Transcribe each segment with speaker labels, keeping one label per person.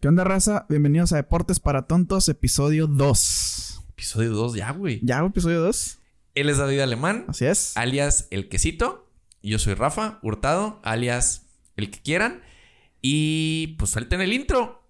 Speaker 1: ¿Qué onda, raza? Bienvenidos a Deportes para Tontos, episodio 2.
Speaker 2: Episodio 2 ya, güey.
Speaker 1: ¿Ya, episodio 2?
Speaker 2: Él es David Alemán,
Speaker 1: Así es.
Speaker 2: alias El Quesito. Y Yo soy Rafa Hurtado, alias El que quieran. Y pues suelten el intro.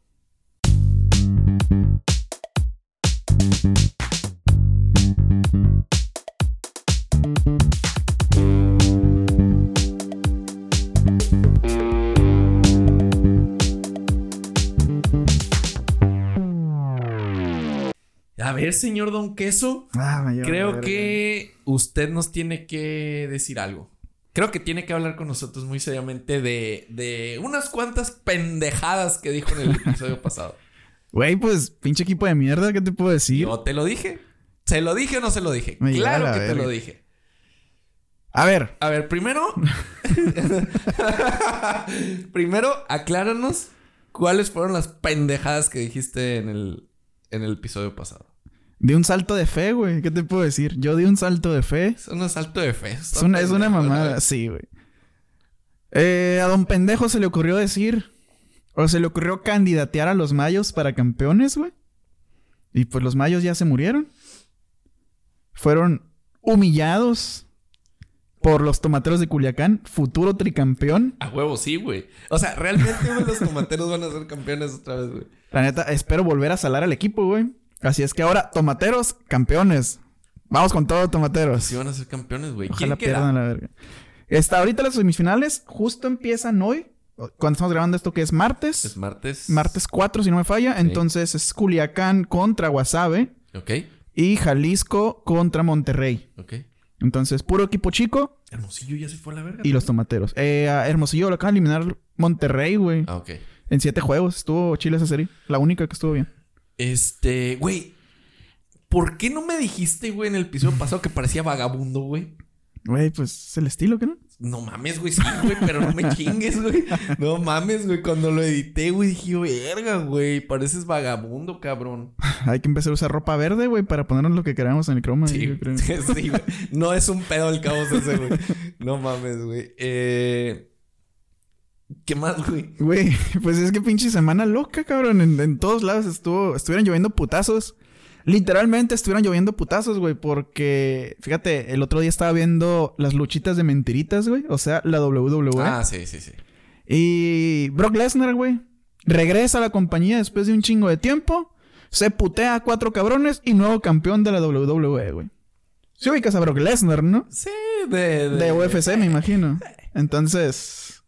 Speaker 2: A ver, señor Don Queso.
Speaker 1: Ah, me lleva la
Speaker 2: Creo
Speaker 1: verga.
Speaker 2: que usted nos tiene que decir algo. Creo que tiene que hablar con nosotros muy seriamente de, de unas cuantas pendejadas que dijo en el episodio pasado.
Speaker 1: Güey, pues, pinche equipo de mierda, ¿qué te puedo decir?
Speaker 2: Yo te lo dije. ¿Se lo dije o no se lo dije?
Speaker 1: Me lleva
Speaker 2: claro
Speaker 1: la
Speaker 2: que te
Speaker 1: verga.
Speaker 2: lo dije.
Speaker 1: A ver,
Speaker 2: A ver, primero. primero, acláranos cuáles fueron las pendejadas que dijiste en el, en el episodio pasado.
Speaker 1: de un salto de fe, güey. ¿Qué te puedo decir? Yo di un salto de fe.
Speaker 2: Es un asalto de fe.
Speaker 1: Es una, es una mamada, sí, güey. Eh, a don pendejo se le ocurrió decir... O se le ocurrió candidatear a los mayos para campeones, güey. Y pues los mayos ya se murieron. Fueron humillados por los tomateros de Culiacán, futuro tricampeón.
Speaker 2: A huevo, sí, güey. O sea, realmente, güey, los tomateros van a ser campeones otra vez, güey.
Speaker 1: La neta, espero volver a salar al equipo, güey. Así es que ahora, tomateros, campeones. Vamos con todo, tomateros.
Speaker 2: Sí van a ser campeones, güey.
Speaker 1: Pues
Speaker 2: ¿Quién
Speaker 1: Ojalá
Speaker 2: queda?
Speaker 1: pierdan la verga. Está ahorita las semifinales, justo empiezan hoy. Cuando estamos grabando esto, que es
Speaker 2: Es
Speaker 1: martes.
Speaker 2: martes.
Speaker 1: Martes 4, si no me falla. Entonces es Culiacán contra Guasave
Speaker 2: Ok,
Speaker 1: y Jalisco contra Monterrey.
Speaker 2: ok.
Speaker 1: Entonces, puro equipo chico
Speaker 2: Hermosillo ya se fue a la verga.
Speaker 1: y los tomateros. Eh, a Hermosillo lo acaba de eliminar Monterrey, güey.
Speaker 2: Ah, ok.
Speaker 1: En siete juegos estuvo Chile esa serie. La única que estuvo bien.
Speaker 2: Este, güey. ¿Por qué no me dijiste, güey, en el episodio pasado que parecía vagabundo, güey?
Speaker 1: Güey, pues es el estilo, ¿qué no?
Speaker 2: No mames, güey, sí, güey, pero no me chingues, güey. No mames, güey. Cuando lo edité, güey, dije, verga, güey, pareces vagabundo, cabrón.
Speaker 1: Hay que empezar a usar ropa verde, güey, para ponernos lo que queramos en el croma.
Speaker 2: Sí,
Speaker 1: yo creo.
Speaker 2: sí, güey. No es un pedo el caos ese, güey. No mames, güey. Eh, ¿Qué más, güey?
Speaker 1: Güey, pues es que pinche semana loca, cabrón. En, en todos lados estuvo, estuvieron lloviendo putazos. Literalmente estuvieron lloviendo putazos, güey, porque fíjate, el otro día estaba viendo las luchitas de mentiritas, güey, o sea, la WWE.
Speaker 2: Ah, sí, sí, sí.
Speaker 1: Y Brock Lesnar, güey, regresa a la compañía después de un chingo de tiempo, se putea a cuatro cabrones y nuevo campeón de la WWE, güey. Si ubicas a Brock Lesnar, ¿no?
Speaker 2: Sí, de...
Speaker 1: De UFC, me imagino. Entonces.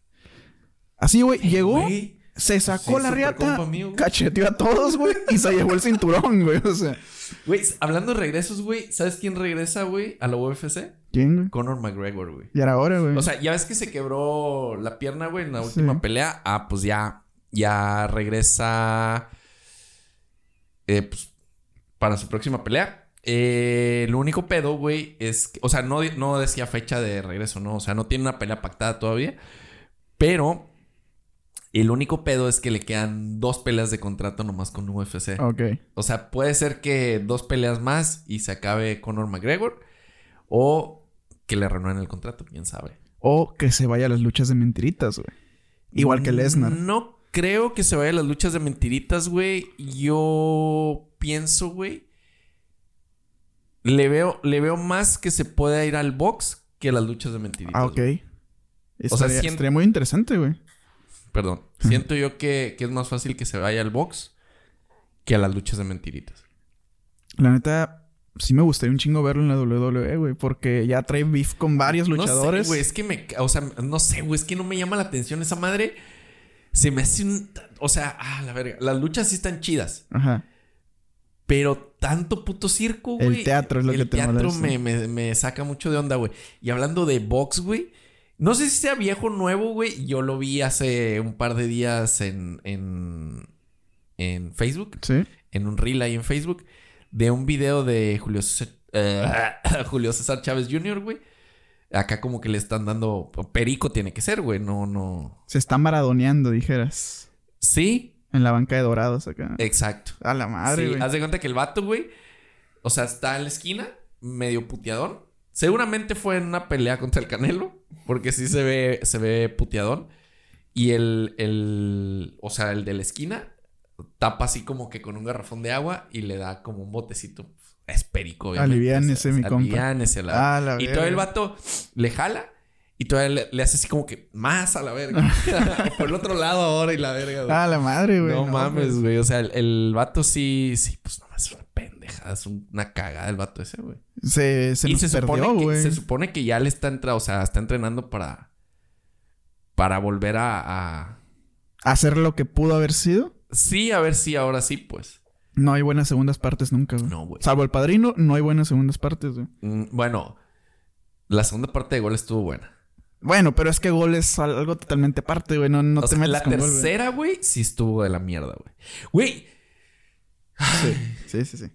Speaker 1: Así, güey, llegó,
Speaker 2: Güey,
Speaker 1: se
Speaker 2: sí,
Speaker 1: sacó la
Speaker 2: súper
Speaker 1: riata,
Speaker 2: compa mío, güey.
Speaker 1: cacheteó a todos, güey, y se llevó el cinturón, güey. O sea,
Speaker 2: Güey, hablando de regresos, güey, ¿sabes quién regresa, güey, a la UFC?
Speaker 1: ¿quién, güey?
Speaker 2: Conor McGregor, güey.
Speaker 1: Y ahora, güey.
Speaker 2: O sea, ya ves que se quebró la pierna, güey, en la
Speaker 1: Sí.
Speaker 2: última pelea. Ah, pues ya, ya regresa. eh, pues, para su próxima pelea. Eh, lo único pedo, güey, es que, o sea, no, di- no decía fecha de regreso, ¿no? O sea, no tiene una pelea pactada todavía. Pero el único pedo es que le quedan dos peleas de contrato nomás con UFC.
Speaker 1: ok.
Speaker 2: O sea, puede ser que dos peleas más y se acabe Conor McGregor. O que le renueven el contrato, quién sabe.
Speaker 1: O que se vaya a las luchas de mentiritas, güey. Igual que Lesnar.
Speaker 2: No creo que se vaya a las luchas de mentiritas, güey. Yo pienso, güey. Le veo, le veo más que se pueda ir al box que a las luchas de mentiritas.
Speaker 1: Ah, ok.
Speaker 2: güey.
Speaker 1: Estaría,
Speaker 2: O sea, siento-
Speaker 1: estaría muy interesante, güey.
Speaker 2: Perdón. Siento yo que, que es más fácil que se vaya al box que a las luchas de mentiritas.
Speaker 1: La neta, sí me gustaría un chingo verlo en la WWE, güey, porque ya trae beef con varios
Speaker 2: No
Speaker 1: luchadores.
Speaker 2: sé, güey, es que me. ca- O sea, no sé, güey, es que no me llama la atención esa madre. Se me hace un. O sea, ah, la verga. Las luchas sí están chidas.
Speaker 1: Ajá.
Speaker 2: Pero tanto puto circo,
Speaker 1: El
Speaker 2: güey.
Speaker 1: teatro es lo
Speaker 2: El
Speaker 1: que te
Speaker 2: teatro
Speaker 1: molesta.
Speaker 2: me, me, me saca mucho de onda, güey. Y hablando de box, güey. No sé si sea viejo o nuevo, güey. Yo lo vi hace un par de días en, en, en Facebook.
Speaker 1: Sí.
Speaker 2: En un reel ahí en Facebook. De un video de Julio César, eh, Julio César Chávez Jr., güey. Acá como que le están dando... Perico tiene que ser, güey. No, no...
Speaker 1: Se está maradoneando, dijeras.
Speaker 2: Sí,
Speaker 1: En la banca de dorados acá.
Speaker 2: exacto.
Speaker 1: A la madre,
Speaker 2: Eh, Sí,
Speaker 1: güey.
Speaker 2: haz de cuenta que el vato, güey. O sea, está en la esquina, medio puteadón. Seguramente fue en una pelea contra el Canelo, porque sí se ve, se ve puteadón. Y el, el, o sea, el de la esquina tapa así como que con un garrafón de agua y le da como un botecito. Es perico,
Speaker 1: Aliviánese, mi compa.
Speaker 2: Aliviánese, la
Speaker 1: Ah, la
Speaker 2: y
Speaker 1: verga.
Speaker 2: todo el vato le jala y todavía le, le hace así como que más a la verga. Por el otro lado ahora y la verga, güey.
Speaker 1: Ah, la madre, güey.
Speaker 2: no, mames,
Speaker 1: pues.
Speaker 2: güey. O sea, el, el vato sí, sí, pues nomás es una pendejada, es un- una cagada el vato ese, güey.
Speaker 1: Se, se
Speaker 2: y
Speaker 1: nos
Speaker 2: se
Speaker 1: perdió,
Speaker 2: supone
Speaker 1: güey.
Speaker 2: que se supone que ya le está entrando, o sea, está entrenando para para volver a, a-
Speaker 1: Hacer lo que pudo haber sido.
Speaker 2: sí, a ver si ahora sí, pues.
Speaker 1: No hay buenas segundas partes nunca, güey.
Speaker 2: No, güey.
Speaker 1: Salvo el padrino, no hay buenas segundas partes, güey.
Speaker 2: Mm, Bueno, la segunda parte de gol estuvo buena.
Speaker 1: Bueno, pero es que gol es al- algo totalmente aparte, güey. No, no
Speaker 2: O
Speaker 1: te
Speaker 2: sea,
Speaker 1: metas
Speaker 2: la
Speaker 1: con gol, güey.
Speaker 2: tercera, güey, sí estuvo de la mierda, güey. Güey,
Speaker 1: Sí, sí, sí.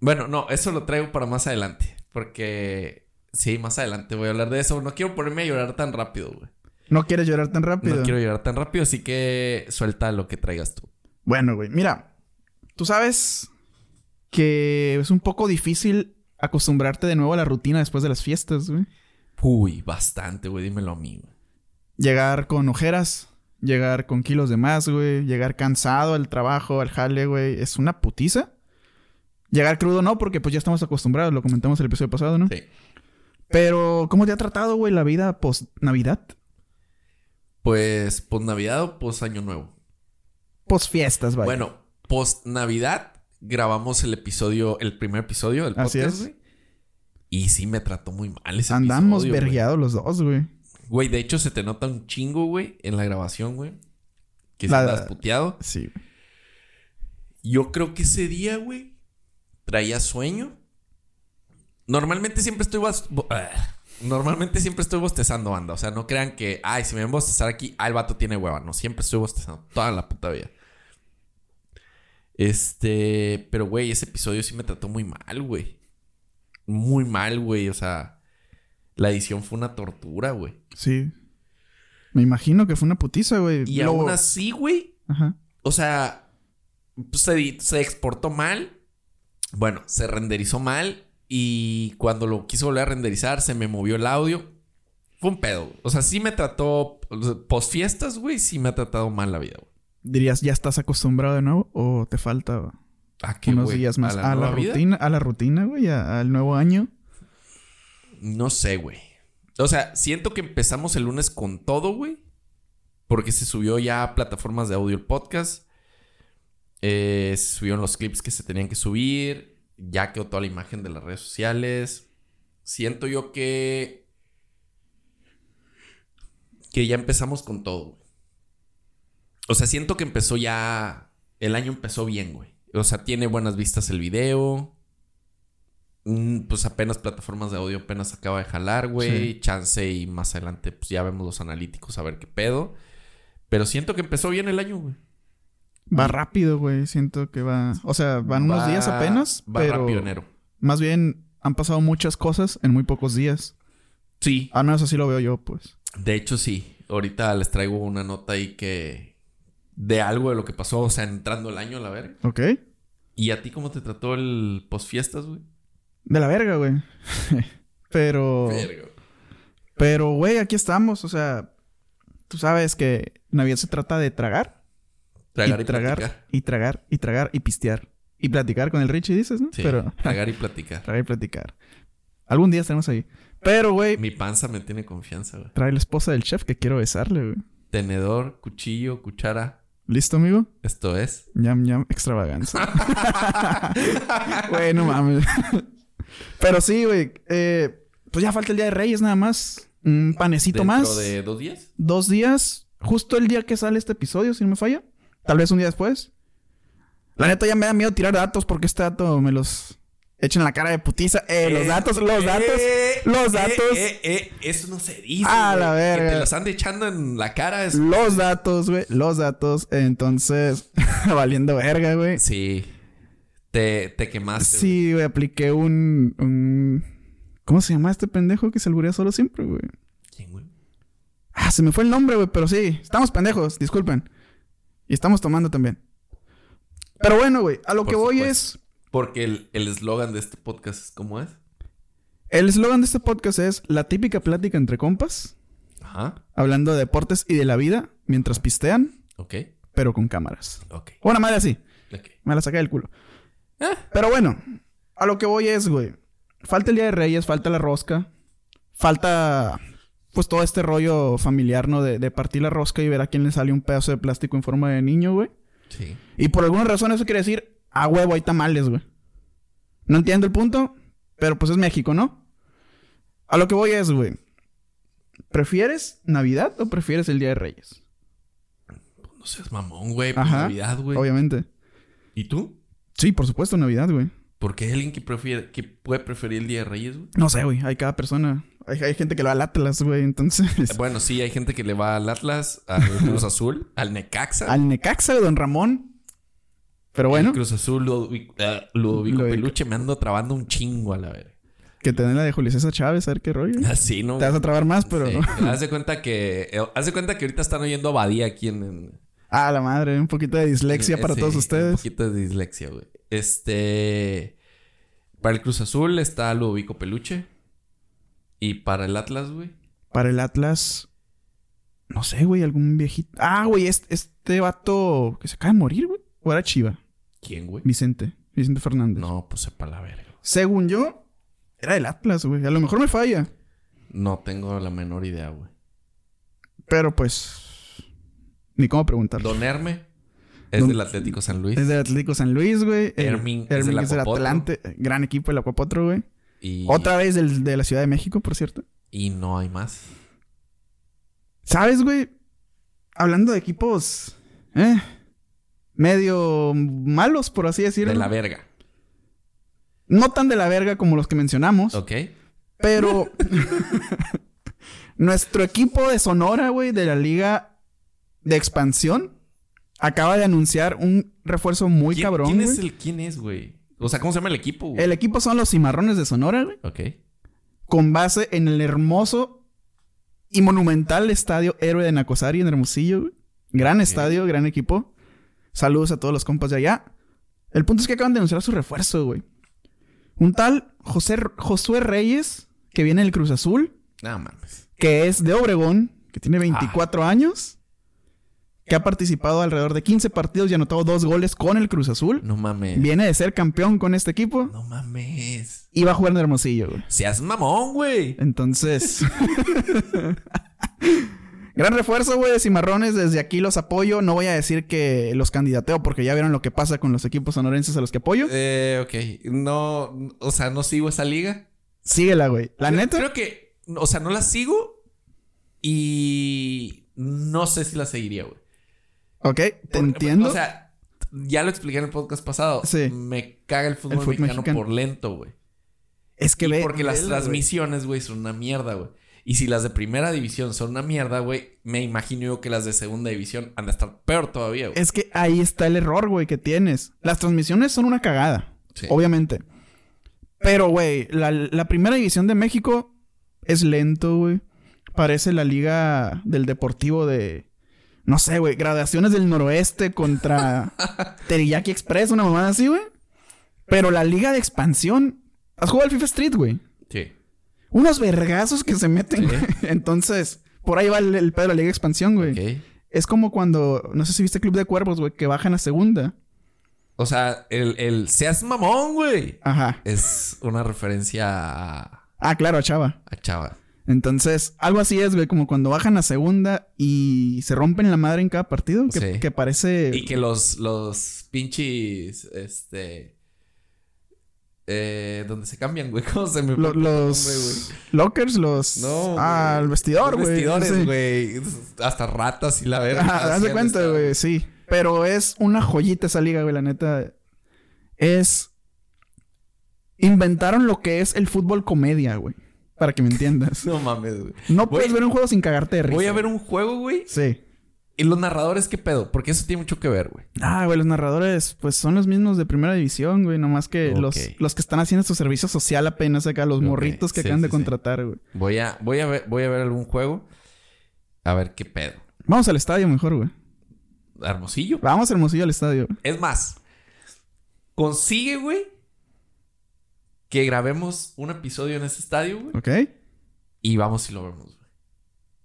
Speaker 2: Bueno, no, eso lo traigo para más adelante. Porque sí, más adelante voy a hablar de eso. No quiero ponerme a llorar tan rápido, güey.
Speaker 1: No quieres llorar tan rápido.
Speaker 2: No quiero llorar tan rápido, así que suelta lo que traigas tú.
Speaker 1: Bueno, güey, mira, tú sabes que es un poco difícil acostumbrarte de nuevo a la rutina después de las fiestas, güey.
Speaker 2: Uy, bastante, güey. Dímelo a mí, güey.
Speaker 1: Llegar con ojeras, llegar con kilos de más, güey, llegar cansado al trabajo, al jale, güey, es una putiza. Llegar crudo no, porque pues ya estamos acostumbrados, lo comentamos el episodio pasado, ¿no?
Speaker 2: Sí.
Speaker 1: Pero, ¿cómo te ha tratado, güey, la vida post-Navidad?
Speaker 2: Pues, post Navidad o post Año Nuevo.
Speaker 1: Post-fiestas, vaya.
Speaker 2: Bueno, post Navidad grabamos el episodio, el primer episodio del
Speaker 1: Así
Speaker 2: podcast,
Speaker 1: es.
Speaker 2: güey. Y sí me trató muy mal ese
Speaker 1: Andamos
Speaker 2: episodio, güey.
Speaker 1: vergueados los dos, güey.
Speaker 2: Güey, de hecho se te nota un chingo, güey, en la grabación, güey. Que si
Speaker 1: La-
Speaker 2: andas puteado.
Speaker 1: Sí, güey.
Speaker 2: Yo creo que ese día, güey, traía sueño. Normalmente siempre estoy bas- bo- ah. Normalmente siempre estoy bostezando, banda. O sea, no crean que, ay, si me ven bostezar aquí, ah, el vato tiene hueva. No, siempre estoy bostezando. Toda la puta vida. Este, pero güey, ese episodio sí me trató muy mal, güey. Muy mal, güey. O sea, la edición fue una tortura, güey.
Speaker 1: Sí. Me imagino que fue una putiza, güey.
Speaker 2: Y
Speaker 1: Luego-
Speaker 2: aún así, güey,
Speaker 1: Ajá.
Speaker 2: O sea, pues, se, di- se exportó mal. Bueno, se renderizó mal. Y cuando lo quiso volver a renderizar, se me movió el audio. Fue un pedo. güey. O sea, sí me trató. Post fiestas, güey, sí me ha tratado mal la vida, güey.
Speaker 1: ¿Dirías ya estás acostumbrado de nuevo o te falta
Speaker 2: ¿A Ah, qué,
Speaker 1: unos
Speaker 2: güey?
Speaker 1: días más a la,
Speaker 2: nueva vida?
Speaker 1: rutina, a la rutina, güey, a- al nuevo año?
Speaker 2: No sé, güey. O sea, siento que empezamos el lunes con todo, güey. Porque se subió ya a plataformas de audio el podcast. Eh, se subieron los clips que se tenían que subir. Ya quedó toda la imagen de las redes sociales. Siento yo que. Que ya empezamos con todo, güey. O sea, siento que empezó ya. El año empezó bien, güey. O sea, tiene buenas vistas el video. Mm, Pues apenas plataformas de audio apenas acaba de jalar, güey. Chance y más adelante, pues ya vemos los analíticos a ver qué pedo. Pero siento que empezó bien el año, güey.
Speaker 1: Va rápido, güey. Siento que va. O sea, van unos
Speaker 2: Va-
Speaker 1: días apenas,
Speaker 2: Va
Speaker 1: pero.
Speaker 2: rápido enero.
Speaker 1: Más bien han pasado muchas cosas en muy pocos días.
Speaker 2: Sí.
Speaker 1: Al menos así lo veo yo, pues.
Speaker 2: De hecho, sí. Ahorita les traigo una nota ahí que. De algo de lo que pasó, o sea, entrando el año a la verga.
Speaker 1: ¿Ok?
Speaker 2: ¿Y a ti cómo te trató el posfiestas, güey?
Speaker 1: De la verga, güey. pero.
Speaker 2: Verga.
Speaker 1: Pero, güey, aquí estamos. O sea, tú sabes que Navidad se trata de tragar.
Speaker 2: Tragar y,
Speaker 1: y tragar
Speaker 2: platicar.
Speaker 1: y tragar y tragar y pistear y platicar con el Richie dices, ¿no?
Speaker 2: Sí,
Speaker 1: Pero
Speaker 2: tragar y platicar.
Speaker 1: tragar y platicar. Algún día estaremos ahí. Pero güey,
Speaker 2: Mi panza me tiene confianza, güey.
Speaker 1: trae la esposa del chef que quiero besarle, güey.
Speaker 2: Tenedor, cuchillo, cuchara.
Speaker 1: ¿Listo, amigo?
Speaker 2: Esto es.
Speaker 1: Ñam ñam extravaganza. Güey, no mames. Pero sí, güey, eh, pues ya falta el día de Reyes nada más, un panecito
Speaker 2: ¿Dentro
Speaker 1: más,
Speaker 2: de dos días?
Speaker 1: dos días, justo el día que sale este episodio, si no me falla, tal vez un día después. La neta ya me da miedo tirar datos porque este dato me los echa en la cara de putiza. Eh, los
Speaker 2: Eh,
Speaker 1: datos, los
Speaker 2: eh,
Speaker 1: datos.
Speaker 2: eh,
Speaker 1: los datos.
Speaker 2: eh, eh, eso no se dice.
Speaker 1: Ah,
Speaker 2: güey.
Speaker 1: la
Speaker 2: Que te
Speaker 1: verga.
Speaker 2: los ande echando en la cara. es-
Speaker 1: Los datos, güey. Los datos. Entonces, valiendo verga, güey.
Speaker 2: Sí. Te, te quemaste. güey.
Speaker 1: Sí, güey, apliqué un, un- ¿Cómo se llama este pendejo que se alburea solo siempre, güey?
Speaker 2: ¿Quién, güey?
Speaker 1: Ah, se me fue el nombre, güey, pero sí. Estamos pendejos, disculpen. Y estamos tomando también. Pero bueno, güey, a lo
Speaker 2: Por
Speaker 1: que voy
Speaker 2: supuesto.
Speaker 1: es...
Speaker 2: Porque el el eslogan de este podcast es ¿cómo es?
Speaker 1: El eslogan de este podcast es la típica plática entre compas,
Speaker 2: Ajá.
Speaker 1: hablando de deportes y de la vida mientras pistean,
Speaker 2: Ok.
Speaker 1: pero con cámaras.
Speaker 2: Ok.
Speaker 1: Una madre así.
Speaker 2: Ok.
Speaker 1: Me la saqué del culo.
Speaker 2: Ah.
Speaker 1: Pero bueno, a lo que voy es, güey. Falta el Día de Reyes, falta la rosca. Falta, pues, todo este rollo familiar, ¿no? De, de partir la rosca y ver a quién le sale un pedazo de plástico en forma de niño, güey.
Speaker 2: Sí.
Speaker 1: Y por alguna razón eso quiere decir, a huevo hay tamales, güey. No entiendo el punto, pero pues es México, ¿no? A lo que voy es, güey. ¿Prefieres Navidad o prefieres el Día de Reyes?
Speaker 2: No seas mamón, güey. por
Speaker 1: Ajá.
Speaker 2: Navidad, güey.
Speaker 1: Obviamente.
Speaker 2: ¿Y tú?
Speaker 1: Sí, por supuesto, Navidad, güey.
Speaker 2: ¿Por qué hay alguien que, prefiere, que puede preferir el Día de Reyes, güey?
Speaker 1: No sé, güey. Hay cada persona. Hay, hay gente que lo va al Atlas, güey. Entonces.
Speaker 2: Eh, Bueno, sí, hay gente que le va al Atlas, al Cruz Azul, al Necaxa.
Speaker 1: al Necaxa de Don Ramón. Pero Ah, bueno,
Speaker 2: Cruz Azul, Ludovico, ah, Ludovico
Speaker 1: Ludovico.
Speaker 2: Peluche, me ando trabando un chingo a la verga.
Speaker 1: que te den la de Julio César Chávez, a ver qué rollo.
Speaker 2: Así, ¿no?
Speaker 1: Te vas a trabar más, pero.
Speaker 2: Ah, Sí. Haz de cuenta que. eh, Haz de cuenta que ahorita están oyendo a Badía aquí en. en-
Speaker 1: Ah, la madre. Un poquito de dislexia para
Speaker 2: Eh, Sí,
Speaker 1: todos
Speaker 2: Un
Speaker 1: ustedes.
Speaker 2: poquito de dislexia, güey. Este. Para el Cruz Azul está Ludovico Peluche. Y para el Atlas, güey.
Speaker 1: Para el Atlas. No sé, güey, algún viejito. Ah, güey, este, este vato que se acaba de morir, güey. O era Chiva.
Speaker 2: ¿Quién, güey?
Speaker 1: Vicente. Vicente Fernández.
Speaker 2: No, pues sepa la verga.
Speaker 1: Según yo, era del Atlas, güey. A lo mejor me falla.
Speaker 2: No tengo la menor idea, güey.
Speaker 1: Pero pues. Ni cómo preguntar.
Speaker 2: Don Herme es
Speaker 1: Don-
Speaker 2: del Atlético San Luis.
Speaker 1: Es del Atlético San Luis, güey. El-
Speaker 2: Hermin es
Speaker 1: Hermin
Speaker 2: del
Speaker 1: es del
Speaker 2: Acapotro.
Speaker 1: Atlante. Gran equipo el Acuapotro, güey.
Speaker 2: Y,
Speaker 1: Otra vez del- de la Ciudad de México, por cierto.
Speaker 2: y no hay más.
Speaker 1: ¿Sabes, güey? Hablando de equipos... eh, Medio malos, por así decirlo.
Speaker 2: De la verga.
Speaker 1: no tan de la verga como los que mencionamos.
Speaker 2: ¿Ok?
Speaker 1: Pero... nuestro equipo de Sonora, güey, de la Liga de Expansión... Acaba de anunciar un refuerzo muy
Speaker 2: ¿Quién,
Speaker 1: cabrón,
Speaker 2: ¿quién
Speaker 1: güey.
Speaker 2: es el quién es, güey? O sea, ¿cómo se llama el equipo, güey?
Speaker 1: El equipo son los Cimarrones de Sonora, güey.
Speaker 2: Ok.
Speaker 1: con base en el hermoso y monumental estadio Héroe de Nacosari en Hermosillo. güey. Gran estadio, gran equipo. Saludos a todos los compas de allá. El punto es que acaban de anunciar su refuerzo, güey. Un tal José, Josué Reyes, que viene del Cruz Azul,
Speaker 2: Nada mames.
Speaker 1: que es de Obregón, que tiene 24 años, que ha participado alrededor de 15 partidos y anotado dos goles con el Cruz Azul.
Speaker 2: No mames.
Speaker 1: Viene de ser campeón con este equipo
Speaker 2: No mames.
Speaker 1: y va a jugar en Hermosillo, güey.
Speaker 2: Seas mamón, güey.
Speaker 1: Entonces. Gran refuerzo, güey, de Cimarrones. Desde aquí los apoyo. No voy a decir que los candidateo porque ya vieron lo que pasa con los equipos sonorenses a los que apoyo.
Speaker 2: Eh, ok. No, o sea, no sigo esa liga.
Speaker 1: Síguela, güey. La
Speaker 2: Creo-
Speaker 1: ¿Ah, neta,
Speaker 2: Creo que, o sea, no la sigo y no sé si la seguiría, güey.
Speaker 1: ok, te
Speaker 2: Porque,
Speaker 1: entiendo.
Speaker 2: O sea, ya lo expliqué en el podcast pasado.
Speaker 1: Sí.
Speaker 2: Me caga el fútbol,
Speaker 1: El fútbol
Speaker 2: mexicano,
Speaker 1: mexicano.
Speaker 2: por lento, güey.
Speaker 1: es que
Speaker 2: Y
Speaker 1: ve.
Speaker 2: porque las
Speaker 1: vela,
Speaker 2: transmisiones, güey, son una mierda, güey. Y si las de primera división son una mierda, güey, me imagino yo que las de segunda división han de estar peor todavía,
Speaker 1: güey.
Speaker 2: güey.
Speaker 1: Es que ahí está el error, güey, que tienes. Las transmisiones son una cagada.
Speaker 2: Sí.
Speaker 1: Obviamente. Pero, güey, la, la primera división de México es lento, güey. Parece la liga del deportivo de. No sé, güey. Gradaciones del noroeste contra Teriyaki Express, una mamada así, güey. Pero la liga de expansión. Has jugado al FIFA Street, güey.
Speaker 2: Sí.
Speaker 1: Unos vergazos que se meten,
Speaker 2: Sí.
Speaker 1: güey. Entonces, por ahí va el, el pedo de la liga de expansión, güey.
Speaker 2: Ok.
Speaker 1: Es como cuando. No sé si viste Club de Cuervos, güey, que bajan a segunda.
Speaker 2: O sea, el, el seas mamón, güey.
Speaker 1: Ajá.
Speaker 2: Es una referencia a,
Speaker 1: Ah, claro, a Chava.
Speaker 2: a Chava.
Speaker 1: Entonces, algo así es, güey, como cuando bajan a segunda y se rompen la madre en cada partido, que,
Speaker 2: Sí.
Speaker 1: que parece...
Speaker 2: Y que los, los pinches, este... Eh, donde se cambian, güey. ¿Cómo se me
Speaker 1: lo-
Speaker 2: fue el
Speaker 1: los
Speaker 2: nombre, güey?
Speaker 1: lockers, los...
Speaker 2: No.
Speaker 1: ah,
Speaker 2: güey.
Speaker 1: el vestidor,
Speaker 2: Los
Speaker 1: güey. sí.
Speaker 2: Vestidores, güey. Hasta ratas y la verga.
Speaker 1: Ajá, haz de
Speaker 2: hacían
Speaker 1: cuenta,
Speaker 2: esta-
Speaker 1: güey, sí. Pero es una joyita esa liga, güey, la neta. Es... Inventaron lo que es el fútbol comedia, güey. Para que me entiendas.
Speaker 2: No mames, güey.
Speaker 1: No
Speaker 2: Voy-
Speaker 1: puedes ver un juego sin cagarte de risa.
Speaker 2: Voy a ver un juego, güey.
Speaker 1: Sí.
Speaker 2: Y los narradores, ¿qué pedo? Porque eso tiene mucho que ver, güey.
Speaker 1: Ah, güey, los narradores, pues son los mismos de primera división, güey. Nomás que
Speaker 2: Ok.
Speaker 1: los, los que están haciendo su servicio social apenas acá, los
Speaker 2: Ok,
Speaker 1: morritos que
Speaker 2: sí,
Speaker 1: acaban de
Speaker 2: sí, sí.
Speaker 1: contratar, güey.
Speaker 2: Voy a, voy a ver, voy a ver algún juego. A ver qué pedo.
Speaker 1: Vamos al estadio mejor, güey.
Speaker 2: Hermosillo.
Speaker 1: Vamos hermosillo al estadio.
Speaker 2: Es más, consigue, güey, que grabemos un episodio en ese estadio, güey.
Speaker 1: ¿Ok?
Speaker 2: Y vamos y lo vemos, güey.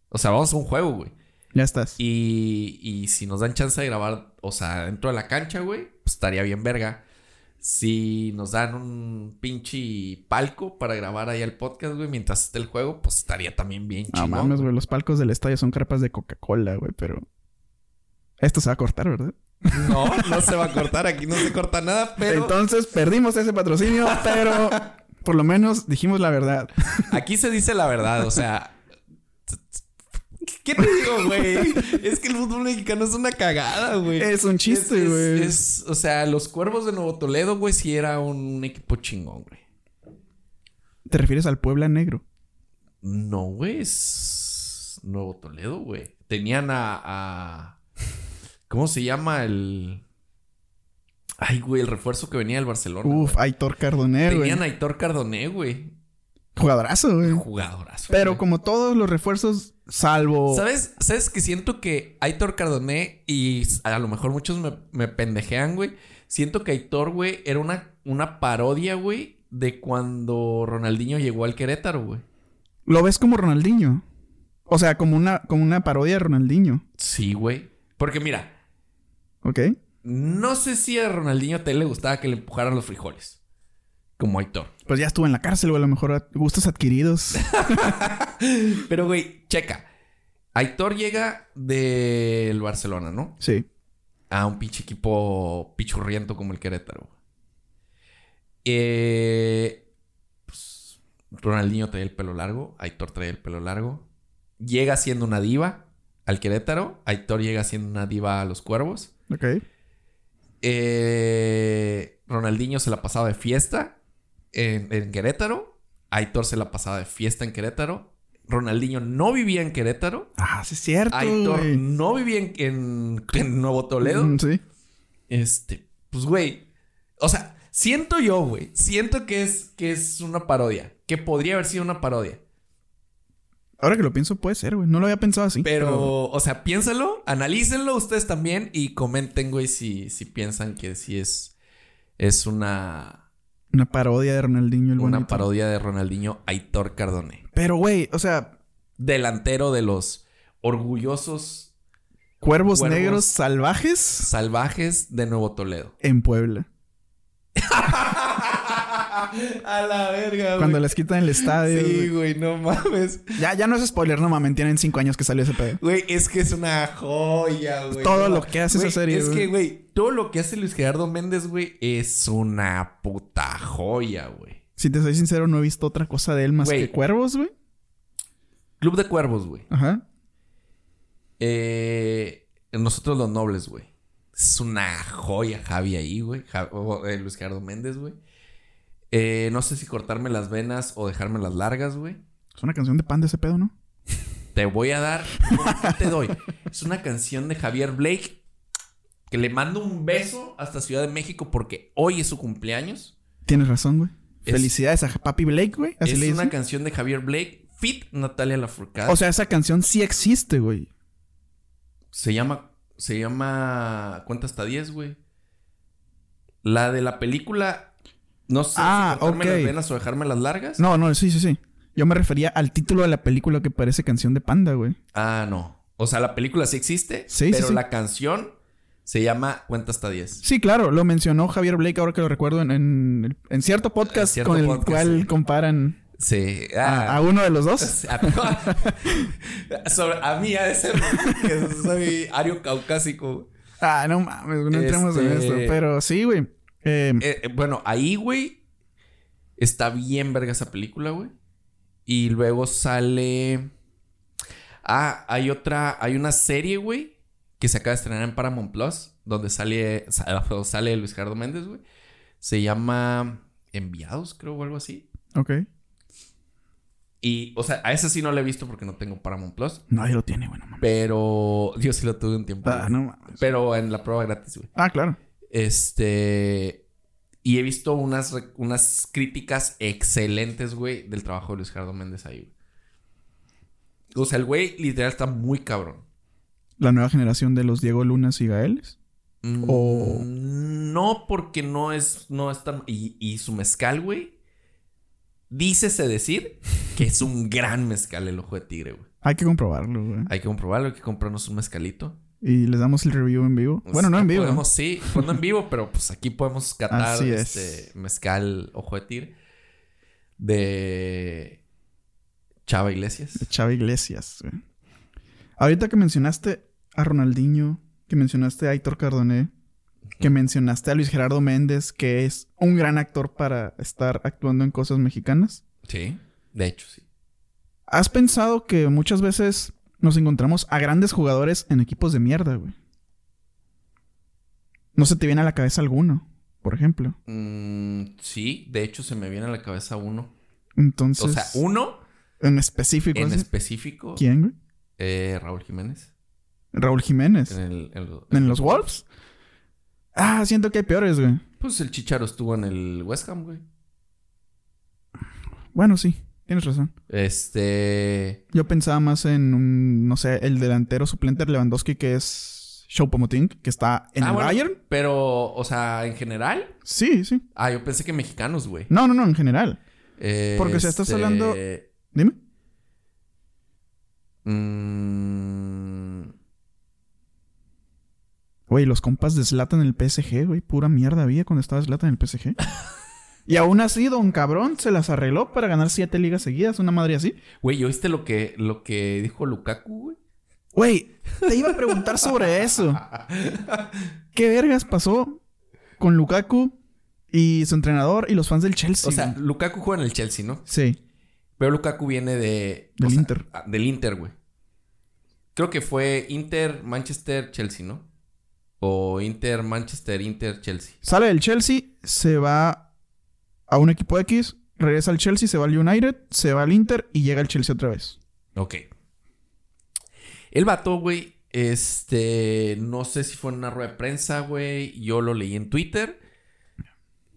Speaker 2: O sea, vamos a un juego, güey.
Speaker 1: Ya estás.
Speaker 2: Y, y si nos dan chance de grabar, o sea, dentro de la cancha, güey, pues estaría bien verga. Si nos dan un pinche palco para grabar ahí el podcast, güey, mientras esté el juego, pues estaría también bien
Speaker 1: No
Speaker 2: chingón.
Speaker 1: mames, güey. Los palcos del estadio son carpas de Coca-Cola, güey, pero. Esto se va a cortar, ¿verdad?
Speaker 2: No, no se va a cortar, aquí no se corta nada, pero
Speaker 1: Entonces perdimos ese patrocinio, pero por lo menos dijimos la verdad.
Speaker 2: aquí se dice la verdad, o sea. ¿Qué te digo, güey? Es que el fútbol mexicano es una cagada, güey.
Speaker 1: Es un chiste,
Speaker 2: Es- es-
Speaker 1: güey.
Speaker 2: es- o sea, los cuervos de Nuevo Toledo, güey, sí era un equipo chingón, güey.
Speaker 1: ¿Te refieres al Puebla Negro?
Speaker 2: No, güey, es Nuevo Toledo, güey. Tenían a, a- ¿Cómo se llama el. Ay, güey, el refuerzo que venía del Barcelona.
Speaker 1: Uf,
Speaker 2: güey.
Speaker 1: Aitor Cardoner, güey.
Speaker 2: Tenían a Aitor Cardoné, güey.
Speaker 1: Jugadorazo, güey.
Speaker 2: Jugadorazo.
Speaker 1: Pero
Speaker 2: Pues, güey.
Speaker 1: como todos los refuerzos, salvo.
Speaker 2: ¿Sabes? ¿Sabes que siento que Aitor Cardoné y a lo mejor muchos me, me pendejean, güey? Siento que Aitor, güey, era una, una parodia, güey, de cuando Ronaldinho llegó al Querétaro, güey.
Speaker 1: Lo ves como Ronaldinho. O sea, como una, como una parodia de Ronaldinho.
Speaker 2: Sí, güey. Porque mira,
Speaker 1: ¿Ok?
Speaker 2: no sé si a Ronaldinho te le gustaba que le empujaran los frijoles. Como Aitor.
Speaker 1: Pues ya estuvo en la cárcel, güey. A lo mejor a- gustos adquiridos.
Speaker 2: Pero, güey, checa. Aitor llega del Barcelona, ¿no?
Speaker 1: Sí.
Speaker 2: a un pinche equipo pichurriento como el Querétaro. Eh, pues, Ronaldinho traía el pelo largo, Aitor traía el pelo largo. Llega siendo una diva al Querétaro, Aitor llega siendo una diva a los Cuervos.
Speaker 1: Ok.
Speaker 2: Eh, Ronaldinho se la pasaba de fiesta en, en Querétaro, Aitor se la pasaba de fiesta en Querétaro. Ronaldinho no vivía en Querétaro.
Speaker 1: Ah, sí, es cierto.
Speaker 2: Aitor
Speaker 1: güey.
Speaker 2: no vivía en, en- en Nuevo Toledo.
Speaker 1: Mm, sí.
Speaker 2: Este, pues, güey. O sea, siento yo, güey. Siento que es, que es una parodia. Que podría haber sido una parodia.
Speaker 1: Ahora que lo pienso, puede ser, güey. No lo había pensado así.
Speaker 2: Pero, o sea, piénsalo, analícenlo ustedes también y comenten, güey, si, si piensan que sí es, es una,
Speaker 1: Una parodia de Ronaldinho, el
Speaker 2: una
Speaker 1: bonito.
Speaker 2: parodia de Ronaldinho Aitor Cardone.
Speaker 1: Pero, güey, o sea,
Speaker 2: Delantero de los orgullosos
Speaker 1: cuervos,
Speaker 2: Cuervos.
Speaker 1: negros salvajes
Speaker 2: salvajes de Nuevo Toledo.
Speaker 1: en Puebla.
Speaker 2: A la verga,
Speaker 1: Cuando les quitan el estadio.
Speaker 2: Ah, Sí,
Speaker 1: güey.
Speaker 2: güey, no mames.
Speaker 1: Ya, ya no es spoiler, no mames. Tienen cinco años que salió ese pedo.
Speaker 2: Güey, es que es una joya, güey.
Speaker 1: Todo
Speaker 2: No,
Speaker 1: lo que hace esa
Speaker 2: güey,
Speaker 1: serie,
Speaker 2: Es
Speaker 1: güey.
Speaker 2: que, güey, todo lo que hace Luis Gerardo Méndez, güey, es una puta joya, güey.
Speaker 1: Si te soy sincero, no he visto otra cosa de él más
Speaker 2: Güey.
Speaker 1: que cuervos, güey.
Speaker 2: Club de Cuervos, güey.
Speaker 1: Ajá.
Speaker 2: Eh, nosotros los nobles, güey. Es una joya, Javi, ahí, güey. Ja- o, eh, Luis Gerardo Méndez, güey. Eh, no sé si cortarme las venas o dejarme las largas, güey.
Speaker 1: Es una canción de pan de ese pedo, ¿no?
Speaker 2: Te voy a dar. ¿Qué te doy? Es una canción de Javier Blake que le mando un beso hasta Ciudad de México porque hoy es su cumpleaños.
Speaker 1: Tienes razón, güey.
Speaker 2: Es-
Speaker 1: Felicidades a Papi Blake, güey. Así
Speaker 2: es
Speaker 1: le
Speaker 2: una
Speaker 1: dicen.
Speaker 2: canción de Javier Blake, Fit Natalia Lafourcade.
Speaker 1: O sea, esa canción sí existe, güey.
Speaker 2: se llama. Se llama. Cuenta hasta 10, güey. La de la película. No sé
Speaker 1: Ah,
Speaker 2: si cortarme
Speaker 1: ok.
Speaker 2: las venas o dejarme las largas.
Speaker 1: No, no, sí, sí, sí. Yo me refería al título de la película que parece canción de panda, güey.
Speaker 2: Ah, no. O sea, la película sí existe,
Speaker 1: Sí, sí,
Speaker 2: pero
Speaker 1: sí.
Speaker 2: la canción se llama Cuenta hasta 10.
Speaker 1: Sí, claro, lo mencionó Javier Blake, ahora que lo recuerdo, en, en- en cierto podcast
Speaker 2: En cierto
Speaker 1: con el
Speaker 2: podcast,
Speaker 1: cual
Speaker 2: sí.
Speaker 1: comparan
Speaker 2: Sí. Ah,
Speaker 1: a, a uno de los dos.
Speaker 2: A, sobre- a mí, a ese que soy ario caucásico.
Speaker 1: Ah, no mames, güey, no entremos en
Speaker 2: Este-
Speaker 1: esto. Pero sí, güey. Eh,
Speaker 2: Eh, eh, bueno, ahí, güey, está bien verga esa película, güey. Y luego sale. Ah, hay otra. Hay una serie, güey, que se acaba de estrenar en Paramount Plus, donde sale, sa- sale Luis Gerardo Méndez, güey. Se llama Enviados, creo, o algo así.
Speaker 1: ok.
Speaker 2: Y, o sea, a esa sí no la he visto porque no tengo Paramount Plus.
Speaker 1: Nadie lo tiene, güey, no mames.
Speaker 2: Pero yo sí lo tuve un tiempo.
Speaker 1: Ah,
Speaker 2: güey.
Speaker 1: no mames.
Speaker 2: Pero en la prueba gratis, güey.
Speaker 1: Ah, claro.
Speaker 2: Este. Y he visto unas, re- unas críticas excelentes, güey, del trabajo de Luis Gerardo Méndez ahí, güey. O sea, el güey literal está muy cabrón.
Speaker 1: La nueva generación de los Diego Lunas y Gaeles.
Speaker 2: Mm,
Speaker 1: O-
Speaker 2: No, porque no es, no es tan. Y, y su mezcal, güey. Dícese decir que es un gran mezcal el ojo de tigre, güey.
Speaker 1: Hay que comprobarlo, güey.
Speaker 2: Hay que comprobarlo, hay que comprarnos un mezcalito.
Speaker 1: Y les damos el review en vivo.
Speaker 2: Pues,
Speaker 1: bueno, no en vivo. ¿eh?
Speaker 2: podemos- sí, pues no en vivo, pero pues aquí podemos catar
Speaker 1: Así es.
Speaker 2: este mezcal ojo de tigre de Chava Iglesias.
Speaker 1: De Chava Iglesias, güey. Ahorita que mencionaste a Ronaldinho, que mencionaste a Aitor Cardoné, que mencionaste a Luis Gerardo Méndez, que es un gran actor para estar actuando en cosas mexicanas.
Speaker 2: Sí, de hecho, sí.
Speaker 1: ¿Has pensado que muchas veces nos encontramos a grandes jugadores en equipos de mierda, güey? No se te viene a la cabeza alguno, por ejemplo.
Speaker 2: Mm, sí, de hecho se me viene a la cabeza uno.
Speaker 1: Entonces,
Speaker 2: o sea, uno
Speaker 1: en específico,
Speaker 2: en
Speaker 1: así,
Speaker 2: específico,
Speaker 1: ¿quién, güey?
Speaker 2: eh, Raúl Jiménez.
Speaker 1: Raúl Jiménez.
Speaker 2: En, el- en-
Speaker 1: ¿En los Wolves? Ah, siento que hay peores, güey.
Speaker 2: Pues el Chicharo estuvo en el West Ham, güey.
Speaker 1: Bueno, sí, tienes razón.
Speaker 2: Este.
Speaker 1: Yo pensaba más en un, no sé, el delantero suplente de Lewandowski que es Choupo-Moting, que está en
Speaker 2: Ah,
Speaker 1: el
Speaker 2: bueno,
Speaker 1: Bayern.
Speaker 2: Pero, o sea, en general.
Speaker 1: Sí, sí.
Speaker 2: Ah, yo pensé que mexicanos, güey. Este,
Speaker 1: No, no, no, en general. Porque, o sea,
Speaker 2: se
Speaker 1: estás hablando- Dime.
Speaker 2: Mm.
Speaker 1: Güey, los compas de Zlatan en el PSG, güey. Pura mierda había cuando estaba Zlatan en el PSG. y aún así, Don Cabrón se las arregló para ganar siete ligas seguidas. Una madre así.
Speaker 2: Güey, ¿y ¿oíste lo que, lo que dijo Lukaku, güey?
Speaker 1: Güey, te iba a preguntar sobre eso. ¿Qué vergas pasó con Lukaku y su entrenador y los fans del Chelsea?
Speaker 2: o sea,
Speaker 1: güey?
Speaker 2: Lukaku juega en el Chelsea, ¿no?
Speaker 1: sí.
Speaker 2: Pero Lukaku viene de...
Speaker 1: Del
Speaker 2: o sea,
Speaker 1: Inter.
Speaker 2: ah, del Inter, güey. Creo que fue Inter, Manchester, Chelsea, ¿no? O Inter, Manchester, Inter, Chelsea.
Speaker 1: Sale del Chelsea, se va a un equipo X, regresa al Chelsea, se va al United, se va al Inter y llega al Chelsea otra vez.
Speaker 2: Ok. El vato, güey, este, no sé si fue en una rueda de prensa, güey, yo lo leí en Twitter.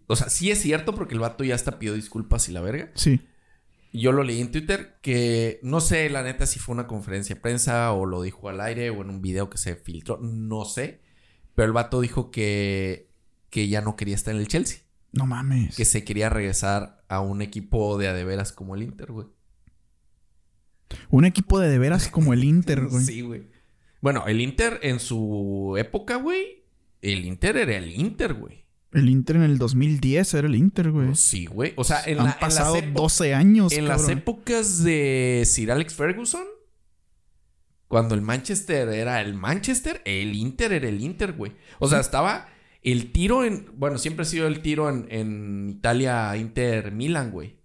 Speaker 2: O sea, sí es cierto porque el vato ya hasta pidió disculpas y la verga.
Speaker 1: Sí.
Speaker 2: Yo lo leí en Twitter que no sé, la neta, si fue una conferencia de prensa o lo dijo al aire o en un video que se filtró, no sé. Pero el vato dijo que, que ya no quería estar en el Chelsea,
Speaker 1: No mames.
Speaker 2: que se quería regresar a un equipo de a de veras como el Inter, güey.
Speaker 1: Un equipo de de veras como el Inter, güey.
Speaker 2: Sí, güey. Bueno, el Inter en su época, güey, el Inter era el Inter, güey.
Speaker 1: El Inter en el 2010 era el Inter, güey.
Speaker 2: Sí, güey. O sea, en,
Speaker 1: Pues, Han
Speaker 2: la- en
Speaker 1: pasado
Speaker 2: las, epo-
Speaker 1: 12 años,
Speaker 2: en las
Speaker 1: cabrón.
Speaker 2: épocas de Sir Alex Ferguson, cuando el Manchester era el Manchester, el Inter era el Inter, güey. O sea, estaba el tiro en. Bueno, siempre ha sido el tiro en, en Italia, Inter, Milan, güey.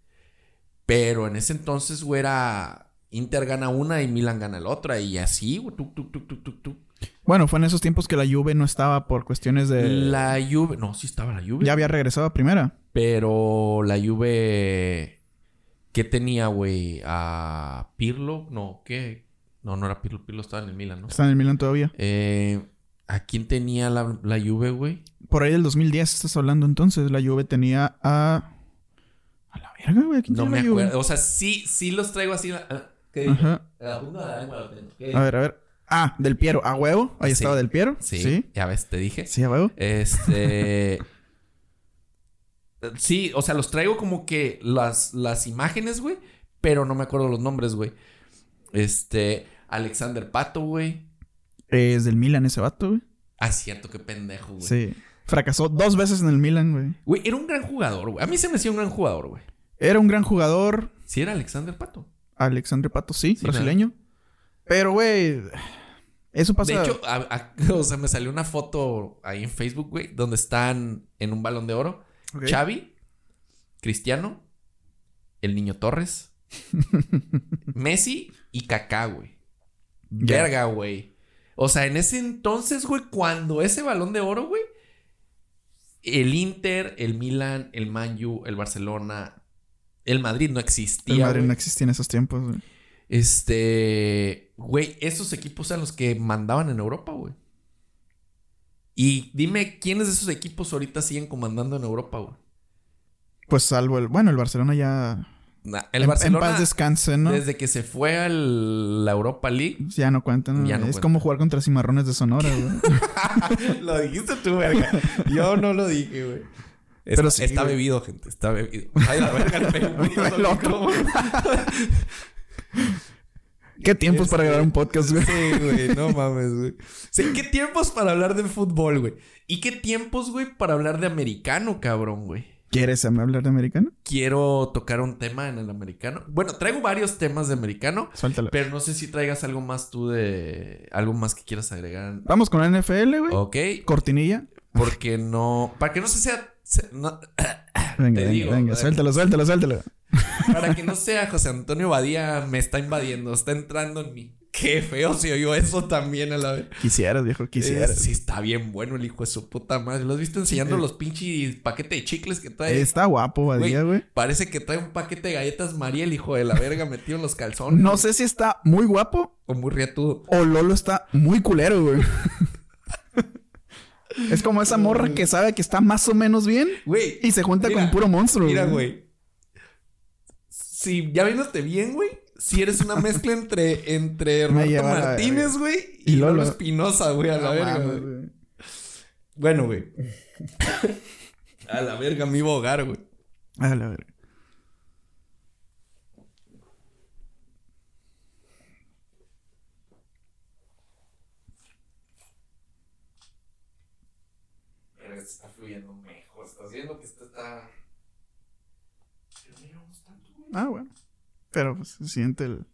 Speaker 2: Pero en ese entonces, güey, era. Inter gana una y Milan gana la otra. Y así, güey, tuk, tuk, tuk, tuk, tuk, tuk.
Speaker 1: Bueno, fue en esos tiempos que la Juve no estaba por cuestiones de...
Speaker 2: La Juve, no, sí estaba la Juve.
Speaker 1: Ya había regresado a primera.
Speaker 2: Pero la Juve, ¿qué tenía, güey? ¿A Pirlo? No, ¿qué? No, no era Pirlo, Pirlo estaba en el Milan, ¿no?
Speaker 1: Está en el Milan todavía.
Speaker 2: Eh, ¿A quién tenía la, la Juve, güey?
Speaker 1: Por ahí del 2010 estás hablando entonces. La Juve tenía a... A la verga, güey. ¿Quién
Speaker 2: No
Speaker 1: tenía
Speaker 2: me
Speaker 1: la Juve?
Speaker 2: acuerdo. O sea, sí, sí los traigo así. ah, ¿Qué dije?
Speaker 1: Ajá.
Speaker 2: La punta de la lengua lo tengo. ¿Qué
Speaker 1: A
Speaker 2: dije?
Speaker 1: ver, a ver. Ah, Del Piero. A huevo. Ahí
Speaker 2: Sí.
Speaker 1: estaba Del Piero.
Speaker 2: Sí,
Speaker 1: Sí. Sí,
Speaker 2: ya ves, te dije.
Speaker 1: a huevo.
Speaker 2: Este. sí, o sea, los traigo como que las, las imágenes, güey. Pero no me acuerdo los nombres, güey. Este. Alexander Pato, güey.
Speaker 1: Eh, Es del Milan ese vato, güey.
Speaker 2: Ah, cierto, qué pendejo, güey.
Speaker 1: Sí. Fracasó dos veces en el Milan, güey.
Speaker 2: Güey, era un gran jugador, güey. A mí se me hacía un gran jugador, güey.
Speaker 1: Era un gran jugador.
Speaker 2: Sí, era Alexander Pato.
Speaker 1: Alexandre Pato, sí,
Speaker 2: Sí,
Speaker 1: brasileño. Pero, güey. Eso pasa.
Speaker 2: de hecho, a- a- o sea, me salió una foto ahí en Facebook, güey, donde están en un balón de oro.
Speaker 1: Ok.
Speaker 2: Xavi, Cristiano, el niño Torres, Messi y Kaká, güey.
Speaker 1: Ya.
Speaker 2: Verga, güey. O sea, en ese entonces, güey, cuando ese balón de oro, güey, el Inter, el Milan, el Man U, el Barcelona, el Madrid no
Speaker 1: el
Speaker 2: existía.
Speaker 1: Madrid
Speaker 2: güey.
Speaker 1: no existía en esos tiempos, güey.
Speaker 2: Este, güey, esos equipos eran los que mandaban en Europa, güey. Y dime quiénes de esos equipos ahorita siguen comandando en Europa, güey.
Speaker 1: Pues salvo el. Bueno, el Barcelona ya.
Speaker 2: Na- El
Speaker 1: en,
Speaker 2: Barcelona,
Speaker 1: En paz descanse, ¿no?
Speaker 2: desde que se fue a la Europa League.
Speaker 1: Ya no cuenta, ¿no?
Speaker 2: Ya no
Speaker 1: es
Speaker 2: cuenta.
Speaker 1: como jugar contra cimarrones de Sonora, güey.
Speaker 2: lo dijiste tú, verga. Yo no lo dije, güey.
Speaker 1: Pero
Speaker 2: Pero
Speaker 1: sí,
Speaker 2: está
Speaker 1: güey.
Speaker 2: bebido, gente. Está bebido. Ay, la verga, le pegué un putazo
Speaker 1: El
Speaker 2: al
Speaker 1: otro.
Speaker 2: micrófono.
Speaker 1: ¿Qué tiempos para grabar un podcast, güey?
Speaker 2: Sí, güey, no mames, güey. Sí, ¿qué tiempos para hablar de fútbol, güey? ¿Y qué tiempos, güey, para hablar de americano, cabrón, güey?
Speaker 1: ¿Quieres hablar de americano?
Speaker 2: Quiero tocar un tema en el americano. Bueno, traigo varios temas de americano,
Speaker 1: Suéltalo.
Speaker 2: pero no sé si traigas algo más tú de... Algo más que quieras agregar.
Speaker 1: Vamos con la NFL, güey.
Speaker 2: Ok,
Speaker 1: Cortinilla.
Speaker 2: porque no... Para que no se sea... se- no-
Speaker 1: Venga,
Speaker 2: Te
Speaker 1: venga,
Speaker 2: digo,
Speaker 1: venga.
Speaker 2: güey.
Speaker 1: Suéltalo, suéltalo, suéltalo.
Speaker 2: Para que no sea José Antonio Badía, me está invadiendo, está entrando en mí. Qué feo se oyó eso también a la vez.
Speaker 1: Quisieras, viejo,
Speaker 2: Eh,
Speaker 1: quisieras.
Speaker 2: Sí, está bien bueno el hijo de su puta madre. Lo has visto enseñando los pinches paquetes de chicles que trae.
Speaker 1: Está guapo, Badía, güey.
Speaker 2: Parece que trae un paquete de galletas María, el hijo de la verga, metido en los calzones.
Speaker 1: No sé si está muy guapo
Speaker 2: O muy riatudo.
Speaker 1: o Lolo está muy culero, güey. es como esa morra que sabe que está más o menos bien
Speaker 2: Güey.
Speaker 1: y se junta
Speaker 2: Mira,
Speaker 1: con puro monstruo,
Speaker 2: Mira, güey. Si ya viéndote bien, güey. Si eres una mezcla entre, entre
Speaker 1: Me
Speaker 2: Roberto
Speaker 1: lleva a la
Speaker 2: Martínez,
Speaker 1: verga.
Speaker 2: güey,
Speaker 1: Y
Speaker 2: y, Lolo,
Speaker 1: Lolo.
Speaker 2: Espinosa, güey, a la
Speaker 1: No
Speaker 2: verga.
Speaker 1: mames,
Speaker 2: güey.
Speaker 1: güey.
Speaker 2: Bueno, güey. a la verga, mi hogar, güey.
Speaker 1: A la verga.
Speaker 2: Pero está fluyendo mejor. Estás viendo que esto está. Pero no llevamos tanto, güey.
Speaker 1: Ah, bueno. Pero pues, se siente el.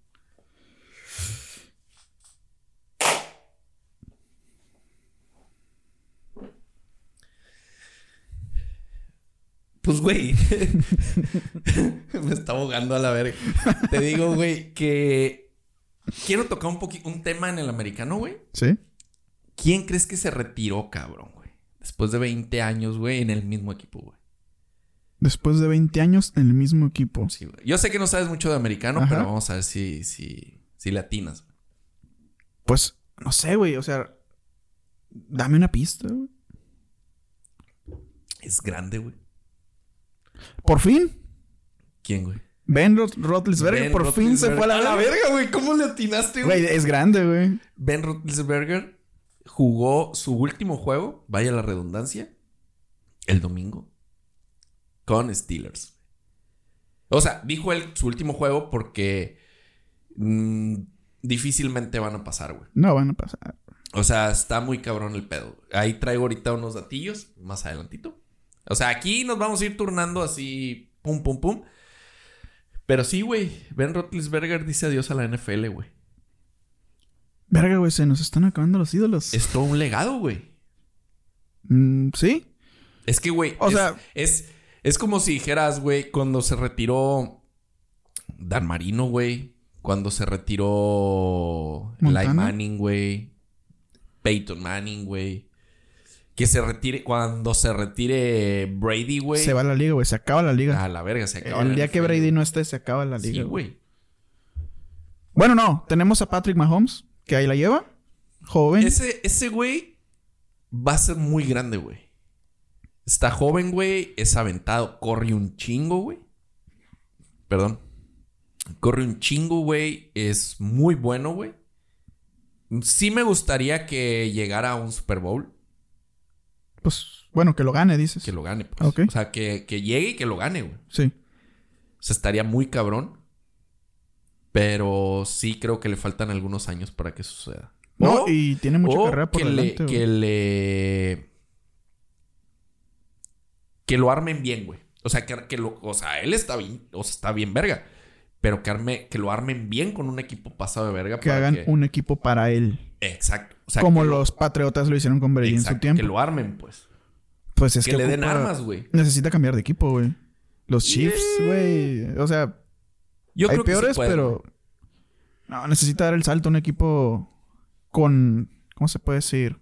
Speaker 2: Pues, güey. Me está ahogando a la verga. Te digo, güey, que. Quiero tocar un poquito un tema en el americano, güey.
Speaker 1: ¿Sí?
Speaker 2: ¿Quién crees que se retiró, cabrón, güey? Después de 20 años, güey, en el mismo equipo, güey.
Speaker 1: Después de 20 años en el mismo equipo.
Speaker 2: Sí, güey. Yo sé que no sabes mucho de americano,
Speaker 1: Ajá.
Speaker 2: pero vamos a ver si, si, si latinas.
Speaker 1: Pues, no sé, güey. O sea, dame una pista, güey.
Speaker 2: Es grande, güey.
Speaker 1: Por fin,
Speaker 2: ¿Quién, güey?
Speaker 1: Ben Rot- Roethlisberger
Speaker 2: Ben
Speaker 1: Pues por fin se
Speaker 2: Roethlisberger.
Speaker 1: fue a la, verga.
Speaker 2: güey. ¿Cómo le atinaste,
Speaker 1: Güey, es grande, güey.
Speaker 2: Ben Roethlisberger jugó su último juego, vaya la redundancia, el domingo con Steelers. O sea, dijo él su último juego porque mm, difícilmente van a pasar, güey.
Speaker 1: No van a pasar.
Speaker 2: O sea, está muy cabrón el pedo. Ahí traigo ahorita unos datillos más adelantito. O sea, aquí nos vamos a ir turnando así, pum, pum, pum. Pero sí, güey, Ben Roethlisberger dice adiós a la NFL, güey.
Speaker 1: Verga, güey, se nos están acabando los ídolos.
Speaker 2: Es todo un legado, güey.
Speaker 1: Mm, ¿Sí?
Speaker 2: Es que, güey.
Speaker 1: O
Speaker 2: es,
Speaker 1: sea-
Speaker 2: Es, es como si dijeras, güey, cuando se retiró Dan Marino, güey. Cuando se retiró Eli
Speaker 1: Montana.
Speaker 2: Manning, güey. Peyton Manning, güey. Que se retire. Cuando se retire Brady, güey.
Speaker 1: Se va la liga, güey. Se acaba la liga.
Speaker 2: A la verga, se acaba.
Speaker 1: el
Speaker 2: la
Speaker 1: día que
Speaker 2: NFL,
Speaker 1: Brady no esté, se acaba la
Speaker 2: Sí,
Speaker 1: liga. güey.
Speaker 2: güey.
Speaker 1: bueno, no. Tenemos a Patrick Mahomes, que ahí la lleva. Joven.
Speaker 2: Ese, ese güey va a ser muy grande, güey. Está joven, güey. Es aventado. Corre un chingo, güey. Perdón. Corre un chingo, güey. Es muy bueno, güey. Sí me gustaría que llegara a un Super Bowl.
Speaker 1: Pues, bueno, que lo gane, dices.
Speaker 2: Que lo gane, pues.
Speaker 1: Ok.
Speaker 2: O sea, que, que llegue y que lo gane, güey.
Speaker 1: Sí.
Speaker 2: O sea, estaría muy cabrón. Pero sí creo que le faltan algunos años para que suceda.
Speaker 1: No,
Speaker 2: O-
Speaker 1: y tiene mucha
Speaker 2: o
Speaker 1: carrera por
Speaker 2: Oh, que
Speaker 1: delante,
Speaker 2: le,
Speaker 1: güey.
Speaker 2: que le- que lo armen bien, güey. O sea, que, que lo, o sea, él está bien, o sea, está bien verga. Pero que, arme, que lo armen bien con un equipo pasado de verga.
Speaker 1: que
Speaker 2: para
Speaker 1: hagan un equipo para él.
Speaker 2: Exacto. O sea,
Speaker 1: como
Speaker 2: que lo-
Speaker 1: los patriotas lo hicieron con Brady en
Speaker 2: exacto,
Speaker 1: su tiempo.
Speaker 2: Que lo armen, pues.
Speaker 1: Pues es
Speaker 2: que,
Speaker 1: que,
Speaker 2: le den
Speaker 1: ocupa-
Speaker 2: armas, güey.
Speaker 1: Necesita cambiar de equipo, güey. Los Chiefs,
Speaker 2: Yeah.
Speaker 1: güey. O sea,
Speaker 2: Yo
Speaker 1: hay
Speaker 2: creo que sí
Speaker 1: peores,
Speaker 2: pueden,
Speaker 1: pero. No, necesita dar el salto a un equipo con. ¿Cómo se puede decir?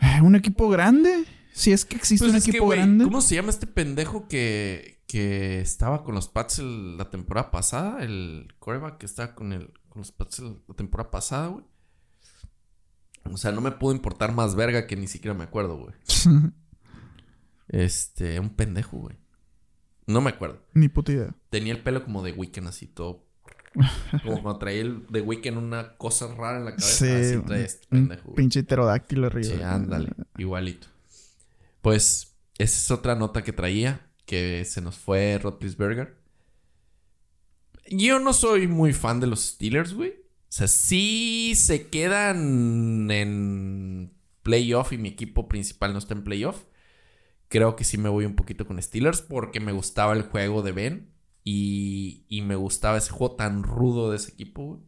Speaker 1: Eh, Un equipo grande. Si es que existe
Speaker 2: Pues
Speaker 1: un
Speaker 2: es que,
Speaker 1: equipo
Speaker 2: güey,
Speaker 1: grande.
Speaker 2: ¿Cómo se llama este pendejo que, que estaba con los Pats el- la temporada pasada? El coreback que estaba con, el, con los Pats el- la temporada pasada, güey. O sea, no me pudo importar más verga que ni siquiera me acuerdo, güey. Este, un pendejo, güey. No me acuerdo.
Speaker 1: Ni puta idea.
Speaker 2: Tenía el pelo como de Weekend así todo. Como cuando traía el de Weekend una cosa rara en la cabeza.
Speaker 1: Sí,
Speaker 2: así
Speaker 1: un-
Speaker 2: traía este
Speaker 1: un
Speaker 2: pendejo. güey.
Speaker 1: pinche pterodáctilo arriba.
Speaker 2: Sí, ándale, igualito. Pues, esa es otra nota que traía, que se nos fue Roethlisberger. Yo no soy muy fan de los Steelers, güey. O sea, sí se quedan en playoff y mi equipo principal no está en playoff. Creo que sí me voy un poquito con Steelers porque me gustaba el juego de Ben y, y me gustaba ese juego tan rudo de ese equipo, güey.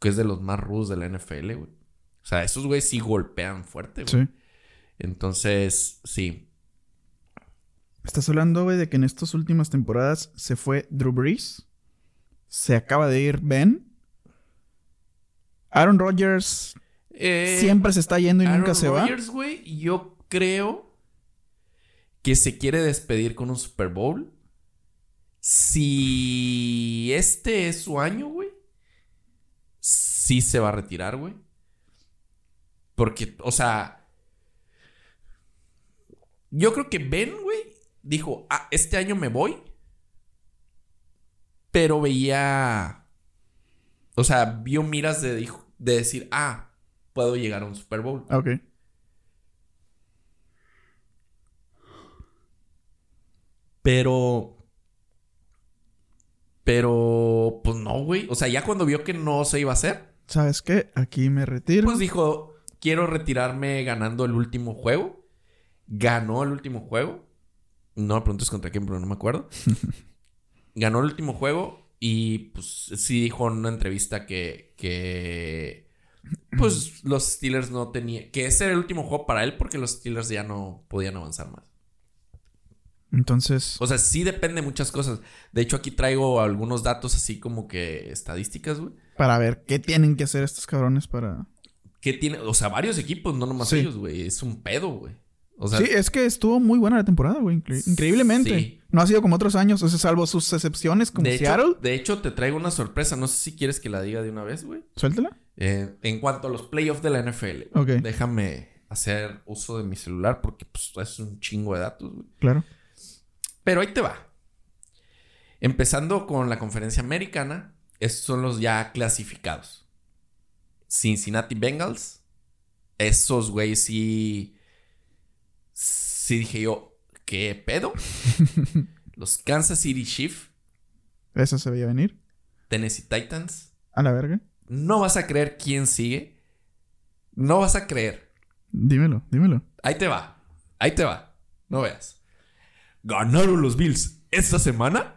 Speaker 2: Que es de los más rudos de la NFL, güey. O sea, esos güeyes sí golpean fuerte, güey.
Speaker 1: Sí.
Speaker 2: Entonces, sí.
Speaker 1: Estás hablando, güey, de que en estas últimas temporadas se fue Drew Brees. Se acaba de ir Ben. Aaron Rodgers
Speaker 2: Eh,
Speaker 1: siempre se está yendo y
Speaker 2: Aaron
Speaker 1: nunca se
Speaker 2: Rodgers, güey, yo creo que se quiere despedir con un Super Bowl. Si este es su año, güey, sí se va a retirar, güey. Porque, o sea, yo creo que Ben, güey, dijo, ah, este año me voy. Pero veía, o sea, vio miras de, dijo- de decir, ah, puedo llegar a un Super Bowl.
Speaker 1: va. Ah, Ok.
Speaker 2: Pero. Pero. Pues no, güey. O sea, ya cuando vio que no se iba a hacer,
Speaker 1: ¿Sabes qué? Aquí me retiro.
Speaker 2: pues dijo: Quiero retirarme ganando el último juego. Ganó el último juego. No me preguntes contra quién, pero no me acuerdo. Ganó el último juego. Y pues sí dijo en una entrevista que. que pues los Steelers no tenían. Que ese era el último juego para él porque los Steelers ya no podían avanzar más.
Speaker 1: Entonces,
Speaker 2: O sea, sí depende de muchas cosas. De hecho, aquí traigo algunos datos así como que estadísticas, güey.
Speaker 1: para ver qué tienen que hacer estos cabrones para.
Speaker 2: Que tiene, o sea, varios equipos, no nomás
Speaker 1: Sí.
Speaker 2: ellos, güey. Es un pedo, güey. O sea,
Speaker 1: sí, es que estuvo muy buena la temporada, güey. incre- increíblemente.
Speaker 2: Sí.
Speaker 1: No ha sido como otros años, o sea, salvo sus excepciones como
Speaker 2: de, hecho,
Speaker 1: Seattle.
Speaker 2: de hecho, te traigo una sorpresa. No sé si quieres que la diga de una vez, güey.
Speaker 1: Suéltala.
Speaker 2: Eh, en cuanto a los playoffs de la NFL,
Speaker 1: Ok,
Speaker 2: déjame hacer uso de mi celular porque pues, es un chingo de datos, güey.
Speaker 1: claro.
Speaker 2: Pero ahí te va. Empezando con la conferencia americana, estos son los ya clasificados. Cincinnati Bengals. Esos güeyes sí. Sí dije yo, ¿qué pedo? los Kansas City Chiefs,
Speaker 1: Eso se veía venir.
Speaker 2: Tennessee Titans.
Speaker 1: A la verga.
Speaker 2: No vas a creer quién sigue. No vas a creer.
Speaker 1: Dímelo, dímelo.
Speaker 2: Ahí te va. Ahí te va. No veas. Ganaron los Bills esta semana.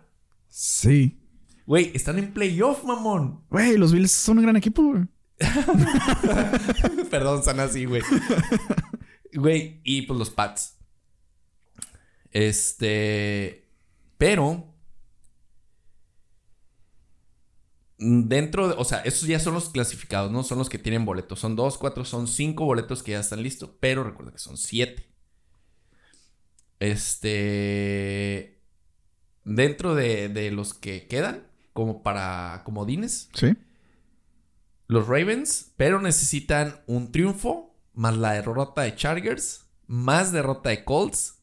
Speaker 1: Sí.
Speaker 2: Güey, están en playoff, mamón.
Speaker 1: Güey, los Bills son un gran equipo, güey.
Speaker 2: Perdón, son así, güey. Güey, y pues los Pats. Este. Pero. mm, Dentro de. O sea, esos ya son los clasificados, ¿no? Son los que tienen boletos. Son dos, cuatro, son cinco boletos que ya están listos. Pero recuerda que son siete. Este. Dentro de, de los que quedan, como para comodines,
Speaker 1: Sí.
Speaker 2: los Ravens, pero necesitan un triunfo más la derrota de Chargers, más derrota de Colts,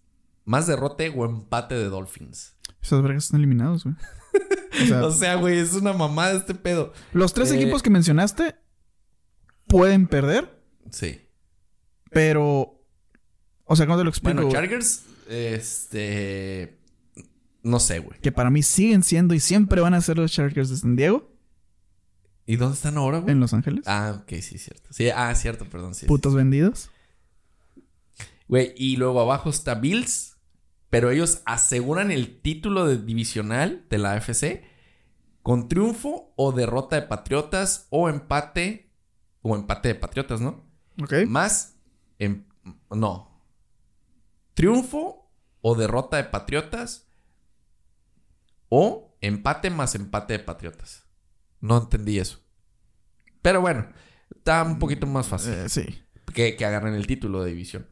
Speaker 2: más derrota o empate de Dolphins.
Speaker 1: Esos vergas están eliminados, güey. O sea,
Speaker 2: O sea, güey, es una mamada este pedo.
Speaker 1: los tres
Speaker 2: eh,
Speaker 1: equipos que mencionaste pueden perder,
Speaker 2: Sí.
Speaker 1: pero. O sea, ¿cómo te lo explico?
Speaker 2: Bueno,
Speaker 1: güey?
Speaker 2: Chargers, este. No sé, güey.
Speaker 1: que para mí siguen siendo y siempre van a ser los Chargers de San Diego,
Speaker 2: ¿Y dónde están ahora, güey?
Speaker 1: en Los Ángeles.
Speaker 2: Ah, ok, sí, cierto. Sí, ah, cierto, perdón. sí, sí.
Speaker 1: Putos vendidos.
Speaker 2: Güey, y luego abajo está Bills, pero ellos aseguran el título de divisional de la AFC con triunfo o derrota de Patriotas o empate o empate de Patriotas, ¿no?
Speaker 1: Ok.
Speaker 2: Más em- no. Triunfo o derrota de Patriotas o empate más empate de Patriotas. No entendí eso. Pero bueno, está un poquito más fácil
Speaker 1: Eh, sí.
Speaker 2: que, que agarren el título de división.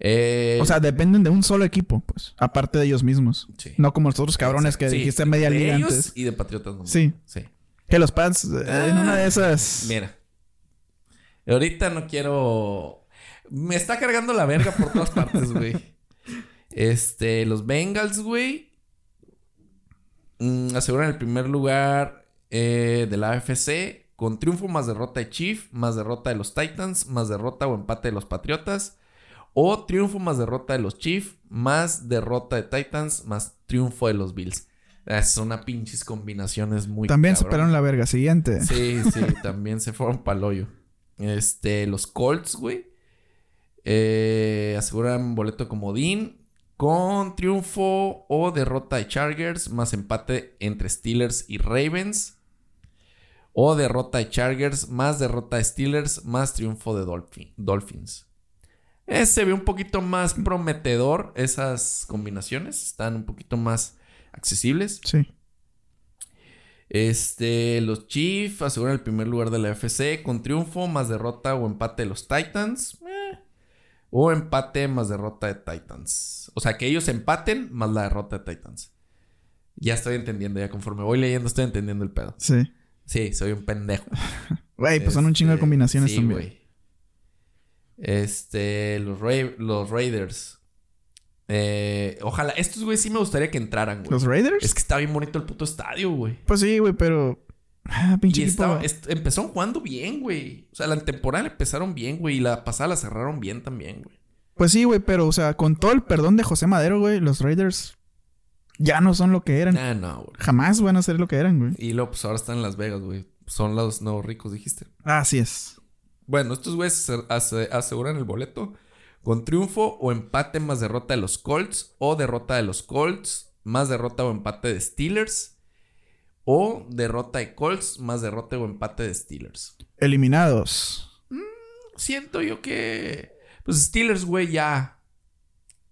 Speaker 2: Eh,
Speaker 1: O sea, dependen de un solo equipo, pues. Aparte de ellos mismos.
Speaker 2: sí.
Speaker 1: No como los otros cabrones que
Speaker 2: Sí,
Speaker 1: dijiste media
Speaker 2: de
Speaker 1: liga
Speaker 2: ellos
Speaker 1: antes.
Speaker 2: Y de Patriotas no.
Speaker 1: Sí.
Speaker 2: Sí.
Speaker 1: Que los Pats, eh, en
Speaker 2: Ah,
Speaker 1: una de esas.
Speaker 2: Mira. Ahorita no quiero. Me está cargando la verga por todas partes, güey. Este, los Bengals, güey. mm, aseguran el primer lugar eh, de la AFC con triunfo más derrota de Chief, más derrota de los Titans, más derrota o empate de los Patriotas. O triunfo más derrota de los Chiefs, más derrota de Titans, más triunfo de los Bills. Ah, Es una pinches combinaciones muy
Speaker 1: También se
Speaker 2: cabrón.
Speaker 1: pararon la verga. Siguiente.
Speaker 2: Sí, sí, también se fueron pa'l hoyo. Este, los Colts, güey. eh, aseguran boleto comodín con triunfo o derrota de Chargers, más empate entre Steelers y Ravens. O derrota de Chargers, más derrota de Steelers, más triunfo de Dolphin- Dolphins. Eh, se ve un poquito más prometedor esas combinaciones. Están un poquito más accesibles.
Speaker 1: Sí.
Speaker 2: Este, los Chiefs aseguran el primer lugar de la FC con triunfo más derrota o empate de los Titans. Eh. O empate más derrota de Titans. O sea, que ellos empaten más la derrota de Titans. Ya estoy entendiendo, ya conforme voy leyendo estoy entendiendo el pedo.
Speaker 1: Sí.
Speaker 2: Sí, soy un pendejo.
Speaker 1: Güey, pues son un chingo de
Speaker 2: Este,
Speaker 1: combinaciones
Speaker 2: sí,
Speaker 1: también.
Speaker 2: güey. Este, los, Ra- los Raiders. Eh, ojalá, estos güey sí me gustaría que entraran, güey.
Speaker 1: ¿Los Raiders?
Speaker 2: Es que está bien bonito el puto estadio, güey.
Speaker 1: Pues sí, güey, pero. Ah, pinche
Speaker 2: Y
Speaker 1: equipo.
Speaker 2: estaba- est- empezaron jugando bien, güey. O sea, la temporada la empezaron bien, güey. Y la pasada la cerraron bien también, güey.
Speaker 1: Pues sí, güey, pero, o sea, con todo el perdón de José Madero, güey, los Raiders ya no son lo que eran.
Speaker 2: Ah, no, güey.
Speaker 1: Jamás van a ser lo que eran, güey.
Speaker 2: Y luego, pues ahora están en Las Vegas, güey. Son los nuevos ricos, dijiste.
Speaker 1: Así es.
Speaker 2: Bueno, estos güeyes aser- ase- aseguran el boleto con triunfo o empate más derrota de los Colts o derrota de los Colts más derrota o empate de Steelers o derrota de Colts más derrota o empate de Steelers.
Speaker 1: Eliminados.
Speaker 2: siento yo que. Pues Steelers, güey, ya.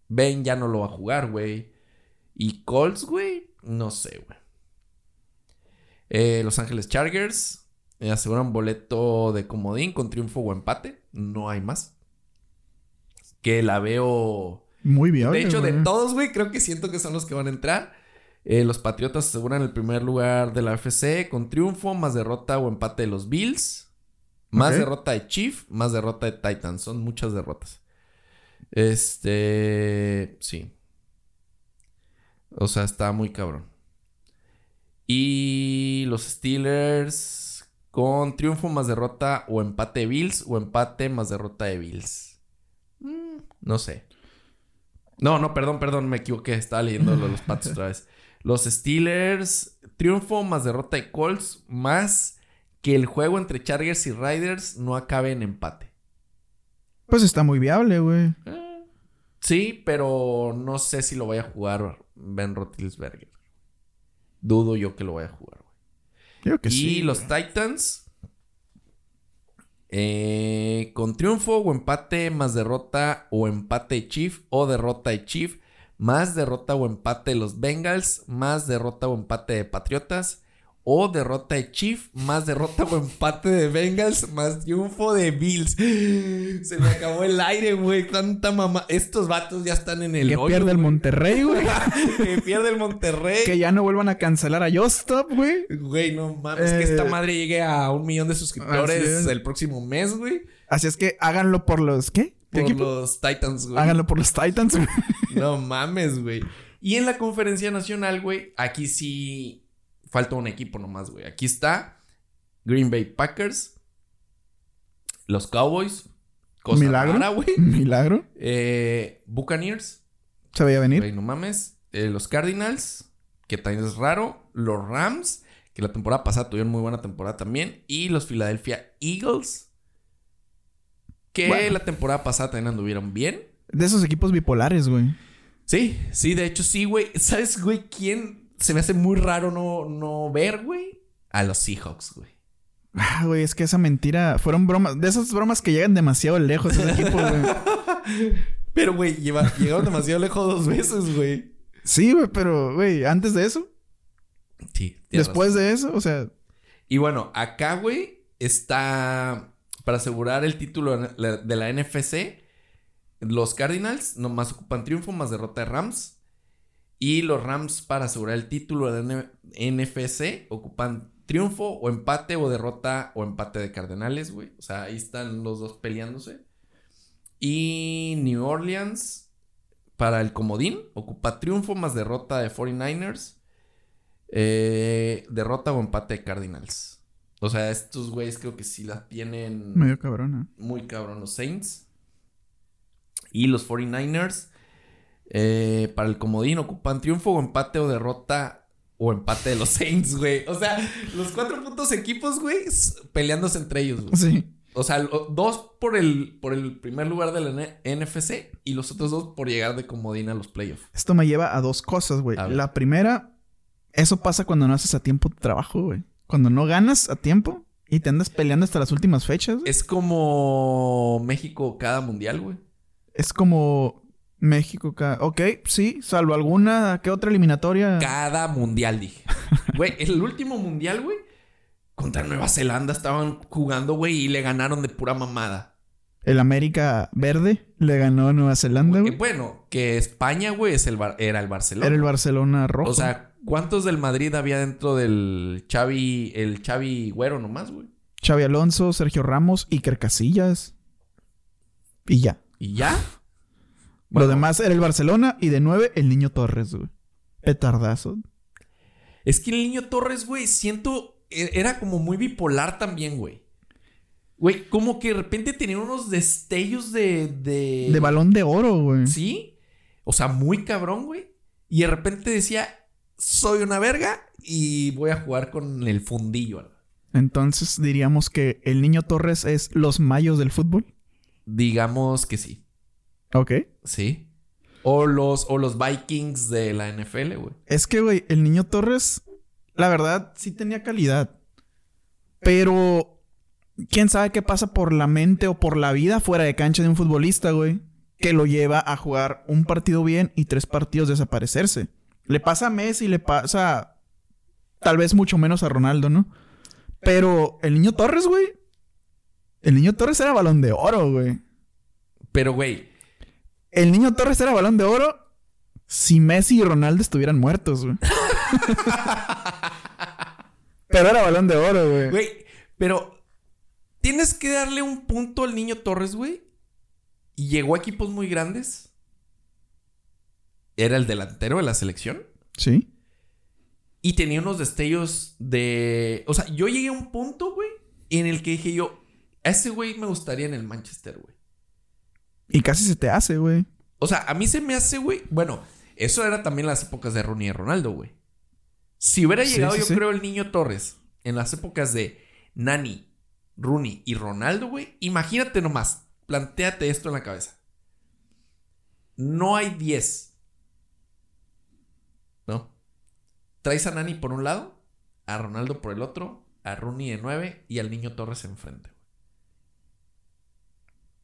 Speaker 2: Ben ya no lo va a jugar, güey. Y Colts, güey, no sé, güey. Eh, Los Ángeles Chargers eh, aseguran boleto de comodín con triunfo o empate. No hay más. Que la veo.
Speaker 1: Muy viable.
Speaker 2: De hecho, de
Speaker 1: güey.
Speaker 2: todos, güey, creo que siento que son los que van a entrar. Eh, los Patriotas aseguran el primer lugar de la FC con triunfo, más derrota o empate de los Bills. Más
Speaker 1: Ok.
Speaker 2: derrota de Chief, más derrota de Titans. Son muchas derrotas. Este. Sí. O sea, está muy cabrón. Y los Steelers con triunfo más derrota o empate de Bills o empate más derrota de Bills. Mm, no sé. No, no, perdón, perdón, me equivoqué. Estaba leyendo lo de los patos otra vez. Los Steelers, triunfo más derrota de Colts, más que el juego entre Chargers y Riders no acabe en empate.
Speaker 1: Pues está muy viable, güey.
Speaker 2: Eh, Sí, pero no sé si lo vaya a jugar Ben Roethlisberger. Dudo yo que lo vaya a jugar. güey.
Speaker 1: Yo que
Speaker 2: y
Speaker 1: sí.
Speaker 2: los
Speaker 1: güey.
Speaker 2: Titans. eh, con triunfo o empate más derrota o empate de Chief o derrota de Chief más derrota o empate de los Bengals más derrota o empate de Patriotas o derrota de Chief más derrota o empate de Bengals más triunfo de Bills. Se me acabó el aire, güey. Tanta mamá. Estos vatos ya están en el
Speaker 1: Que
Speaker 2: hoyo,
Speaker 1: pierde el
Speaker 2: güey.
Speaker 1: Monterrey, güey.
Speaker 2: que pierde el Monterrey.
Speaker 1: que ya no vuelvan a cancelar a Yostop, güey.
Speaker 2: Güey, no mames,
Speaker 1: Eh,
Speaker 2: que esta madre llegue a un millón de
Speaker 1: así es.
Speaker 2: suscriptores el próximo mes, güey.
Speaker 1: Así es que háganlo por los. ¿Qué? ¿Qué
Speaker 2: Por
Speaker 1: equipo?
Speaker 2: los Titans, güey.
Speaker 1: Háganlo por los Titans, güey.
Speaker 2: No mames, güey. Y en la conferencia nacional, güey, aquí sí falta un equipo nomás, güey. Aquí está Green Bay Packers, los Cowboys, cosa
Speaker 1: Milagro.
Speaker 2: rara, güey.
Speaker 1: Milagro.
Speaker 2: Eh, Buccaneers,
Speaker 1: Se veía venir.
Speaker 2: güey, no mames. Eh, los Cardinals, que también es raro. Los Rams, que la temporada pasada tuvieron muy buena temporada también. Y los Philadelphia Eagles, que
Speaker 1: Bueno.
Speaker 2: la temporada pasada también anduvieron bien.
Speaker 1: De esos equipos bipolares, güey.
Speaker 2: Sí, sí, de hecho sí, güey. ¿Sabes, güey, quién se me hace muy raro no, no ver, güey? A los Seahawks, güey.
Speaker 1: Ah, güey, es que esa mentira. Fueron bromas. De esas bromas que llegan demasiado lejos esos equipos, güey.
Speaker 2: Pero, güey, lleva- llegaron demasiado lejos dos veces, güey.
Speaker 1: Sí, güey, pero, güey, antes de eso,
Speaker 2: Sí. tienes
Speaker 1: después de eso, o sea,
Speaker 2: Y bueno, acá, güey, está para asegurar el título de la- de la NFC. Los Cardinals nomás ocupan triunfo más derrota de Rams. Y los Rams para asegurar el título de la NFC ocupan triunfo o empate o derrota o empate de Cardenales, güey. O sea, ahí están los dos peleándose. Y New Orleans para el comodín ocupa triunfo más derrota de 49ers. Eh, derrota o empate de Cardinals. O sea, estos güeyes creo que sí la tienen
Speaker 1: medio cabrona.
Speaker 2: muy cabrón los Saints. Y los 49ers. eh, para el comodín ocupan triunfo o empate o derrota o empate de los Saints, güey. O sea, los cuatro puntos equipos, güey, s- peleándose entre ellos, güey.
Speaker 1: Sí.
Speaker 2: O sea, lo- dos por el, por el primer lugar de la N- NFC y los otros dos por llegar de comodín a los playoffs.
Speaker 1: Esto me lleva a dos cosas, güey.
Speaker 2: A ver.
Speaker 1: La primera, eso pasa cuando no haces a tiempo tu trabajo, güey. Cuando no ganas a tiempo y te andas peleando hasta las últimas fechas. güey.
Speaker 2: Es como México cada mundial, güey.
Speaker 1: Es como México. ca- Ok, sí, salvo alguna que otra eliminatoria.
Speaker 2: Cada mundial, dije. Güey, el último mundial, güey, contra Nueva Zelanda estaban jugando, güey, y le ganaron de pura mamada.
Speaker 1: El América Verde le ganó a Nueva Zelanda,
Speaker 2: Que,
Speaker 1: güey.
Speaker 2: bueno, que España, güey, es el Bar- era el Barcelona.
Speaker 1: Era el Barcelona rojo.
Speaker 2: O sea, ¿cuántos del Madrid había dentro del Xavi, el Xavi Güero nomás, güey?
Speaker 1: Xavi Alonso, Sergio Ramos, Iker Casillas. Y ya.
Speaker 2: ¿Y ya?
Speaker 1: Lo demás era el Barcelona y de nueve el niño Torres, güey. Petardazo.
Speaker 2: Es que el niño Torres, güey, siento. e- Era como muy bipolar también, güey. Güey, como que de repente tenía unos destellos de. De,
Speaker 1: De balón de oro, güey.
Speaker 2: Sí. O sea, muy cabrón, güey. Y de repente decía: Soy una verga y voy a jugar con el fundillo.
Speaker 1: Entonces diríamos que el niño Torres es los mayos del fútbol.
Speaker 2: Digamos que sí.
Speaker 1: Ok.
Speaker 2: Sí. O los, o los Vikings de la NFL, güey.
Speaker 1: Es que, güey, el niño Torres, la verdad, sí tenía calidad. Pero, ¿quién sabe qué pasa por la mente o por la vida fuera de cancha de un futbolista, güey? Que lo lleva a jugar un partido bien y tres partidos desaparecerse. Le pasa a Messi, le pasa tal vez mucho menos a Ronaldo, ¿no? Pero el niño Torres, güey. El niño Torres era balón de oro, güey.
Speaker 2: Pero, güey,
Speaker 1: El niño Torres era balón de oro si Messi y Ronaldo estuvieran muertos, güey. Pero era balón de oro, güey.
Speaker 2: Güey, pero tienes que darle un punto al niño Torres, güey. Y llegó a equipos muy grandes. Era el delantero de la selección.
Speaker 1: Sí.
Speaker 2: Y tenía unos destellos de. O sea, yo llegué a un punto, güey, en el que dije yo, a ese güey me gustaría en el Manchester, güey.
Speaker 1: Y casi se te hace, güey.
Speaker 2: O sea, a mí se me hace, güey. Bueno, eso era también las épocas de Rooney y Ronaldo, güey. Si hubiera
Speaker 1: Sí,
Speaker 2: llegado,
Speaker 1: sí,
Speaker 2: yo
Speaker 1: sí.
Speaker 2: creo, el niño Torres en las épocas de Nani, Rooney y Ronaldo, güey. Imagínate nomás, planteate esto en la cabeza. No hay 10. ¿No? Traes a Nani por un lado, a Ronaldo por el otro, a Rooney de 9 y al niño Torres enfrente.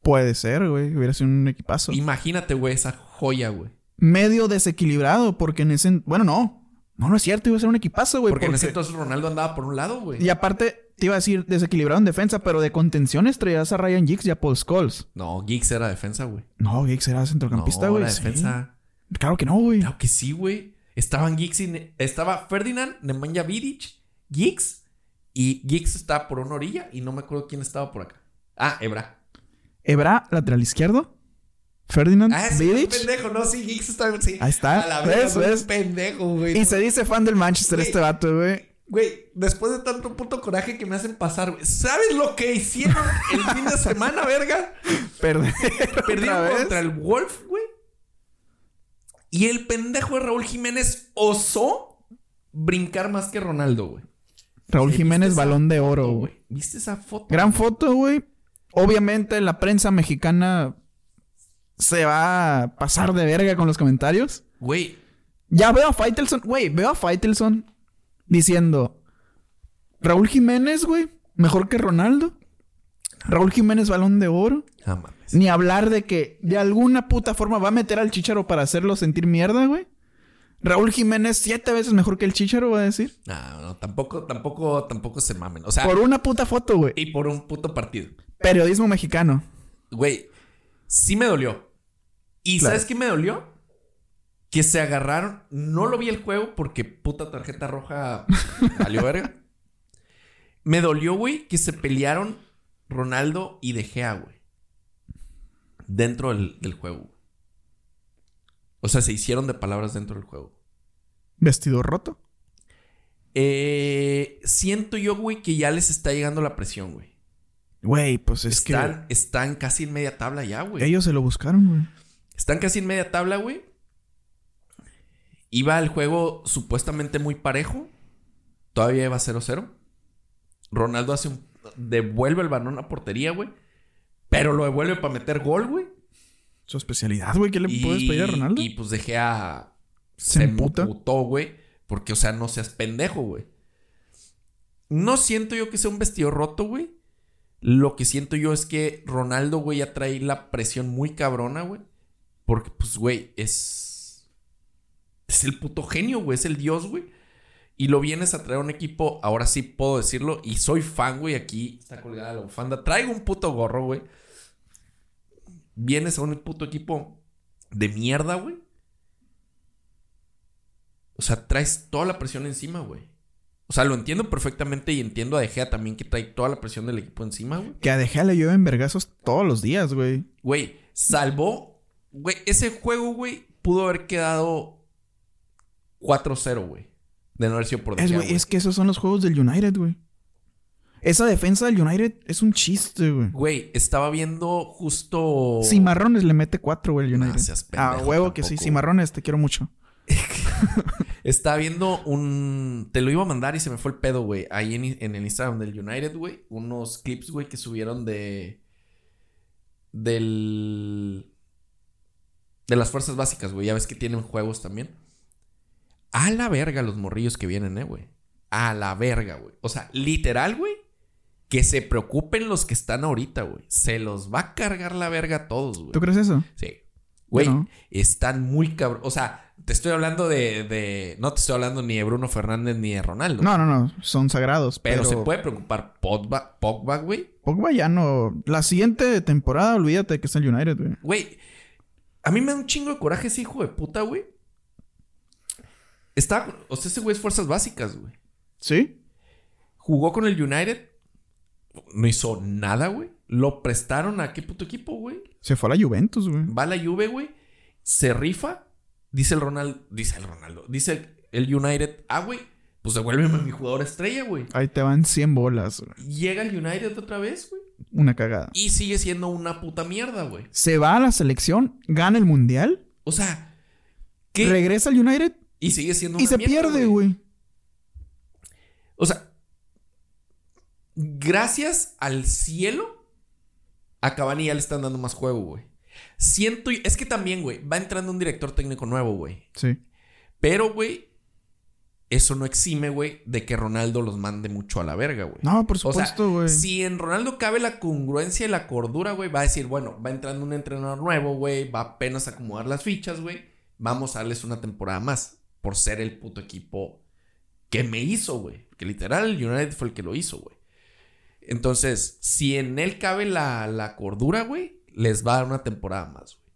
Speaker 1: Puede ser, güey. Hubiera sido un equipazo.
Speaker 2: Imagínate, güey, esa joya, güey.
Speaker 1: Medio desequilibrado, porque en ese. Bueno, no. No, no es cierto. Iba a ser un equipazo, güey.
Speaker 2: Porque, en ese
Speaker 1: porque-
Speaker 2: entonces Ronaldo andaba por un lado, güey.
Speaker 1: Y aparte, te iba a decir desequilibrado en defensa, pero de contenciones traías a Ryan Giggs y a Paul Scholes.
Speaker 2: No, Giggs era defensa, güey.
Speaker 1: No, Giggs era centrocampista,
Speaker 2: no,
Speaker 1: güey.
Speaker 2: era
Speaker 1: Sí.
Speaker 2: defensa.
Speaker 1: Claro que no, güey.
Speaker 2: Claro que sí, güey. Estaban Giggs y... Ne- Estaba Ferdinand, Nemanja Vidic, Giggs. Y Giggs estaba por una orilla y no me acuerdo quién estaba por acá. Ah, Ebra.
Speaker 1: Ebra, lateral izquierdo. Ferdinand.
Speaker 2: Ah, ese
Speaker 1: Vidic.
Speaker 2: un pendejo. No, sí, Giggs estaba... Sí.
Speaker 1: Ahí está.
Speaker 2: A la
Speaker 1: ¿Ves?
Speaker 2: verga, fue un
Speaker 1: ¿Ves?
Speaker 2: pendejo, güey.
Speaker 1: Y se dice fan del Manchester
Speaker 2: Güey.
Speaker 1: este vato, güey.
Speaker 2: Güey, después de tanto puto coraje que me hacen pasar, güey. ¿Sabes lo que hicieron el fin de semana, verga?
Speaker 1: Perder.
Speaker 2: Perdieron
Speaker 1: ¿Otra vez?
Speaker 2: contra el Wolf, güey. Y el pendejo de Raúl Jiménez osó brincar más que Ronaldo, güey.
Speaker 1: Raúl
Speaker 2: ¿Viste
Speaker 1: Jiménez,
Speaker 2: esa
Speaker 1: balón de oro,
Speaker 2: foto,
Speaker 1: güey.
Speaker 2: ¿Viste esa foto?
Speaker 1: Gran foto, güey. Obviamente la prensa mexicana se va a pasar de verga con los comentarios.
Speaker 2: Güey,
Speaker 1: Ya veo a Faitelson, güey, veo a Faitelson diciendo, Raúl Jiménez, güey, mejor que Ronaldo. Raúl Jiménez, balón de oro.
Speaker 2: no mames.
Speaker 1: Ni hablar de que de alguna puta forma va a meter al chicharo para hacerlo sentir mierda, güey. Raúl Jiménez, siete veces mejor que el chicharo, va a decir.
Speaker 2: No, no, tampoco, tampoco, tampoco se mamen. O sea,
Speaker 1: Por una puta foto, güey.
Speaker 2: y por un puto partido.
Speaker 1: Periodismo mexicano.
Speaker 2: Güey, sí me dolió. ¿Y
Speaker 1: Claro.
Speaker 2: sabes qué me dolió? Que se agarraron. No lo vi el juego porque puta tarjeta roja valió verga. Me dolió, güey, que se pelearon Ronaldo y De Gea, güey. Dentro del, del juego. güey. O sea, se hicieron de palabras dentro del juego.
Speaker 1: Vestido roto.
Speaker 2: Eh, siento yo, güey, que ya les está llegando la presión, güey.
Speaker 1: Güey, pues es
Speaker 2: están, están casi en media tabla ya, güey.
Speaker 1: que ellos se lo buscaron, güey.
Speaker 2: Están casi en media tabla, güey. Iba el juego supuestamente muy parejo. Todavía iba 0-0. Ronaldo hace un... devuelve el balón a portería, güey. Pero lo devuelve para meter gol, güey.
Speaker 1: Su especialidad, güey. ¿Qué le puedes
Speaker 2: Y-
Speaker 1: pedir a Ronaldo?
Speaker 2: Y pues dejé a.
Speaker 1: Se
Speaker 2: Se
Speaker 1: emputa.
Speaker 2: emputó, güey. Porque, o sea, no seas pendejo, güey. No siento yo que sea un vestido roto, güey. Lo que siento yo es que Ronaldo, güey, ya trae la presión muy cabrona, güey. Porque, pues, güey, es. Es el puto genio, güey. Es el dios, güey. Y lo vienes a traer a un equipo, ahora sí puedo decirlo. Y soy fan, güey. Aquí está colgada la bufanda. Traigo un puto gorro, güey. Vienes a un puto equipo de mierda, güey. O sea, traes toda la presión encima, güey. O sea, lo entiendo perfectamente y entiendo a De Gea también que trae toda la presión del equipo encima, güey.
Speaker 1: Que a De Gea le llueven vergazos todos los días, güey.
Speaker 2: Güey, salvó. Güey, ese juego, güey, pudo haber quedado 4-0, güey. De no haber sido por De
Speaker 1: Es,
Speaker 2: Gea,
Speaker 1: güey,
Speaker 2: güey.
Speaker 1: es que esos son los juegos del United, güey. Esa defensa del United es un chiste, güey.
Speaker 2: Güey, estaba viendo justo.
Speaker 1: Cimarrones le mete cuatro, güey, el United.
Speaker 2: Ah, seas
Speaker 1: a
Speaker 2: pendejo
Speaker 1: huevo que sí.
Speaker 2: tampoco,
Speaker 1: Cimarrones, te quiero mucho.
Speaker 2: Estaba viendo un. Te lo iba a mandar y se me fue el pedo, güey. Ahí en, en el Instagram del United, güey. Unos clips, güey, que subieron de. Del. De las fuerzas básicas, güey. Ya ves que tienen juegos también. A la verga los morrillos que vienen, eh, güey. A la verga, güey. O sea, literal, güey. Que se preocupen los que están ahorita, güey. Se los va a cargar la verga a todos, güey.
Speaker 1: ¿Tú crees eso?
Speaker 2: Sí. Güey,
Speaker 1: no.
Speaker 2: están muy cabrón. O sea, te estoy hablando de, de- No te estoy hablando ni de Bruno Fernández ni de Ronaldo.
Speaker 1: No, no, no. Son sagrados.
Speaker 2: pero,
Speaker 1: Pero,
Speaker 2: se puede preocupar Pogba, Pogba, güey.
Speaker 1: Pogba ya no. La siguiente temporada, olvídate que es el United, güey.
Speaker 2: Güey, a mí me da un chingo de coraje ese hijo de puta, güey. Está. O sea, ese güey es fuerzas básicas, güey.
Speaker 1: ¿Sí?
Speaker 2: Jugó con el United. No hizo nada, güey. Lo prestaron a qué puto equipo, güey.
Speaker 1: Se fue a la Juventus, güey.
Speaker 2: Va a la Juve, güey. Se rifa. Dice el Ronaldo. Dice el Ronaldo. Dice el, el United. Ah, güey. Pues devuélveme a mi jugador estrella, güey.
Speaker 1: Ahí te van 100 bolas, güey.
Speaker 2: Llega el United otra vez, güey.
Speaker 1: Una cagada.
Speaker 2: Y sigue siendo una puta mierda, güey.
Speaker 1: Se va a la selección, gana el mundial,
Speaker 2: O sea, ¿qué?
Speaker 1: regresa al United
Speaker 2: y sigue siendo
Speaker 1: y
Speaker 2: una
Speaker 1: se
Speaker 2: mierda,
Speaker 1: pierde, güey.
Speaker 2: O sea, gracias al cielo, a Cavani ya le están dando más juego, güey. Siento, y- es que también, güey, va entrando un director técnico nuevo, güey.
Speaker 1: Sí.
Speaker 2: Pero, güey, eso no exime, güey, de que Ronaldo los mande mucho a la verga, güey.
Speaker 1: No, por
Speaker 2: O sea,
Speaker 1: supuesto, güey.
Speaker 2: Si en Ronaldo cabe la congruencia y la cordura, güey, va a decir, bueno, va entrando un entrenador nuevo, güey, va apenas a acomodar las fichas, güey. Vamos a darles una temporada más por ser el puto equipo que me hizo, güey. Que literal el United fue el que lo hizo, güey. Entonces, si en él cabe la, la cordura, güey, les va a dar una temporada más, güey.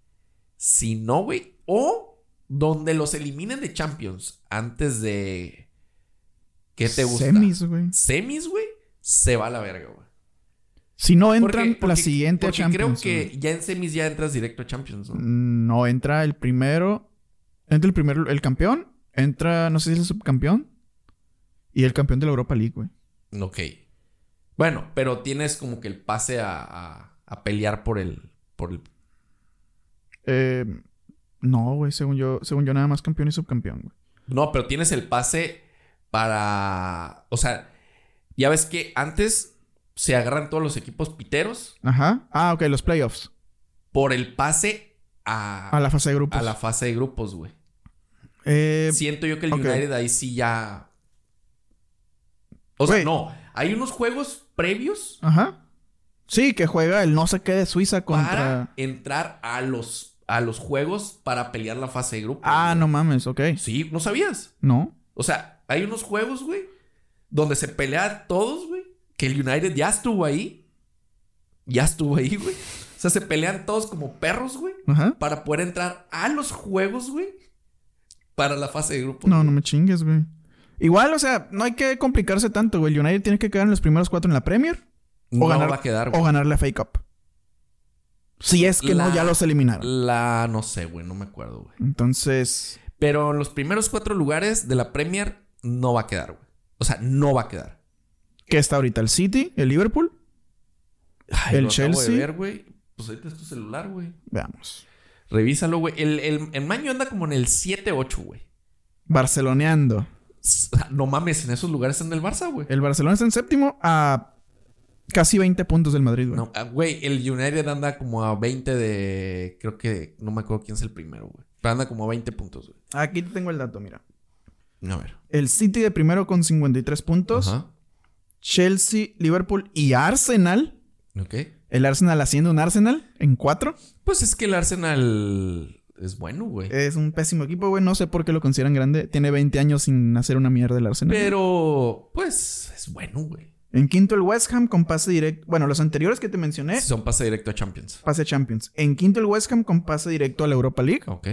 Speaker 2: Si no, güey, o donde los eliminen de Champions antes de... ¿Qué te gusta?
Speaker 1: Semis, güey.
Speaker 2: semis, güey, se va a la verga, güey.
Speaker 1: Si no entran
Speaker 2: Porque-
Speaker 1: la
Speaker 2: porque-
Speaker 1: siguiente a
Speaker 2: porque
Speaker 1: Champions.
Speaker 2: creo que
Speaker 1: güey.
Speaker 2: ya en semis ya entras directo a Champions, ¿no?
Speaker 1: No, entra el primero. Entra el primero, el campeón. Entra, no sé si es el subcampeón. Y el campeón de la Europa League, güey.
Speaker 2: Ok. Bueno, pero tienes como que el pase a, a- a pelear por el, por el...
Speaker 1: Eh, no, güey, según yo, según yo, nada más campeón y subcampeón, güey.
Speaker 2: No, pero tienes el pase para... O sea, ya ves que antes se agarran todos los equipos piteros
Speaker 1: Ajá. Ah, ok, los playoffs.
Speaker 2: por el pase a,
Speaker 1: A la fase de grupos.
Speaker 2: a la fase de grupos, güey.
Speaker 1: Eh,
Speaker 2: Siento yo que el
Speaker 1: ok.
Speaker 2: United ahí sí ya... O sea,
Speaker 1: Güey.
Speaker 2: no. Hay unos juegos previos
Speaker 1: Ajá. Sí, que juega el no sé qué de Suiza
Speaker 2: para
Speaker 1: contra.
Speaker 2: entrar a los, a los juegos para pelear la fase de grupo.
Speaker 1: Ah, no mames, ok.
Speaker 2: Sí, ¿no sabías?
Speaker 1: No.
Speaker 2: O sea, hay unos juegos, güey, donde se pelea todos, güey. Que el United ya estuvo ahí. Ya estuvo ahí, güey. O sea, se pelean todos como perros, güey.
Speaker 1: Ajá.
Speaker 2: Para poder entrar a los juegos, güey. Para la fase de grupo.
Speaker 1: No, no me chingues, güey. Igual, o sea, no hay que complicarse tanto, güey. El United tiene que quedar en los primeros cuatro en la Premier
Speaker 2: No
Speaker 1: ganar-
Speaker 2: va a quedar,
Speaker 1: o
Speaker 2: güey.
Speaker 1: ganar la FA Cup. Si es que no,
Speaker 2: La-
Speaker 1: ya los eliminaron.
Speaker 2: La... No sé, güey. No me acuerdo, güey.
Speaker 1: Entonces,
Speaker 2: Pero en los primeros cuatro lugares de la Premier no va a quedar, güey. O sea, no va a quedar.
Speaker 1: ¿qué está ahorita? ¿El City? ¿El Liverpool?
Speaker 2: Ay,
Speaker 1: El
Speaker 2: lo acabo de
Speaker 1: Chelsea.
Speaker 2: ver, güey. Pues ahorita es tu celular, güey.
Speaker 1: Veamos.
Speaker 2: Revísalo, güey. El, el, el Maño anda como en el 7-8, güey.
Speaker 1: Barceloneando.
Speaker 2: No mames, en esos lugares están el Barça, güey.
Speaker 1: El Barcelona está en séptimo a casi 20 puntos del Madrid, güey.
Speaker 2: No, ah, güey, el United anda como a 20 de. Creo que. No me acuerdo quién es el primero, güey. Pero anda como a 20 puntos, güey.
Speaker 1: Aquí te tengo el dato, mira.
Speaker 2: A ver.
Speaker 1: El City de primero con 53 puntos.
Speaker 2: Ajá.
Speaker 1: Chelsea, Liverpool y Arsenal.
Speaker 2: Ok.
Speaker 1: El Arsenal haciendo un Arsenal en cuatro.
Speaker 2: Pues es que el Arsenal es bueno, güey.
Speaker 1: Es un pésimo equipo, güey. No sé por qué lo consideran grande. Tiene 20 años sin hacer una mierda el Arsenal.
Speaker 2: Pero, pues, es bueno, güey.
Speaker 1: En quinto el West Ham con pase directo. Bueno, los anteriores que te mencioné,
Speaker 2: Si son pase directo a Champions.
Speaker 1: pase a Champions. En quinto el West Ham con pase directo a la Europa League.
Speaker 2: Ok.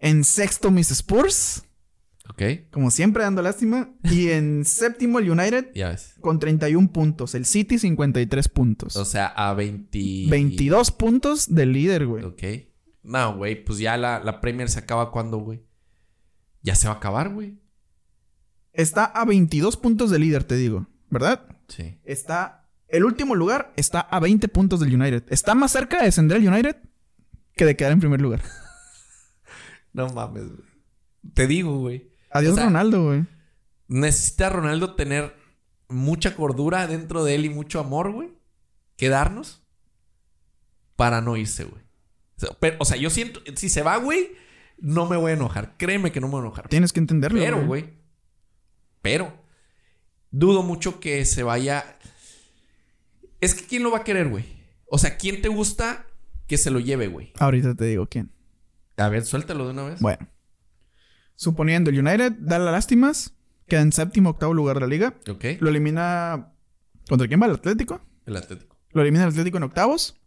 Speaker 1: En sexto mis Spurs,
Speaker 2: Ok.
Speaker 1: como siempre dando lástima. Y en séptimo el United
Speaker 2: Ya ves.
Speaker 1: con 31 puntos. El City 53 puntos.
Speaker 2: O sea, a 20.
Speaker 1: 22 puntos del líder, güey.
Speaker 2: Ok. No, güey, pues ya la, la Premier se acaba cuando, güey. Ya se va a acabar, güey.
Speaker 1: Está a 22 puntos del líder, te digo. ¿Verdad?
Speaker 2: Sí.
Speaker 1: Está... El último lugar está a 20 puntos del United. Está más cerca de descender el United que de quedar en primer lugar.
Speaker 2: No mames, güey. Te digo, güey.
Speaker 1: Adiós
Speaker 2: O sea,
Speaker 1: Ronaldo, güey.
Speaker 2: Necesita Ronaldo tener mucha cordura dentro de él y mucho amor, güey. Quedarnos para no irse, güey. O sea, pero- o sea, yo siento, si se va, güey, no me voy a enojar. Créeme que no me voy a enojar.
Speaker 1: Tienes que entenderlo.
Speaker 2: Pero, güey. Pero. Dudo mucho que se vaya. Es que ¿quién lo va a querer, güey? O sea, ¿quién te gusta que se lo lleve, güey?
Speaker 1: Ahorita te digo quién.
Speaker 2: A ver, suéltalo de una vez.
Speaker 1: Bueno. Suponiendo el United da las lástimas, queda en séptimo octavo lugar de la liga.
Speaker 2: Ok.
Speaker 1: Lo elimina. ¿Contra quién va el Atlético?
Speaker 2: El Atlético.
Speaker 1: Lo elimina el Atlético en octavos.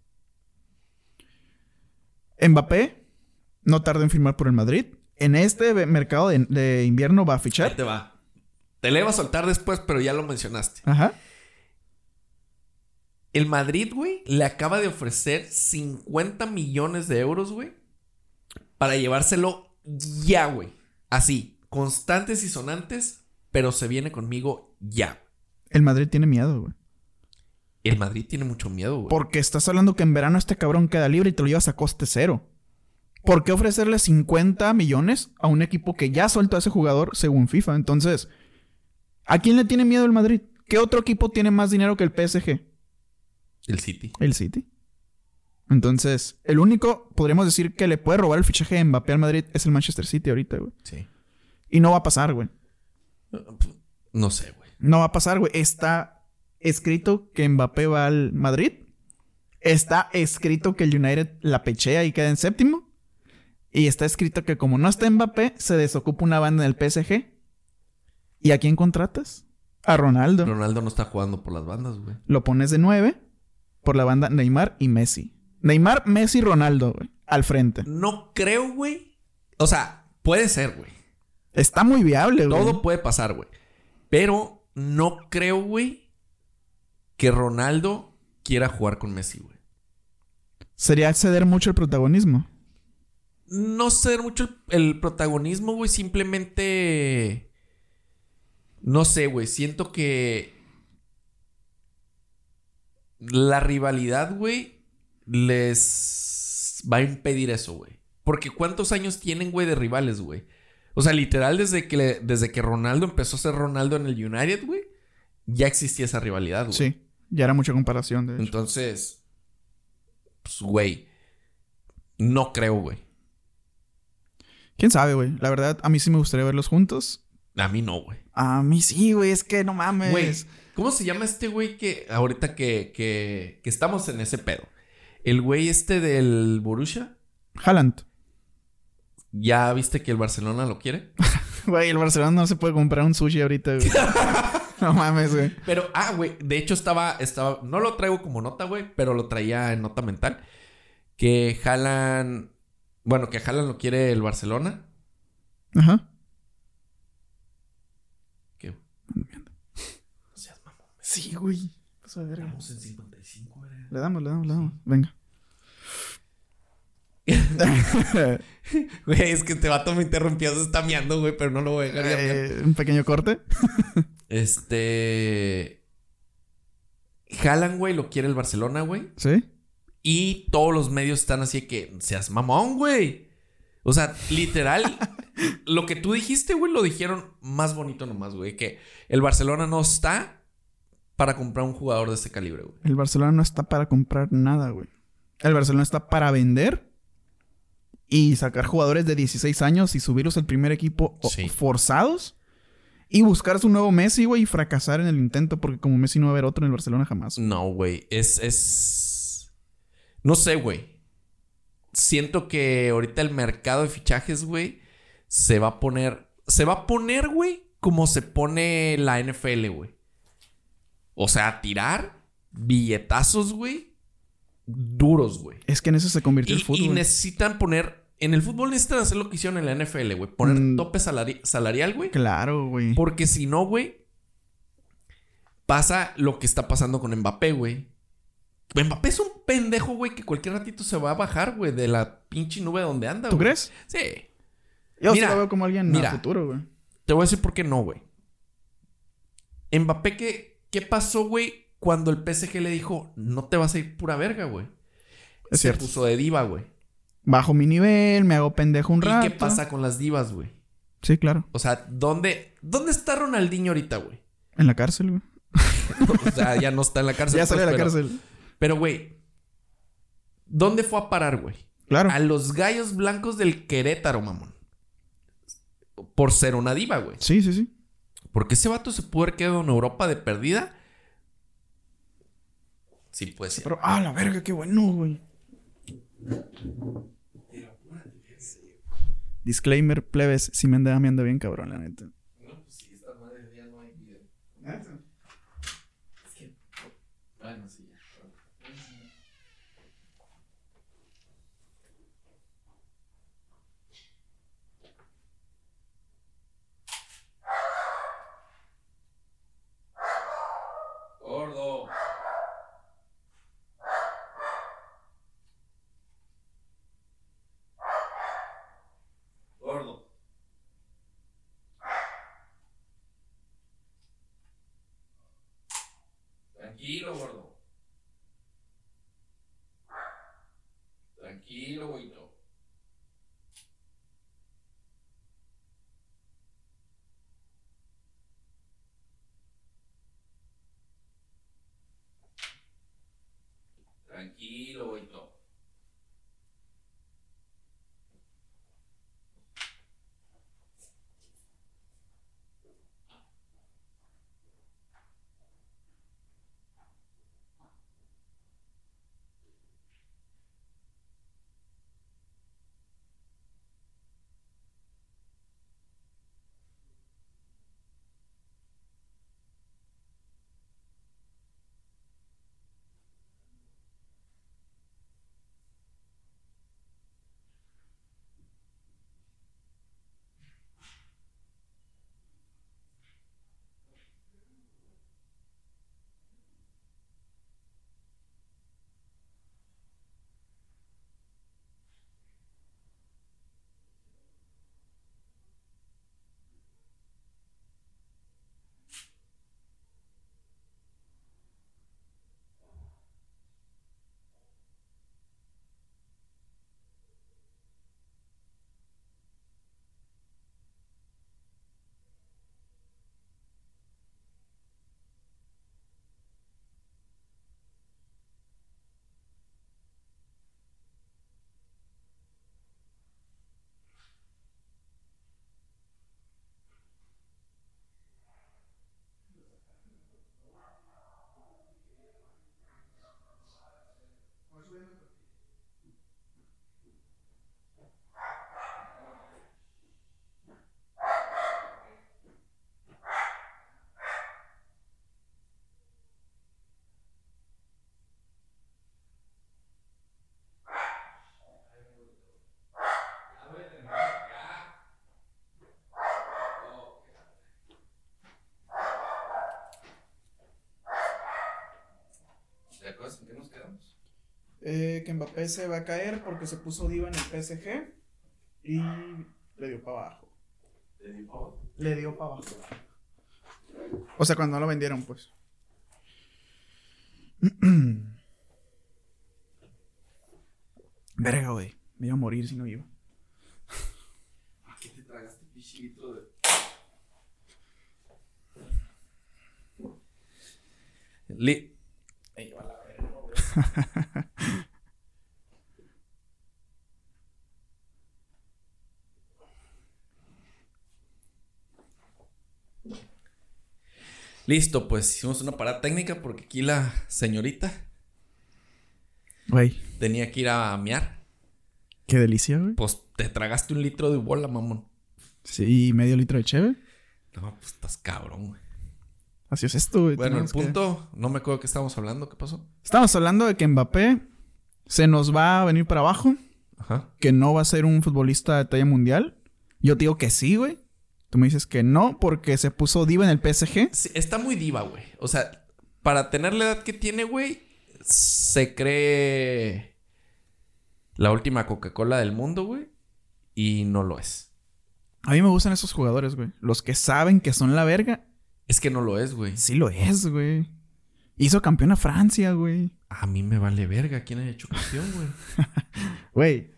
Speaker 1: Mbappé no tarda en firmar por el Madrid. En este ve- mercado de, de invierno va a
Speaker 2: Ahí
Speaker 1: fichar.
Speaker 2: te va. Te le iba a soltar después, pero ya lo mencionaste.
Speaker 1: Ajá.
Speaker 2: El Madrid, güey, le acaba de ofrecer 50 millones de euros, güey, para llevárselo ya, güey. Así, constantes y sonantes, pero se viene conmigo ya.
Speaker 1: El Madrid tiene miedo, güey.
Speaker 2: El Madrid tiene mucho miedo, güey.
Speaker 1: pues. Porque estás hablando que en verano este cabrón queda libre y te lo llevas a coste cero. ¿Por qué ofrecerle 50 millones a un equipo que ya soltó a ese jugador según FIFA? Entonces, ¿a quién le tiene miedo el Madrid? ¿Qué otro equipo tiene más dinero que el PSG?
Speaker 2: El City.
Speaker 1: El City. Entonces, el único, podríamos decir, que le puede robar el fichaje de Mbappé al Madrid es el Manchester City ahorita, güey.
Speaker 2: Sí.
Speaker 1: Y no va a pasar, güey.
Speaker 2: No sé, güey.
Speaker 1: No va a pasar, güey. Está escrito que Mbappé va al Madrid. Está escrito que el United la pechea y queda en séptimo. Y está escrito que como no está Mbappé, se desocupa una banda en el PSG. ¿Y a quién contratas? A Ronaldo.
Speaker 2: Ronaldo no está jugando por las bandas, güey.
Speaker 1: Lo pones de nueve por la banda Neymar y Messi. Neymar, Messi, Ronaldo, güey. Al frente.
Speaker 2: No creo, güey. O sea, puede ser, güey.
Speaker 1: Está muy viable, güey.
Speaker 2: Todo puede pasar, güey. Pero no creo, güey, que Ronaldo quiera jugar con Messi, güey.
Speaker 1: Sería ceder mucho el protagonismo.
Speaker 2: No ceder mucho el, el protagonismo, güey. Simplemente. No sé, güey. Siento que. La rivalidad, güey. Les va a impedir eso, güey. Porque ¿cuántos años tienen, güey, de rivales, güey? O sea, literal, desde que, le- desde que Ronaldo empezó a ser Ronaldo en el United, güey, ya existía esa rivalidad, güey.
Speaker 1: Sí. Ya era mucha comparación, de hecho.
Speaker 2: Entonces, pues, güey, no creo, güey.
Speaker 1: ¿Quién sabe, güey? La verdad, a mí sí me gustaría verlos juntos.
Speaker 2: A mí no, güey.
Speaker 1: A mí sí, güey, es que no mames.
Speaker 2: Güey, ¿cómo se llama este güey que ahorita que, que, que estamos en ese pedo? El güey este del Borussia,
Speaker 1: Haaland.
Speaker 2: ¿ya viste que el Barcelona lo quiere?
Speaker 1: Güey, el Barcelona no se puede comprar un sushi ahorita, güey. no mames, güey.
Speaker 2: Pero, ah, güey, de hecho estaba, estaba, no lo traigo como nota, güey, pero lo traía en nota mental. Que Jalan, bueno, que Jalan lo quiere el Barcelona.
Speaker 1: Ajá.
Speaker 2: ¿Qué? O sea, mamón,
Speaker 1: Sí, güey. Pues a ver, güey.
Speaker 2: estamos en 55, güey.
Speaker 1: Le damos, le damos, le damos. Venga.
Speaker 2: Güey, es que este vato me interrumpió, se está miando, güey, pero no lo voy a dejar. de
Speaker 1: Eh, un pequeño corte.
Speaker 2: Este. Jalan, güey, lo quiere el Barcelona, güey.
Speaker 1: ¿Sí?
Speaker 2: Y todos los medios están así de que seas mamón, güey. O sea, literal. lo que tú dijiste, güey, lo dijeron más bonito nomás, güey. Que el Barcelona no está para comprar un jugador de ese calibre, güey.
Speaker 1: El Barcelona no está para comprar nada, güey. El Barcelona está para vender y sacar jugadores de 16 años y subirlos al primer equipo o-
Speaker 2: Sí.
Speaker 1: forzados. Y buscarse un nuevo Messi, güey, y fracasar en el intento, porque como Messi no va a haber otro en el Barcelona jamás.
Speaker 2: No, güey. Es, es. No sé, güey. Siento que ahorita el mercado de fichajes, güey, se va a poner. Se va a poner, güey, como se pone la NFL, güey. O sea, a tirar billetazos, güey. Duros, güey.
Speaker 1: Es que en eso se convirtió el
Speaker 2: Y, y
Speaker 1: fútbol.
Speaker 2: necesitan poner. En el fútbol necesitan hacer lo que hicieron en la NFL, güey. Poner
Speaker 1: Mm.
Speaker 2: tope salari- salarial, güey.
Speaker 1: Claro, güey.
Speaker 2: Porque si no, güey, pasa lo que está pasando con Mbappé, güey. Mbappé es un pendejo, güey, que cualquier ratito se va a bajar, güey, de la pinche nube donde anda,
Speaker 1: ¿Tú
Speaker 2: güey.
Speaker 1: crees?
Speaker 2: Sí.
Speaker 1: Yo sí
Speaker 2: Mira,
Speaker 1: lo veo como alguien
Speaker 2: mira.
Speaker 1: a futuro, güey.
Speaker 2: Te voy a decir por qué no, güey. Mbappé, ¿qué, qué pasó, güey, cuando el PSG le dijo, no te vas a ir pura verga, güey?
Speaker 1: Es
Speaker 2: Se
Speaker 1: cierto.
Speaker 2: puso de diva, güey.
Speaker 1: Bajo mi nivel, me hago pendejo un
Speaker 2: ¿Y
Speaker 1: rato.
Speaker 2: qué pasa con las divas, güey?
Speaker 1: Sí, claro.
Speaker 2: O sea, ¿dónde, ¿dónde está Ronaldinho ahorita, güey?
Speaker 1: En la cárcel, güey.
Speaker 2: O sea, ya no está en la cárcel.
Speaker 1: Ya salió de
Speaker 2: pues,
Speaker 1: la
Speaker 2: pero-
Speaker 1: cárcel.
Speaker 2: Pero, güey, ¿dónde fue a parar, güey?
Speaker 1: Claro.
Speaker 2: A los gallos blancos del Querétaro, mamón. Por ser una diva, güey.
Speaker 1: Sí, sí, sí.
Speaker 2: Porque ese vato se pudo haber quedado en Europa de perdida. Sí, pues.
Speaker 1: Pero, ah, la verga, qué bueno, güey. Disclaimer, plebes, si me andaba meando bien, cabrón, la neta.
Speaker 2: Gordo. Gordo. Tranquilo, gordo. Tranquilo, güito. Tranquilo, güito.
Speaker 3: ¿Te acuerdas en qué nos quedamos?
Speaker 1: Eh, que Mbappé se va a caer porque se puso diva en el PSG y le dio para abajo. Le dio para abajo. O sea, cuando lo vendieron, pues. Verga, güey. Me iba a morir si no iba.
Speaker 3: ¿A qué te te tragaste pichito de.
Speaker 2: Li- Listo, pues hicimos una parada técnica porque aquí la señorita
Speaker 1: Güey,
Speaker 2: tenía que ir a mear.
Speaker 1: qué delicia, güey.
Speaker 2: Pues te tragaste un litro de bola, mamón.
Speaker 1: Sí, y medio litro de cheve.
Speaker 2: No, pues estás cabrón, güey.
Speaker 1: Así es esto, güey.
Speaker 2: Bueno, el
Speaker 1: Tenemos que-
Speaker 2: punto, no me acuerdo qué estábamos hablando, ¿qué pasó?
Speaker 1: Estamos hablando de que Mbappé se nos va a venir para abajo,
Speaker 2: Ajá.
Speaker 1: que no va a ser un futbolista de talla mundial. Yo te digo que sí, güey. Tú me dices que no porque se puso diva en el PSG.
Speaker 2: Sí, está muy diva, güey. O sea, para tener la edad que tiene, güey, se cree la última Coca-Cola del mundo, güey, y no lo es.
Speaker 1: A mí me gustan esos jugadores, güey. Los que saben que son la verga,
Speaker 2: Es que no lo es, güey.
Speaker 1: sí lo es, güey. Hizo campeón a Francia, güey.
Speaker 2: A mí me vale verga quién ha hecho cuestión, güey.
Speaker 1: Güey,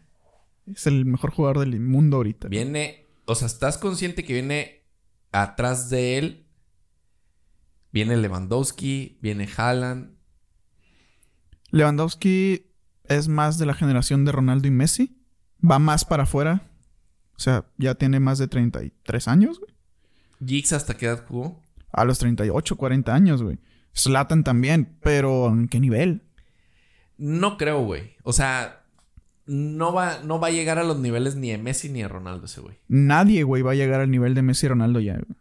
Speaker 1: es el mejor jugador del mundo ahorita.
Speaker 2: Viene, o sea, estás consciente que viene atrás de él. Viene Lewandowski, viene Haaland.
Speaker 1: Lewandowski es más de la generación de Ronaldo y Messi. Va más para afuera. O sea, ya tiene más de 33 años, güey.
Speaker 2: Giggs, ¿hasta qué edad jugó?
Speaker 1: A los 38, 40 años, güey. Zlatan también, pero ¿en qué nivel?
Speaker 2: No creo, güey. O sea, no va, no va a llegar a los niveles ni de Messi ni de Ronaldo ese güey.
Speaker 1: Nadie, güey, va a llegar al nivel de Messi y Ronaldo ya, güey.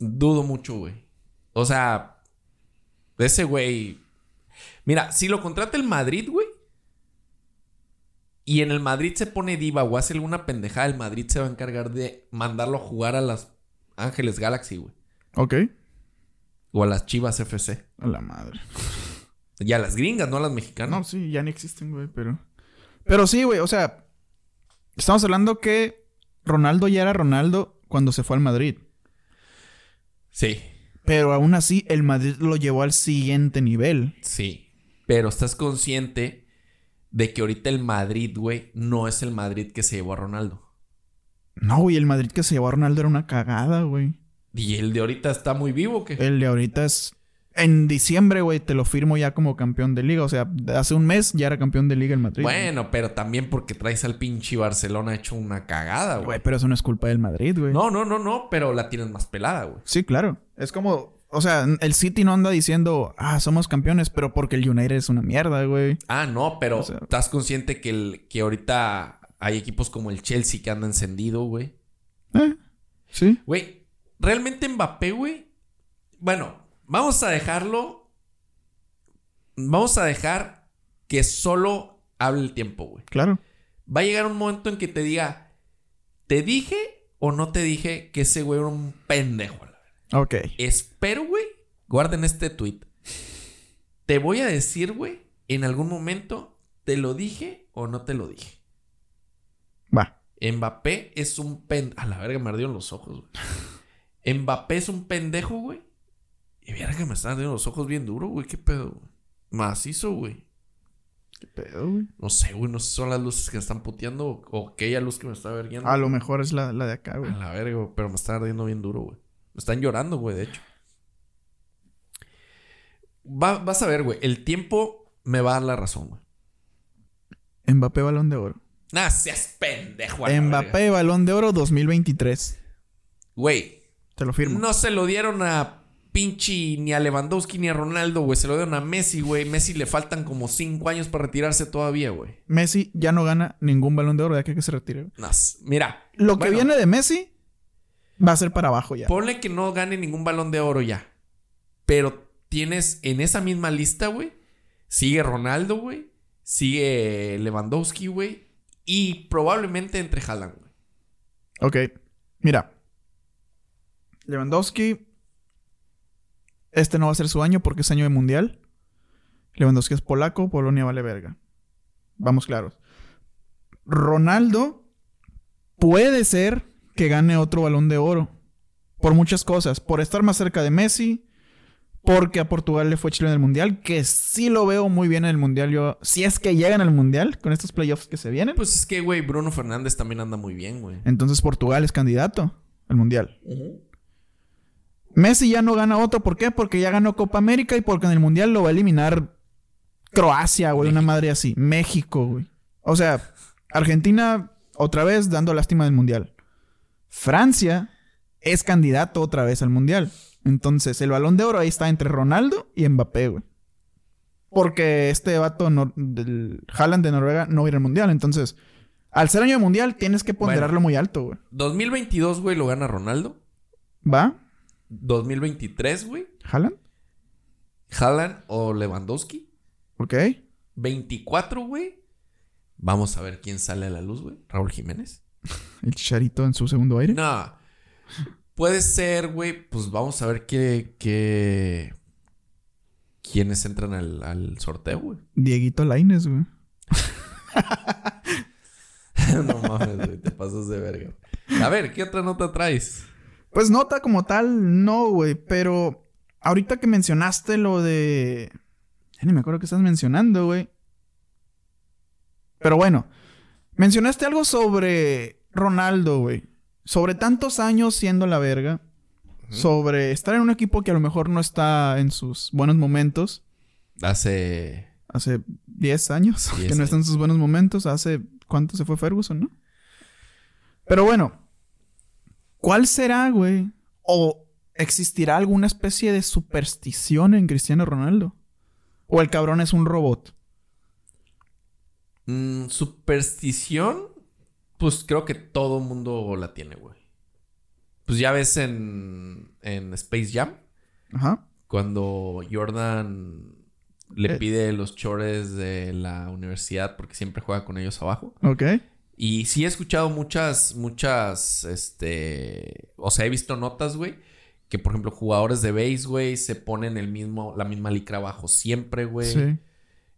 Speaker 2: Dudo mucho, güey. O sea, ese güey. Mira, si lo contrata el Madrid, güey. Y en el Madrid se pone diva o hace alguna pendejada, el Madrid se va a encargar de mandarlo a jugar a las Ángeles Galaxy, güey.
Speaker 1: Ok.
Speaker 2: O a las Chivas FC.
Speaker 1: A la madre.
Speaker 2: Y a las gringas, no a las mexicanas.
Speaker 1: No, sí, ya ni existen, güey, pero. Pero sí, güey, o sea. Estamos hablando que Ronaldo ya era Ronaldo cuando se fue al Madrid.
Speaker 2: Sí,
Speaker 1: Pero aún así, el Madrid lo llevó al siguiente nivel.
Speaker 2: sí. Pero estás consciente de que ahorita el Madrid, güey, no es el Madrid que se llevó a Ronaldo.
Speaker 1: No, güey, el Madrid que se llevó a Ronaldo era una cagada, güey.
Speaker 2: Y el de ahorita está muy vivo, que.
Speaker 1: El de ahorita es. En diciembre, güey, te lo firmo ya como campeón de liga. O sea, hace un mes ya era campeón de liga el Madrid.
Speaker 2: Bueno, pero también porque traes al pinche Barcelona hecho una cagada,
Speaker 1: güey.
Speaker 2: güey.
Speaker 1: Güey, pero eso no es culpa del Madrid, güey.
Speaker 2: No, no, no, no, pero la tienes más pelada, güey.
Speaker 1: Sí, claro. Es como. O sea, el City no anda diciendo, ah, somos campeones, pero porque el United es una mierda, güey.
Speaker 2: Ah, no, pero
Speaker 1: O sea-
Speaker 2: estás consciente que, el, que ahorita hay equipos como el Chelsea que anda encendido, güey.
Speaker 1: Eh, sí.
Speaker 2: Güey, realmente Mbappé, güey. Bueno, vamos a dejarlo. Vamos a dejar que solo hable el tiempo, güey.
Speaker 1: Claro.
Speaker 2: Va a llegar un momento en que te diga, ¿te dije o no te dije que ese güey era un pendejo? a la
Speaker 1: Ok.
Speaker 2: Espero, güey. Guarden este tweet. Te voy a decir, güey, en algún momento, ¿te lo dije o no te lo dije?
Speaker 1: Va.
Speaker 2: Mbappé es un pen... A la verga me ardieron los ojos, güey. Mbappé es un pendejo, güey. Y verga que me están ardiendo los ojos bien duro, güey. ¿Qué pedo? güey? Macizo, güey.
Speaker 1: ¿Qué pedo, güey?
Speaker 2: No sé, güey. No sé si son las luces que me están puteando o, o aquella luz que me está verguiando.
Speaker 1: A lo mejor es la, la de acá, güey.
Speaker 2: A la verga, güey, pero me están ardiendo bien duro, güey. Me están llorando, güey, de hecho. Va- vas a ver, güey. El tiempo me va a dar la razón, güey.
Speaker 1: Mbappé Balón de Oro.
Speaker 2: Nah, seas pendejo, a la verga.
Speaker 1: Mbappé Balón de Oro 2023.
Speaker 2: Güey,
Speaker 1: Te lo firmo.
Speaker 2: no se lo dieron a pinche ni a Lewandowski ni a Ronaldo, güey. Se lo dieron a Messi, güey. Messi le faltan como cinco años para retirarse todavía, güey.
Speaker 1: Messi ya no gana ningún Balón de Oro de aquí a que se retire. güey.
Speaker 2: Nah, s- mira.
Speaker 1: Lo que
Speaker 2: Bueno.
Speaker 1: viene de Messi va a ser para abajo ya.
Speaker 2: Ponle que no gane ningún balón de oro ya. Pero tienes en esa misma lista, güey. Sigue Ronaldo, güey. Sigue Lewandowski, güey. Y probablemente entre Haaland, güey.
Speaker 1: Ok. Mira. Lewandowski. Este no va a ser su año porque es año de mundial. Lewandowski es polaco, Polonia vale verga. Vamos claros. Ronaldo puede ser que gane otro balón de oro. Por muchas cosas. Por estar más cerca de Messi. Porque a Portugal le fue chile en el mundial, que sí lo veo muy bien en el mundial. Yo, si es que llegan al mundial con estos playoffs que se vienen,
Speaker 2: Pues es que, güey, Bruno Fernández también anda muy bien, güey.
Speaker 1: entonces Portugal es candidato al mundial. Messi ya no gana otro, ¿por qué? Porque ya ganó Copa América y porque en el mundial lo va a eliminar Croacia, güey, una madre así. México, güey. O sea, Argentina otra vez dando lástima del mundial. Francia es candidato otra vez al mundial. Entonces, el balón de oro ahí está entre Ronaldo y Mbappé, güey. Porque este vato nor- del Haaland de Noruega no va a ir al mundial. Entonces, al ser año de mundial tienes que ponderarlo muy alto, güey.
Speaker 2: 2022, güey, lo gana Ronaldo.
Speaker 1: ¿Va?
Speaker 2: 2023, güey,
Speaker 1: ¿Haaland?
Speaker 2: Haaland o Lewandowski.
Speaker 1: Ok.
Speaker 2: 24, güey. Vamos a ver quién sale a la luz, güey. Raúl Jiménez.
Speaker 1: El Charito en su segundo aire.
Speaker 2: No. Puede ser, güey. Pues vamos a ver qué. qué... quiénes entran al, al sorteo, güey.
Speaker 1: Dieguito Laines, güey.
Speaker 2: no mames, güey. Te pasas de verga. A ver, ¿qué otra nota traes?
Speaker 1: Pues nota como tal, no, güey. Pero ahorita que mencionaste lo de. Ya ni me acuerdo que estás mencionando, güey. Pero bueno, mencionaste algo sobre Ronaldo, güey. Sobre tantos años siendo la verga. Sobre estar en un equipo que a lo mejor no está en sus buenos momentos.
Speaker 2: Hace.
Speaker 1: Hace 10 años
Speaker 2: 10
Speaker 1: que no está en sus buenos momentos. Hace cuánto se fue Ferguson, ¿no? Pero bueno, ¿cuál será, güey? ¿O existirá alguna especie de superstición en Cristiano Ronaldo? ¿O el cabrón es un robot?
Speaker 2: mm, superstición. Pues creo que todo mundo la tiene, güey. Pues ya ves en. En Space Jam.
Speaker 1: Ajá.
Speaker 2: cuando Jordan le
Speaker 1: Eh.
Speaker 2: pide los chores de la universidad porque siempre juega con ellos abajo.
Speaker 1: Ok.
Speaker 2: Y sí he escuchado muchas, muchas, este, o sea, he visto notas, güey, que por ejemplo jugadores de base, güey, se ponen el mismo, la misma licra abajo siempre, güey.
Speaker 1: Sí.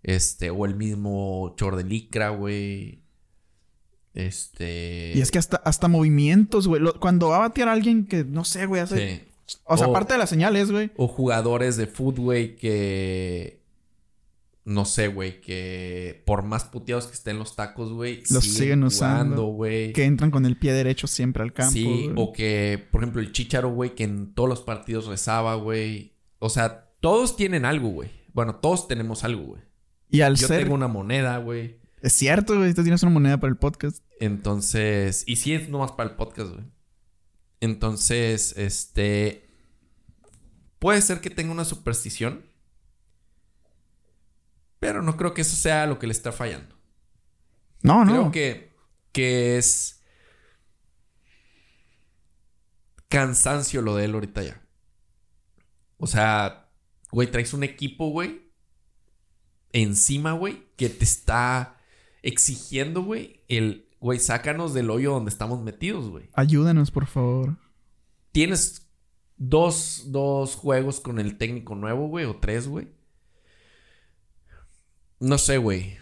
Speaker 2: Este, o el mismo chor de licra, güey. Este.
Speaker 1: Y es que hasta, hasta movimientos, güey. Lo- Cuando va a batear a alguien que, no sé, güey, hace...
Speaker 2: Sí.
Speaker 1: O sea,
Speaker 2: Oh.
Speaker 1: aparte de las señales, güey.
Speaker 2: O jugadores de fútbol güey, que. No sé, güey, que por más puteados que estén los tacos, güey,
Speaker 1: Los siguen usando,
Speaker 2: jugando, güey.
Speaker 1: Que entran con el pie derecho siempre al campo.
Speaker 2: sí,
Speaker 1: güey.
Speaker 2: o que, por ejemplo, el Chicharo, güey, que en todos los partidos rezaba, güey. O sea, todos tienen algo, güey. Bueno, todos tenemos algo, güey.
Speaker 1: Y al
Speaker 2: Yo
Speaker 1: ser...
Speaker 2: tengo una moneda, güey.
Speaker 1: Es cierto, güey. Tú tienes una moneda para el podcast.
Speaker 2: Entonces, y sí es nomás para el podcast, güey. Entonces, este. Puede ser que tenga una superstición. Pero no creo que eso sea lo que le está fallando.
Speaker 1: No, no.
Speaker 2: Creo que, que es. Cansancio lo de él ahorita ya. O sea, güey, traes un equipo, güey. Encima, güey, que te está exigiendo, güey, el, güey, sácanos del hoyo donde estamos metidos, güey.
Speaker 1: Ayúdanos, por favor.
Speaker 2: Tienes dos, dos juegos con el técnico nuevo, güey, o tres, güey. No sé, güey.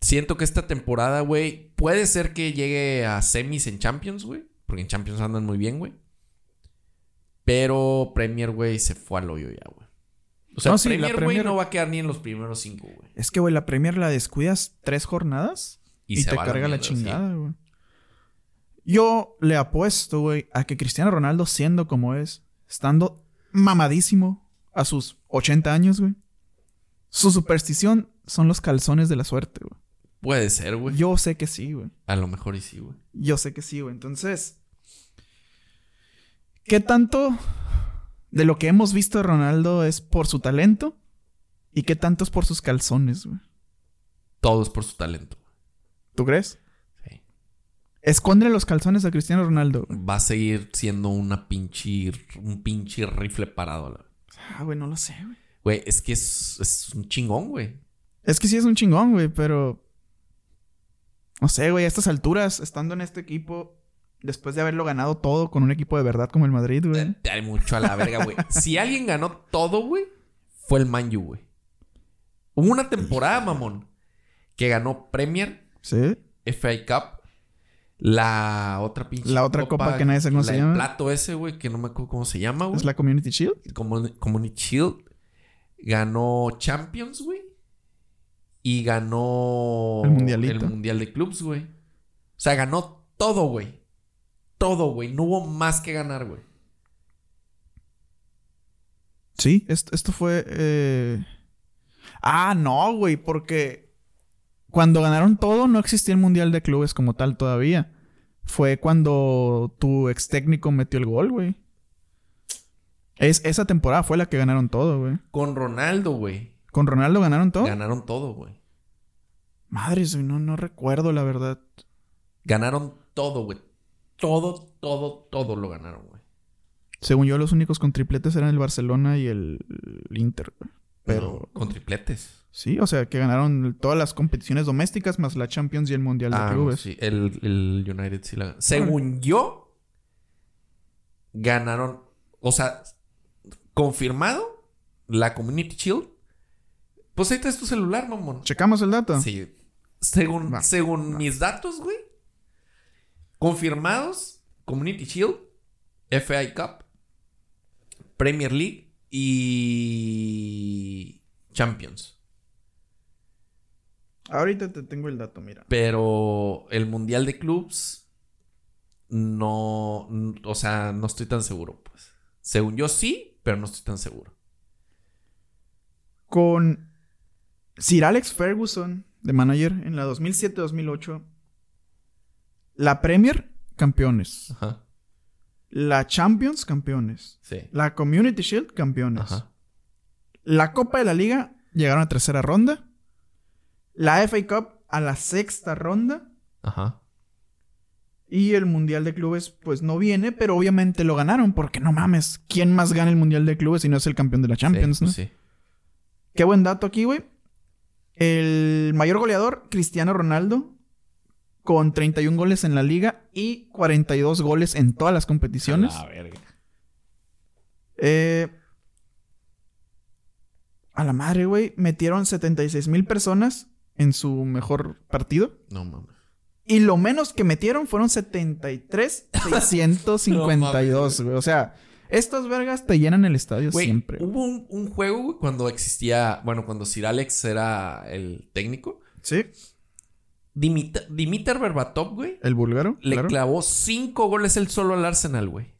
Speaker 2: Siento que esta temporada, güey, puede ser que llegue a semis en Champions, güey. Porque en Champions andan muy bien, güey. Pero Premier, güey, se fue al hoyo ya, güey. O sea,
Speaker 1: No, sí, la
Speaker 2: Premier, güey,
Speaker 1: Premier-
Speaker 2: no va a quedar ni en los primeros cinco, güey.
Speaker 1: Es que, güey, la Premier la descuidas tres jornadas y,
Speaker 2: se
Speaker 1: te
Speaker 2: va
Speaker 1: carga la,
Speaker 2: mierda, sí.
Speaker 1: chingada, güey. Yo le apuesto, güey, a que Cristiano Ronaldo, siendo como es, estando mamadísimo a sus 80 años, güey, su superstición son los calzones de la suerte, güey.
Speaker 2: Puede ser, güey.
Speaker 1: Yo sé que sí, güey.
Speaker 2: A lo mejor y sí, güey.
Speaker 1: Yo sé que sí, güey. Entonces, ¿qué tanto de lo que hemos visto de Ronaldo es por su talento? ¿Y qué tanto es por sus calzones, güey?
Speaker 2: Todo es por su talento.
Speaker 1: ¿Tú crees?
Speaker 2: Sí.
Speaker 1: Esconde los calzones a Cristiano Ronaldo. güey.
Speaker 2: va a seguir siendo una pinche, un pinche rifle parado. la-
Speaker 1: Ah, güey, no lo sé, güey.
Speaker 2: Güey, es que es, es un chingón, güey.
Speaker 1: Es que sí es un chingón, güey, pero... No sé, güey, a estas alturas, estando en este equipo, después de haberlo ganado todo con un equipo de verdad como el Madrid, güey.
Speaker 2: Te haré mucho a la verga, güey. Si alguien ganó todo, güey, fue el Manju, güey. Hubo una temporada, mamón, que ganó Premier,
Speaker 1: Sí.
Speaker 2: FA Cup, La otra pinche.
Speaker 1: La otra copa que nadie sabe cómo
Speaker 2: la
Speaker 1: se
Speaker 2: del
Speaker 1: llama.
Speaker 2: plato ese, güey, que no me acuerdo cómo se llama, güey.
Speaker 1: ¿Es la Community Shield?
Speaker 2: Commun- Community Shield. Ganó Champions, güey. Y ganó
Speaker 1: El mundialito.
Speaker 2: el Mundial de Clubs, güey. O sea, ganó todo, güey. Todo, güey. No hubo más que ganar, güey.
Speaker 1: Sí, esto, esto fue. eh, Ah, no, güey, porque cuando ganaron todo no existía el Mundial de Clubes como tal todavía. Fue cuando tu ex técnico metió el gol, güey. Es, esa temporada fue la que ganaron todo, güey.
Speaker 2: Con Ronaldo, güey.
Speaker 1: ¿Con Ronaldo ganaron todo?
Speaker 2: Ganaron todo, güey.
Speaker 1: Madres, güey, no, no recuerdo la verdad.
Speaker 2: Ganaron todo, güey. Todo, todo, todo lo ganaron, güey.
Speaker 1: Según yo, los únicos con tripletes eran el Barcelona y el Inter, güey. Pero
Speaker 2: No, con tripletes.
Speaker 1: sí, o sea, que ganaron todas las competiciones domésticas más la Champions y el Mundial de
Speaker 2: Ah, no,
Speaker 1: Clubes.
Speaker 2: sí. El, el United sí la ganó. Según yo, ganaron. O sea, confirmado, la Community Shield. Pues ahí es tu celular, mamón.
Speaker 1: ¿Checamos el dato?
Speaker 2: Sí. Según,
Speaker 1: Va,
Speaker 2: según
Speaker 1: va.
Speaker 2: mis datos, güey. Confirmados, Community Shield, FI Cup, Premier League y Champions.
Speaker 1: Ahorita te tengo el dato, mira.
Speaker 2: Pero el Mundial de Clubs no, n- o sea, no estoy tan seguro, pues. Según yo sí, pero no estoy tan seguro.
Speaker 1: Con Sir Alex Ferguson de manager en la 2007-2008, la Premier, campeones.
Speaker 2: Ajá.
Speaker 1: La Champions, campeones.
Speaker 2: Sí.
Speaker 1: La Community Shield, campeones.
Speaker 2: Ajá.
Speaker 1: La Copa de la Liga llegaron a tercera ronda. La FA Cup a la sexta ronda.
Speaker 2: Ajá.
Speaker 1: Y el Mundial de Clubes, pues no viene, pero obviamente lo ganaron, porque no mames, ¿quién más gana el Mundial de Clubes si no es el campeón de la Champions,
Speaker 2: sí,
Speaker 1: no?
Speaker 2: pues sí.
Speaker 1: Qué buen dato aquí, güey. El mayor goleador, Cristiano Ronaldo, con 31 goles en la liga y 42 goles en todas las competiciones.
Speaker 2: A la verga.
Speaker 1: Eh, a la madre, güey. Metieron 76 mil personas en su mejor partido.
Speaker 2: No mames.
Speaker 1: Y lo menos que metieron fueron 73,652, güey. O sea, estas vergas te llenan el estadio
Speaker 2: Güey,
Speaker 1: siempre. güey.
Speaker 2: hubo un, un juego güey, cuando existía, bueno, cuando Sir Alex era el técnico.
Speaker 1: Sí,
Speaker 2: Dimit- Dimitar Berbatov, güey,
Speaker 1: el búlgaro.
Speaker 2: le
Speaker 1: claro.
Speaker 2: clavó cinco goles él solo al Arsenal, güey.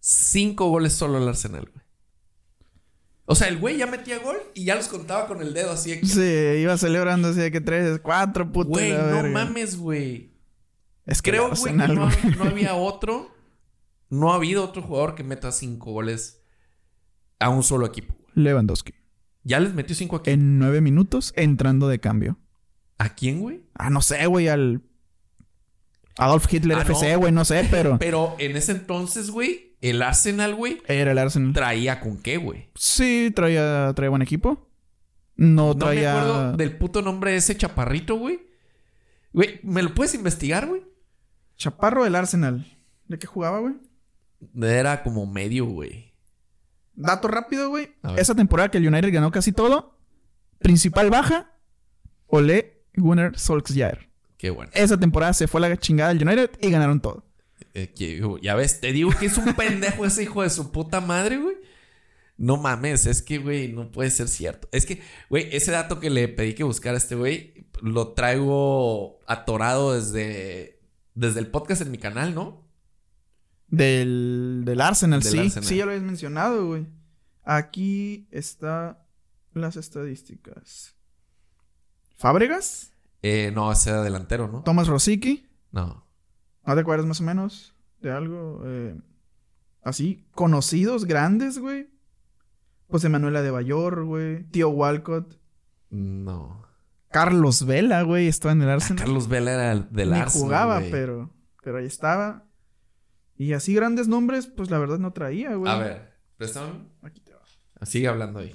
Speaker 2: Cinco goles solo al Arsenal, güey. O sea, el güey ya metía gol y ya los contaba con el dedo así. de que,
Speaker 1: Sí, iba celebrando así de que tres, cuatro, puta.
Speaker 2: Güey,
Speaker 1: la
Speaker 2: no
Speaker 1: verga.
Speaker 2: mames, güey.
Speaker 1: Es que
Speaker 2: Creo,
Speaker 1: le
Speaker 2: güey,
Speaker 1: hacen
Speaker 2: que
Speaker 1: algo.
Speaker 2: no, no había otro. No ha habido otro jugador que meta cinco goles a un solo equipo. güey.
Speaker 1: Lewandowski.
Speaker 2: Ya les metió cinco aquí.
Speaker 1: En nueve minutos, entrando de cambio.
Speaker 2: ¿A quién, güey?
Speaker 1: Ah, no sé, güey, al... Adolf Hitler
Speaker 2: Ah, no.
Speaker 1: FC, güey, no sé, pero...
Speaker 2: Pero en ese entonces, güey, el Arsenal, güey,
Speaker 1: Era el Arsenal.
Speaker 2: traía con qué, güey.
Speaker 1: Sí, traía, traía buen equipo. No
Speaker 2: No me
Speaker 1: traía...
Speaker 2: acuerdo del puto nombre de ese chaparrito, güey. Güey, ¿me lo puedes investigar, güey?
Speaker 1: Chaparro del Arsenal. ¿De qué jugaba, güey?
Speaker 2: Era como medio, güey.
Speaker 1: Dato rápido, güey.
Speaker 2: A ver.
Speaker 1: Esa temporada que el United ganó casi todo. Principal baja. Ole Gunnar Solskjaer.
Speaker 2: Qué bueno.
Speaker 1: Esa temporada se fue la chingada del United y ganaron todo.
Speaker 2: Eh, que- ya ves, te digo que es un pendejo ese hijo de su puta madre, güey. No mames, es que, güey, no puede ser cierto. Es que, güey, ese dato que le pedí que buscara a este güey, lo traigo atorado desde, desde el podcast en mi canal, ¿no?
Speaker 1: Del, del Arsenal,
Speaker 2: Del
Speaker 1: sí.
Speaker 2: Arsenal.
Speaker 1: Sí, ya lo habías mencionado, güey. Aquí está las estadísticas. Fábregas,
Speaker 2: Eh, no, ese era delantero, ¿no?
Speaker 1: Thomas Rosicki,
Speaker 2: No.
Speaker 1: ¿no te acuerdas más o menos de algo eh, así? Conocidos, grandes, güey. José Manuela de Bayor, güey. Tío Walcott.
Speaker 2: No.
Speaker 1: Carlos Vela, güey, estaba en el
Speaker 2: Ah,
Speaker 1: Arsenal.
Speaker 2: Carlos Vela era el del
Speaker 1: Ni
Speaker 2: Arsenal,
Speaker 1: jugaba,
Speaker 2: güey.
Speaker 1: pero, pero ahí estaba. Y así grandes nombres, pues la verdad no traía, güey.
Speaker 2: A ver, préstame.
Speaker 1: Aquí te va.
Speaker 2: Sigue hablando ahí.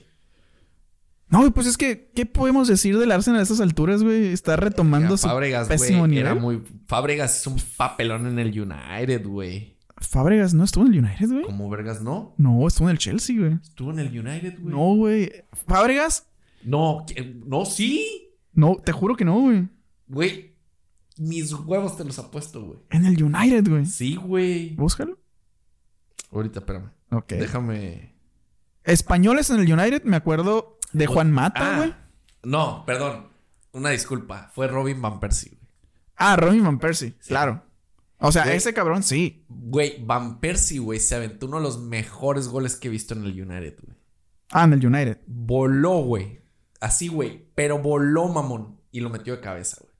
Speaker 1: No, güey, pues es que, ¿qué podemos decir del Arsenal a estas alturas, güey? Está retomando
Speaker 2: Mira,
Speaker 1: su
Speaker 2: Fábregas,
Speaker 1: pésimo
Speaker 2: güey. Era
Speaker 1: nivel.
Speaker 2: muy. Fábregas es un papelón en el United, güey.
Speaker 1: Fábregas no estuvo en el United, güey.
Speaker 2: Como vergas, no.
Speaker 1: No, estuvo en el Chelsea, güey.
Speaker 2: Estuvo en el United, güey.
Speaker 1: No, güey. Fábregas,
Speaker 2: No, que- no, sí.
Speaker 1: no, te juro que no, güey.
Speaker 2: Güey. Mis huevos te los apuesto, güey.
Speaker 1: En el United, güey.
Speaker 2: Sí, güey.
Speaker 1: Búscalo.
Speaker 2: Ahorita, espérame.
Speaker 1: Ok.
Speaker 2: Déjame.
Speaker 1: Españoles en el United, me acuerdo de
Speaker 2: Uy,
Speaker 1: Juan Mata,
Speaker 2: ah.
Speaker 1: güey.
Speaker 2: No, perdón. Una disculpa. Fue Robin Van Persie, güey.
Speaker 1: Ah, Robin Van Persie,
Speaker 2: Sí.
Speaker 1: claro. O sea,
Speaker 2: Güey.
Speaker 1: ese cabrón sí.
Speaker 2: Güey, Van Persie, güey, se aventó uno de los mejores goles que he visto en el United, güey.
Speaker 1: Ah, en el United.
Speaker 2: Voló, güey. Así, güey. Pero voló, mamón. Y lo metió de cabeza, güey.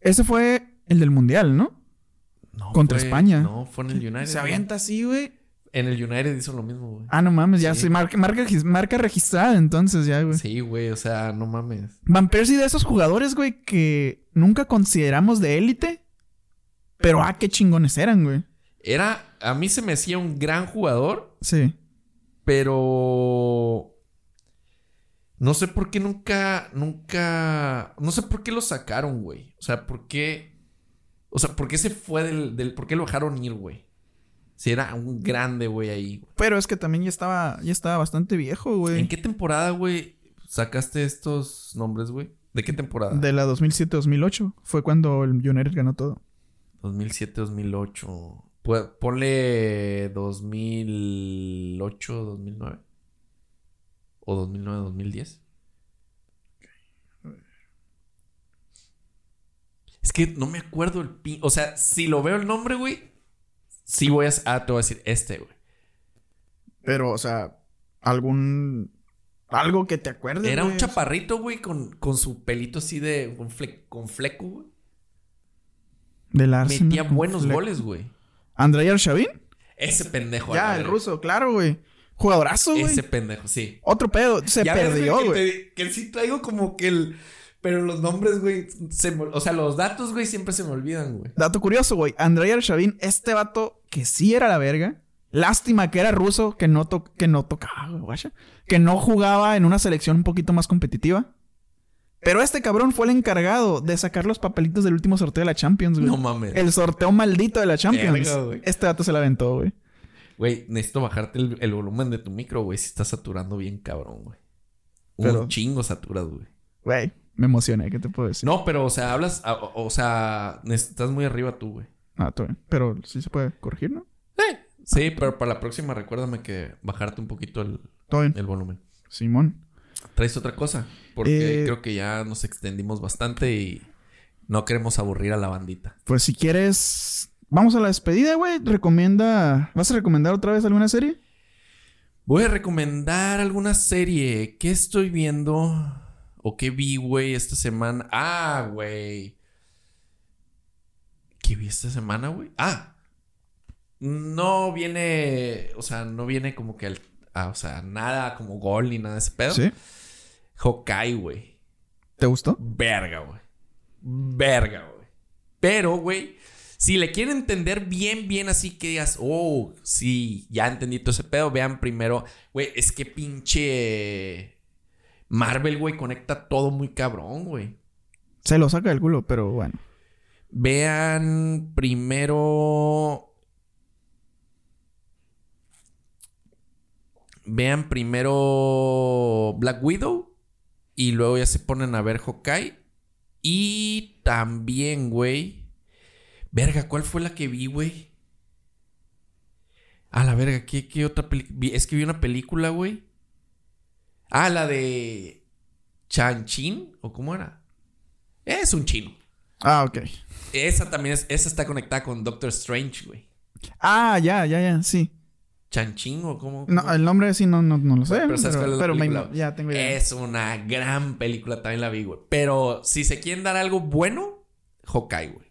Speaker 1: Ese fue el del Mundial, ¿no?
Speaker 2: No,
Speaker 1: Contra
Speaker 2: fue-
Speaker 1: España.
Speaker 2: No, fue en el United.
Speaker 1: Se
Speaker 2: güey.
Speaker 1: avienta así, güey.
Speaker 2: En el United hizo lo mismo, güey.
Speaker 1: Ah, no mames, ya
Speaker 2: Sí.
Speaker 1: se marca, marca, regis- marca registrada entonces ya, güey.
Speaker 2: Sí, güey, o sea, no mames.
Speaker 1: Van Persie de esos jugadores, güey, que nunca consideramos de élite. Pero ah, qué chingones eran, güey.
Speaker 2: Era, a mí se me hacía un gran jugador,
Speaker 1: Sí.
Speaker 2: pero no sé por qué nunca, nunca, no sé por qué lo sacaron, güey. O sea, por qué, o sea, por qué se fue del, del por qué lo dejaron ir, güey. Si era un grande, güey, ahí. güey.
Speaker 1: Pero es que también ya estaba, ya estaba bastante viejo,
Speaker 2: ¿En
Speaker 1: güey.
Speaker 2: qué temporada, güey, sacaste estos nombres, güey? ¿De qué temporada?
Speaker 1: De la 2007-2008 fue cuando el United ganó todo.
Speaker 2: 2007, 2008. Pues, ponle 2008, 2009. O 2009, 2010. Es que no me acuerdo el pin. O sea, si lo veo el nombre, güey. Sí voy a... Ah, te voy a decir este, güey.
Speaker 1: Pero, o sea, algún. Algo que te acuerdes.
Speaker 2: Era un
Speaker 1: güey.
Speaker 2: chaparrito, güey, con, con su pelito así de... Con, fle- con fleco, güey.
Speaker 1: Del Arsenal.
Speaker 2: Metía buenos
Speaker 1: Fle-
Speaker 2: goles, güey.
Speaker 1: Andrei Arshavin.
Speaker 2: Ese pendejo. a la
Speaker 1: Ya, el
Speaker 2: verga.
Speaker 1: ruso, claro, güey. Jugadorazo, güey.
Speaker 2: Ese pendejo, sí.
Speaker 1: Otro pedo. Se
Speaker 2: Ya ves,
Speaker 1: perdió,
Speaker 2: que
Speaker 1: güey.
Speaker 2: te- Que, sí traigo como que el. Pero los nombres, güey. se me- O sea, los datos, güey, siempre se me olvidan, güey.
Speaker 1: Dato curioso, güey. Andrei Arshavin, este vato que sí era la verga. Lástima que era ruso, que no, to- que no tocaba, güey, guacha. Que no jugaba en una selección un poquito más competitiva. Pero este cabrón fue el encargado de sacar los papelitos del último sorteo de la Champions, güey.
Speaker 2: No mames.
Speaker 1: El sorteo maldito de la Champions.
Speaker 2: Verga, güey.
Speaker 1: este vato se la aventó, güey.
Speaker 2: Güey, necesito bajarte el, el volumen de tu micro, güey. Si está saturando bien, cabrón, güey. Un
Speaker 1: Pero-
Speaker 2: chingo saturas, güey.
Speaker 1: Güey, me emocioné, ¿qué te puedo decir?
Speaker 2: No, pero, o sea, hablas. a- o o sea, ne- estás muy arriba tú, güey.
Speaker 1: Ah, tú, pero sí se puede corregir, ¿no?
Speaker 2: Sí, pero para la próxima, recuérdame que bajarte un poquito el,
Speaker 1: Todo bien.
Speaker 2: el volumen.
Speaker 1: Simón.
Speaker 2: ¿Traes otra cosa? Porque
Speaker 1: Eh,
Speaker 2: creo que ya nos extendimos bastante y no queremos aburrir a la bandita.
Speaker 1: Pues si quieres, vamos a la despedida, güey. Recomienda. ¿Vas a recomendar otra vez alguna serie?
Speaker 2: Voy a recomendar alguna serie que estoy viendo o que vi, güey, esta semana. Ah, güey. ¿Qué vi esta semana, güey? Ah. No viene, o sea, no viene como que al, ah, o sea, nada como gol ni nada de ese pedo.
Speaker 1: Sí.
Speaker 2: Hawkeye, güey.
Speaker 1: ¿Te gustó?
Speaker 2: Verga, güey. Verga, güey. Pero, güey, si le quieren entender bien, bien así que digas, oh, sí, ya entendí todo ese pedo, vean primero, güey, es que pinche Marvel, güey, conecta todo muy cabrón, güey.
Speaker 1: Se lo saca del culo, pero bueno.
Speaker 2: Vean primero... Vean primero Black Widow y luego ya se ponen a ver Hawkeye. Y también, güey. Verga, ¿cuál fue la que vi, güey? A la verga, ¿qué, qué otra película? Es que vi una película, güey. Ah, la de Chan-Chin, ¿o cómo era? Es un chino.
Speaker 1: Ah, ok.
Speaker 2: Esa también es, esa está conectada con Doctor Strange, güey.
Speaker 1: Ah, ya, ya, ya, sí.
Speaker 2: Chan-Chin o cómo.
Speaker 1: No,
Speaker 2: cómo?
Speaker 1: el nombre sí no, no, no lo sé.
Speaker 2: Pero
Speaker 1: Pero,
Speaker 2: ¿sabes cuál es la
Speaker 1: pero me
Speaker 2: película?
Speaker 1: ima- ya tengo idea.
Speaker 2: Es una gran película, también la vi, güey. Pero si se quieren dar algo bueno, Hawkeye, güey.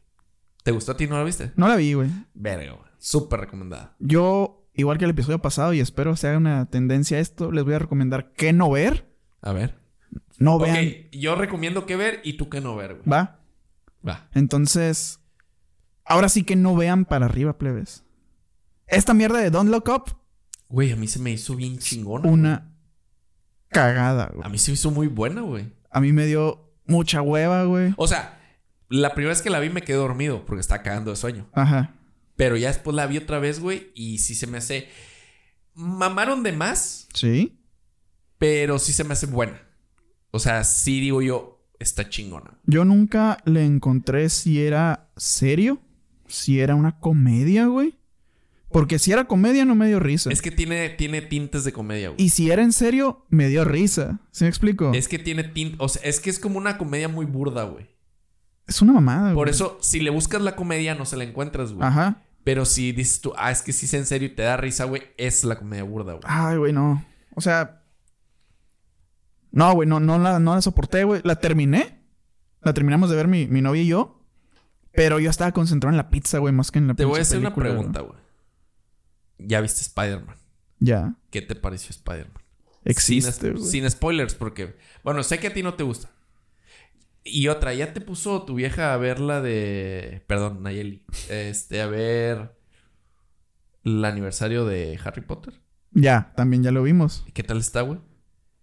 Speaker 2: ¿Te gustó a ti? ¿No la viste?
Speaker 1: No la vi, güey.
Speaker 2: Verga, güey. Súper recomendada.
Speaker 1: Yo, igual que el episodio pasado, y espero sea una tendencia a esto, les voy a recomendar qué no ver.
Speaker 2: A ver.
Speaker 1: No
Speaker 2: Ok,
Speaker 1: vean.
Speaker 2: yo recomiendo que ver y tú que no ver, güey.
Speaker 1: ¿Va?
Speaker 2: Va.
Speaker 1: Entonces, ahora sí que no vean para arriba, plebes. Esta mierda de Don't Look Up,
Speaker 2: Güey, a mí se me hizo bien chingona.
Speaker 1: una cagada, güey.
Speaker 2: A mí se me hizo muy buena, güey.
Speaker 1: A mí me dio mucha hueva, güey.
Speaker 2: O sea, la primera vez que la vi me quedé dormido porque estaba cagando de sueño.
Speaker 1: Ajá.
Speaker 2: Pero ya después la vi otra vez, güey, y sí se me hace. Mamaron de más,
Speaker 1: Sí.
Speaker 2: pero sí se me hace buena. O sea, sí digo yo, está chingona.
Speaker 1: Yo nunca le encontré si era serio, si era una comedia, güey. Porque si era comedia no me dio risa.
Speaker 2: Es que tiene, tiene tintes de comedia, güey.
Speaker 1: Y si era en serio, me dio risa. ¿Sí me explico? Es,
Speaker 2: Es que tiene tintes... O sea, es que es como una comedia muy burda, güey.
Speaker 1: una mamada, Ah, güey.
Speaker 2: Por eso, si le buscas la comedia, no se la encuentras, güey.
Speaker 1: Ajá.
Speaker 2: Pero si dices tú, ah, es que sí es en serio y te da risa, güey, es la comedia burda, güey.
Speaker 1: Ay, güey, no. O sea. No, güey, no, no, la, no la soporté, güey. La terminé. La terminamos de ver mi, mi novia y yo. Pero yo estaba concentrado en la pizza, güey, más que en la
Speaker 2: Te voy a
Speaker 1: pinche
Speaker 2: hacer una
Speaker 1: película,
Speaker 2: pregunta, güey. Ya viste Spider-Man.
Speaker 1: güey. Ya.
Speaker 2: ¿Qué te pareció Spider-Man?
Speaker 1: Existe,
Speaker 2: sin,
Speaker 1: güey.
Speaker 2: sin spoilers, porque. Bueno, sé que a ti no te gusta. Y otra, ya te puso tu vieja a ver la de. Perdón, Nayeli. Este, a ver. El aniversario de Harry Potter.
Speaker 1: Ya, también ya lo vimos.
Speaker 2: ¿Qué tal está, güey?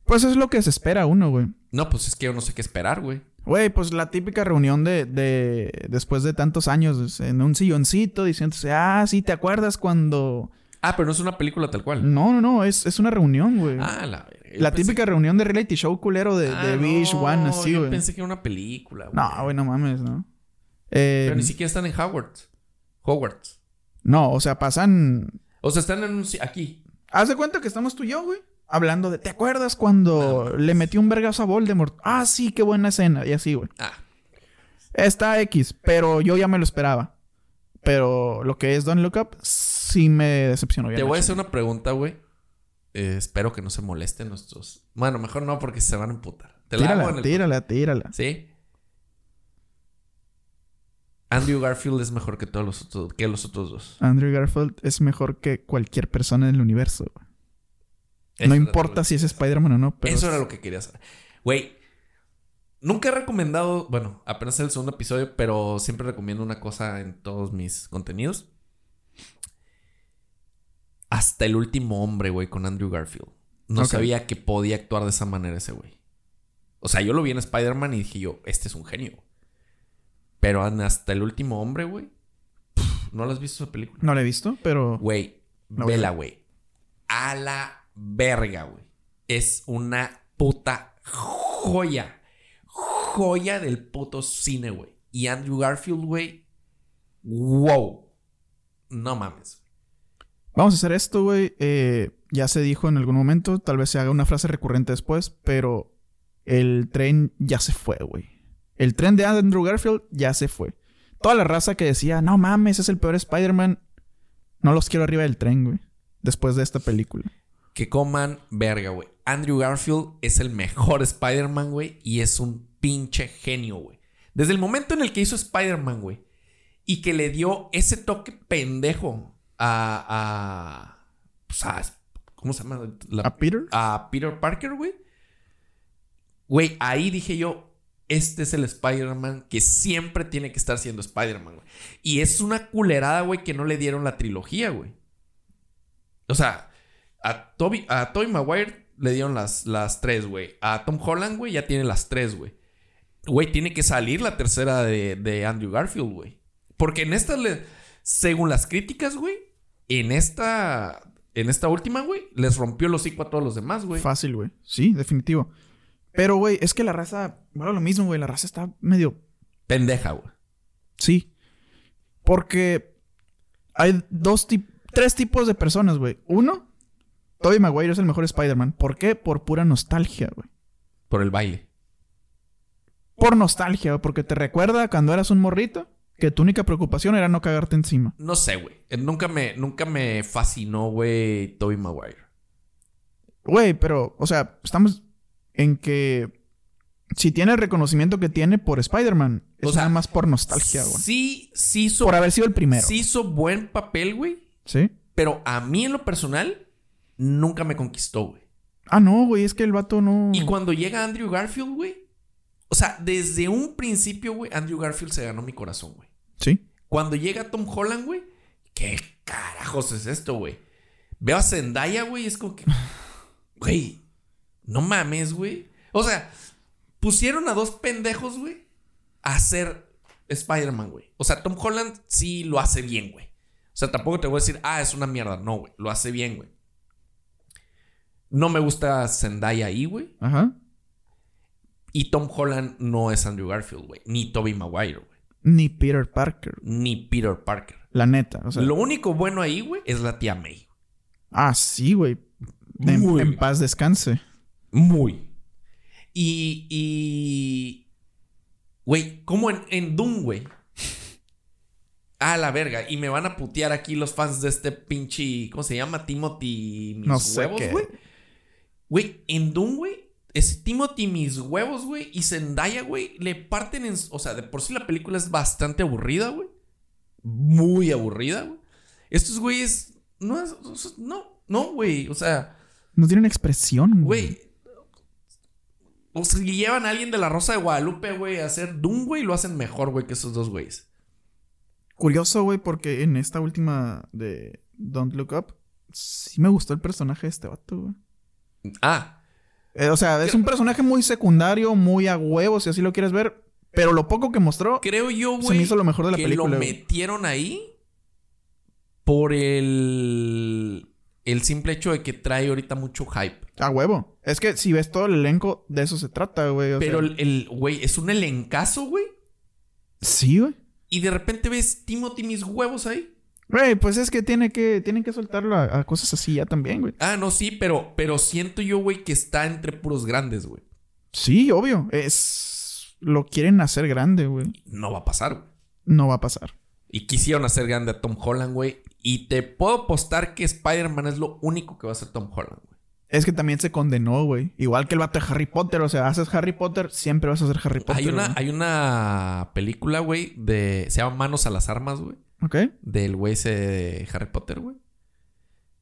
Speaker 1: Pues es lo que se espera uno, güey.
Speaker 2: No, pues es que yo no sé qué esperar, güey.
Speaker 1: Güey, pues la típica reunión de, de después de tantos años en un silloncito diciéndose, ah, sí, ¿te acuerdas cuando...?
Speaker 2: Ah, pero no es una película tal cual.
Speaker 1: No, no, no, es, es una reunión, güey.
Speaker 2: Ah, la verga. Yo
Speaker 1: Mm. la
Speaker 2: pensé-
Speaker 1: típica reunión de reality show culero de,
Speaker 2: Ah,
Speaker 1: de VH1,
Speaker 2: no,
Speaker 1: así,
Speaker 2: yo
Speaker 1: güey.
Speaker 2: pensé que era una película, güey.
Speaker 1: No, güey, no mames, ¿no? Eh,
Speaker 2: Pero ni siquiera están en Howard. Howard.
Speaker 1: no, o sea, pasan...
Speaker 2: O sea, están en un... si- aquí.
Speaker 1: Haz de cuenta que estamos tú y yo, güey. Hablando de, ¿te acuerdas cuando le metí un vergazo a Voldemort? Ah, sí, qué buena escena. Y así, güey.
Speaker 2: Ah,
Speaker 1: Está X, pero yo ya me lo esperaba. Pero lo que es Don't Look Up sí me decepcionó. bien
Speaker 2: te voy a
Speaker 1: gacho.
Speaker 2: hacer una pregunta, güey. Eh, espero que no se molesten nuestros... Bueno, mejor no porque se van a emputar. Te la hago en
Speaker 1: Tírala,
Speaker 2: el-
Speaker 1: tírala, tírala.
Speaker 2: ¿Sí? Andrew Garfield es mejor que todos los otros... Que los otros dos.
Speaker 1: Andrew Garfield es mejor que cualquier persona en el universo. güey.
Speaker 2: Eso
Speaker 1: No
Speaker 2: era
Speaker 1: importa
Speaker 2: lo-
Speaker 1: si es Spider-Man o no, pero...
Speaker 2: Eso era lo que quería saber. Güey. Nunca he recomendado, bueno, apenas el segundo episodio, pero siempre recomiendo una cosa en todos mis contenidos. Hasta el último hombre, güey, con Andrew Garfield. No
Speaker 1: Ok.
Speaker 2: sabía que podía actuar de esa manera ese güey. O sea, yo lo vi en Spider-Man y dije yo, este es un genio. Pero en hasta el último hombre, güey. pf, ¿No lo has visto esa película?
Speaker 1: No lo he visto, pero...
Speaker 2: Güey,
Speaker 1: No,
Speaker 2: vela, güey. A la verga, güey. Es una puta joya. Joya del puto cine, güey. Y Andrew Garfield, güey. Wow. No mames.
Speaker 1: Vamos a hacer esto, güey. Eh, ya se dijo en algún momento, tal vez se haga una frase recurrente después, pero el tren ya se fue, güey. El tren de Andrew Garfield ya se fue. Toda la raza que decía, no mames, es el peor Spider-Man, no los quiero arriba del tren, güey. Después de esta película.
Speaker 2: Que coman verga, güey. Andrew Garfield es el mejor Spider-Man, güey. Y es un pinche genio, güey. Desde el momento en el que hizo Spider-Man, güey. Y que le dio ese toque pendejo a... a pues a... ¿Cómo se llama? La,
Speaker 1: ¿A Peter?
Speaker 2: a Peter Parker, güey. Güey, ahí dije yo, este es el Spider-Man que siempre tiene que estar siendo Spider-Man, güey. Y es una culerada, güey, que no le dieron la trilogía, güey. O sea, a Toby, a Tobey Maguire le dieron las, las tres, güey. A Tom Holland, güey, ya tiene las tres, güey. Güey, tiene que salir la tercera de, de Andrew Garfield, güey. Porque en esta, le- según las críticas, güey, en esta, en esta última, güey, les rompió el hocico a todos los demás, güey.
Speaker 1: Fácil, güey. Sí, definitivo. Pero, güey, es que la raza, bueno, lo mismo, güey, la raza está medio
Speaker 2: Pendeja, güey.
Speaker 1: Sí. Porque hay dos tip- tres tipos de personas, güey. Uno, Tobey Maguire es el mejor Spider-Man. ¿Por qué? Por pura nostalgia, güey.
Speaker 2: Por el baile.
Speaker 1: Por nostalgia, güey, porque te recuerda cuando eras un morrito que tu única preocupación era no cagarte encima.
Speaker 2: No sé, güey. Eh, Nunca me, nunca me fascinó, güey, Toby Maguire.
Speaker 1: Güey, pero, o sea, estamos en que si tiene el reconocimiento que tiene por Spider-Man, es
Speaker 2: O sea,
Speaker 1: nada más por nostalgia, güey.
Speaker 2: Sí, sí hizo,
Speaker 1: Por haber sido el primero.
Speaker 2: sí
Speaker 1: Sí.
Speaker 2: hizo buen papel, güey. Pero a mí en lo personal, nunca me conquistó, güey.
Speaker 1: Ah, no, güey, es que el vato no.
Speaker 2: Y cuando llega Andrew Garfield, güey. O sea, desde un principio, güey, Andrew Garfield se ganó mi corazón, güey.
Speaker 1: Sí.
Speaker 2: Cuando llega Tom Holland, güey, ¿qué carajos es esto, güey? Veo a Zendaya, güey, es como que. Güey, no mames, güey. O sea, pusieron a dos pendejos, güey, a hacer Spider-Man, güey. O sea, Tom Holland sí lo hace bien, güey. O sea, tampoco te voy a decir, ah, es una mierda. No, güey, lo hace bien, güey. No me gusta Zendaya ahí, güey.
Speaker 1: Ajá.
Speaker 2: Y Tom Holland no es Andrew Garfield, güey. Ni Toby Maguire, güey.
Speaker 1: Ni Peter Parker.
Speaker 2: Ni Peter Parker.
Speaker 1: La neta. O sea,
Speaker 2: Lo único bueno ahí, güey, es la tía May.
Speaker 1: Ah, sí, güey. En,
Speaker 2: Muy.
Speaker 1: en paz descanse.
Speaker 2: Muy. Y. Y. Güey, como en, en Doom, güey. A la verga. Y me van a putear aquí los fans de este pinche. ¿Cómo se llama? Timothy. Mis
Speaker 1: No sé
Speaker 2: huevos,
Speaker 1: qué.
Speaker 2: güey. Güey, en Doom, güey. Es Timothy mis huevos, güey. Y Zendaya, güey. Le parten en. O sea, de por sí la película es bastante aburrida, güey. Muy aburrida, güey. Estos güeyes. No, es- no, no, güey. O sea.
Speaker 1: No tienen expresión, güey.
Speaker 2: Güey. O sea, y llevan a alguien de la Rosa de Guadalupe, güey, a hacer Doom, güey, y lo hacen mejor, güey, que esos dos güeyes.
Speaker 1: Curioso, güey, porque en esta última de Don't Look Up, sí me gustó el personaje de este vato, güey.
Speaker 2: Ah,
Speaker 1: Eh, o sea, es un personaje muy secundario, muy a huevo, si así lo quieres ver. Pero lo poco que mostró,
Speaker 2: creo yo, güey.
Speaker 1: se me hizo lo mejor de la
Speaker 2: que
Speaker 1: película.
Speaker 2: lo
Speaker 1: güey.
Speaker 2: metieron ahí por el. El simple hecho de que trae ahorita mucho hype.
Speaker 1: A huevo. Es que si ves todo el elenco, de eso se trata, güey. o
Speaker 2: Pero
Speaker 1: sea,
Speaker 2: el, el- güey, es un elencazo, güey.
Speaker 1: Sí, güey.
Speaker 2: Y de repente ves Timothy mis huevos ahí.
Speaker 1: Güey, pues es que tiene que, tienen que soltarlo a, a cosas así ya también, güey.
Speaker 2: Ah, no, sí, pero, pero siento yo, güey, que está entre puros grandes, güey.
Speaker 1: Sí, obvio. Es. Lo quieren hacer grande, güey.
Speaker 2: No va a pasar, güey.
Speaker 1: No va a pasar.
Speaker 2: Y quisieron hacer grande a Tom Holland, güey. Y te puedo apostar que Spider-Man es lo único que va a hacer Tom Holland, güey.
Speaker 1: Es que también se condenó, güey. Igual que el vato de Harry Potter. O sea, haces Harry Potter, siempre vas a hacer Harry Potter.
Speaker 2: Hay una,
Speaker 1: güey.
Speaker 2: hay una película, güey, de. Se llama Manos a las Armas, güey.
Speaker 1: ¿Ok?
Speaker 2: Del güey ese de Harry Potter, güey.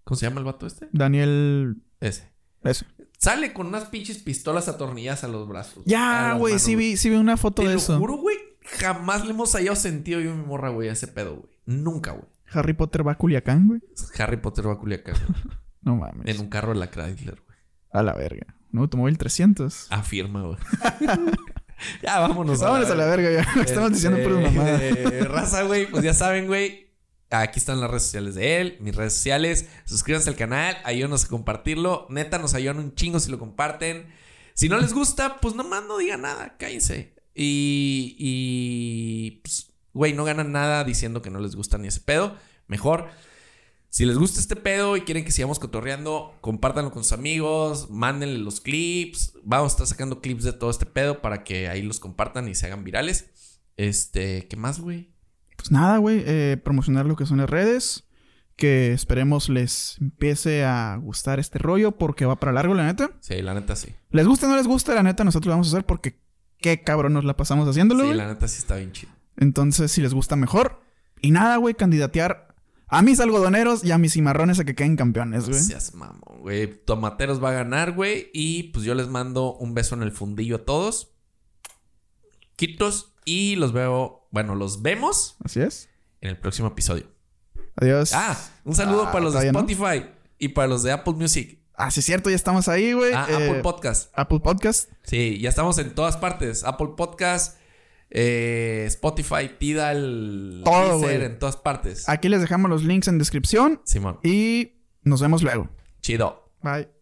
Speaker 2: ¿Cómo se llama el vato este?
Speaker 1: Daniel.
Speaker 2: Ese.
Speaker 1: Eso.
Speaker 2: Sale con unas pinches pistolas atornilladas a los brazos. a
Speaker 1: Ya,
Speaker 2: las
Speaker 1: güey.
Speaker 2: manos,
Speaker 1: Sí vi, sí vi una foto
Speaker 2: Te
Speaker 1: de
Speaker 2: lo
Speaker 1: eso.
Speaker 2: juro, güey. Jamás le hemos hallado sentido yo y mi morra, güey, a ese pedo, güey. Nunca, güey.
Speaker 1: Harry Potter va a Culiacán, güey.
Speaker 2: Harry Potter va a Culiacán güey,
Speaker 1: No mames.
Speaker 2: en un carro de la Chrysler, güey.
Speaker 1: A la verga. Un automóvil
Speaker 2: Ah,
Speaker 1: 300.
Speaker 2: Afirma, güey. ya, vámonos.
Speaker 1: Vámonos a la verga ya. Estamos diciendo por
Speaker 2: Este,
Speaker 1: mamada.
Speaker 2: Raza, güey, pues ya saben, güey. Aquí están las redes sociales de él, mis redes sociales. Suscríbanse al canal, ayúdanos a compartirlo. Neta, nos ayudan un chingo si lo comparten. Si no les gusta, pues nomás no digan nada, cállense. Y, y pues, güey, no ganan nada diciendo que no les gusta ni ese pedo. Mejor, si les gusta este pedo y quieren que sigamos cotorreando, compártanlo con sus amigos, mándenle los clips. Vamos a estar sacando clips de todo este pedo para que ahí los compartan y se hagan virales. Este, ¿qué más, güey?
Speaker 1: Pues nada, güey, eh, promocionar lo que son las redes. Que esperemos les empiece a gustar este rollo porque va para largo, la neta.
Speaker 2: Sí, la neta sí.
Speaker 1: Les gusta o no les gusta, la neta, nosotros lo vamos a hacer porque qué cabrón nos la pasamos haciéndolo.
Speaker 2: Sí,
Speaker 1: güey.
Speaker 2: la neta sí está bien chido.
Speaker 1: Entonces, si les gusta, mejor. Y nada, güey, candidatear a mis algodoneros y a mis cimarrones a que queden campeones,
Speaker 2: No
Speaker 1: güey.
Speaker 2: seas mamón, güey. Tomateros va a ganar, güey. Y pues yo les mando un beso en el fundillo a todos. Quitos. Y los veo, bueno, los vemos
Speaker 1: Así es.
Speaker 2: en el próximo episodio.
Speaker 1: Adiós.
Speaker 2: Ah, un saludo
Speaker 1: Ah,
Speaker 2: para los de
Speaker 1: todavía no.
Speaker 2: Spotify y para los de Apple Music.
Speaker 1: Ah, sí, es cierto, ya estamos ahí, güey.
Speaker 2: Ah,
Speaker 1: Eh,
Speaker 2: Apple Podcast.
Speaker 1: Apple Podcast.
Speaker 2: Sí, ya estamos en todas partes. Apple Podcast, eh, Spotify, Tidal,
Speaker 1: Todo,
Speaker 2: Deezer,
Speaker 1: güey.
Speaker 2: en todas partes.
Speaker 1: Aquí les dejamos los links en descripción
Speaker 2: Simón,
Speaker 1: y nos vemos luego.
Speaker 2: chido.
Speaker 1: Bye.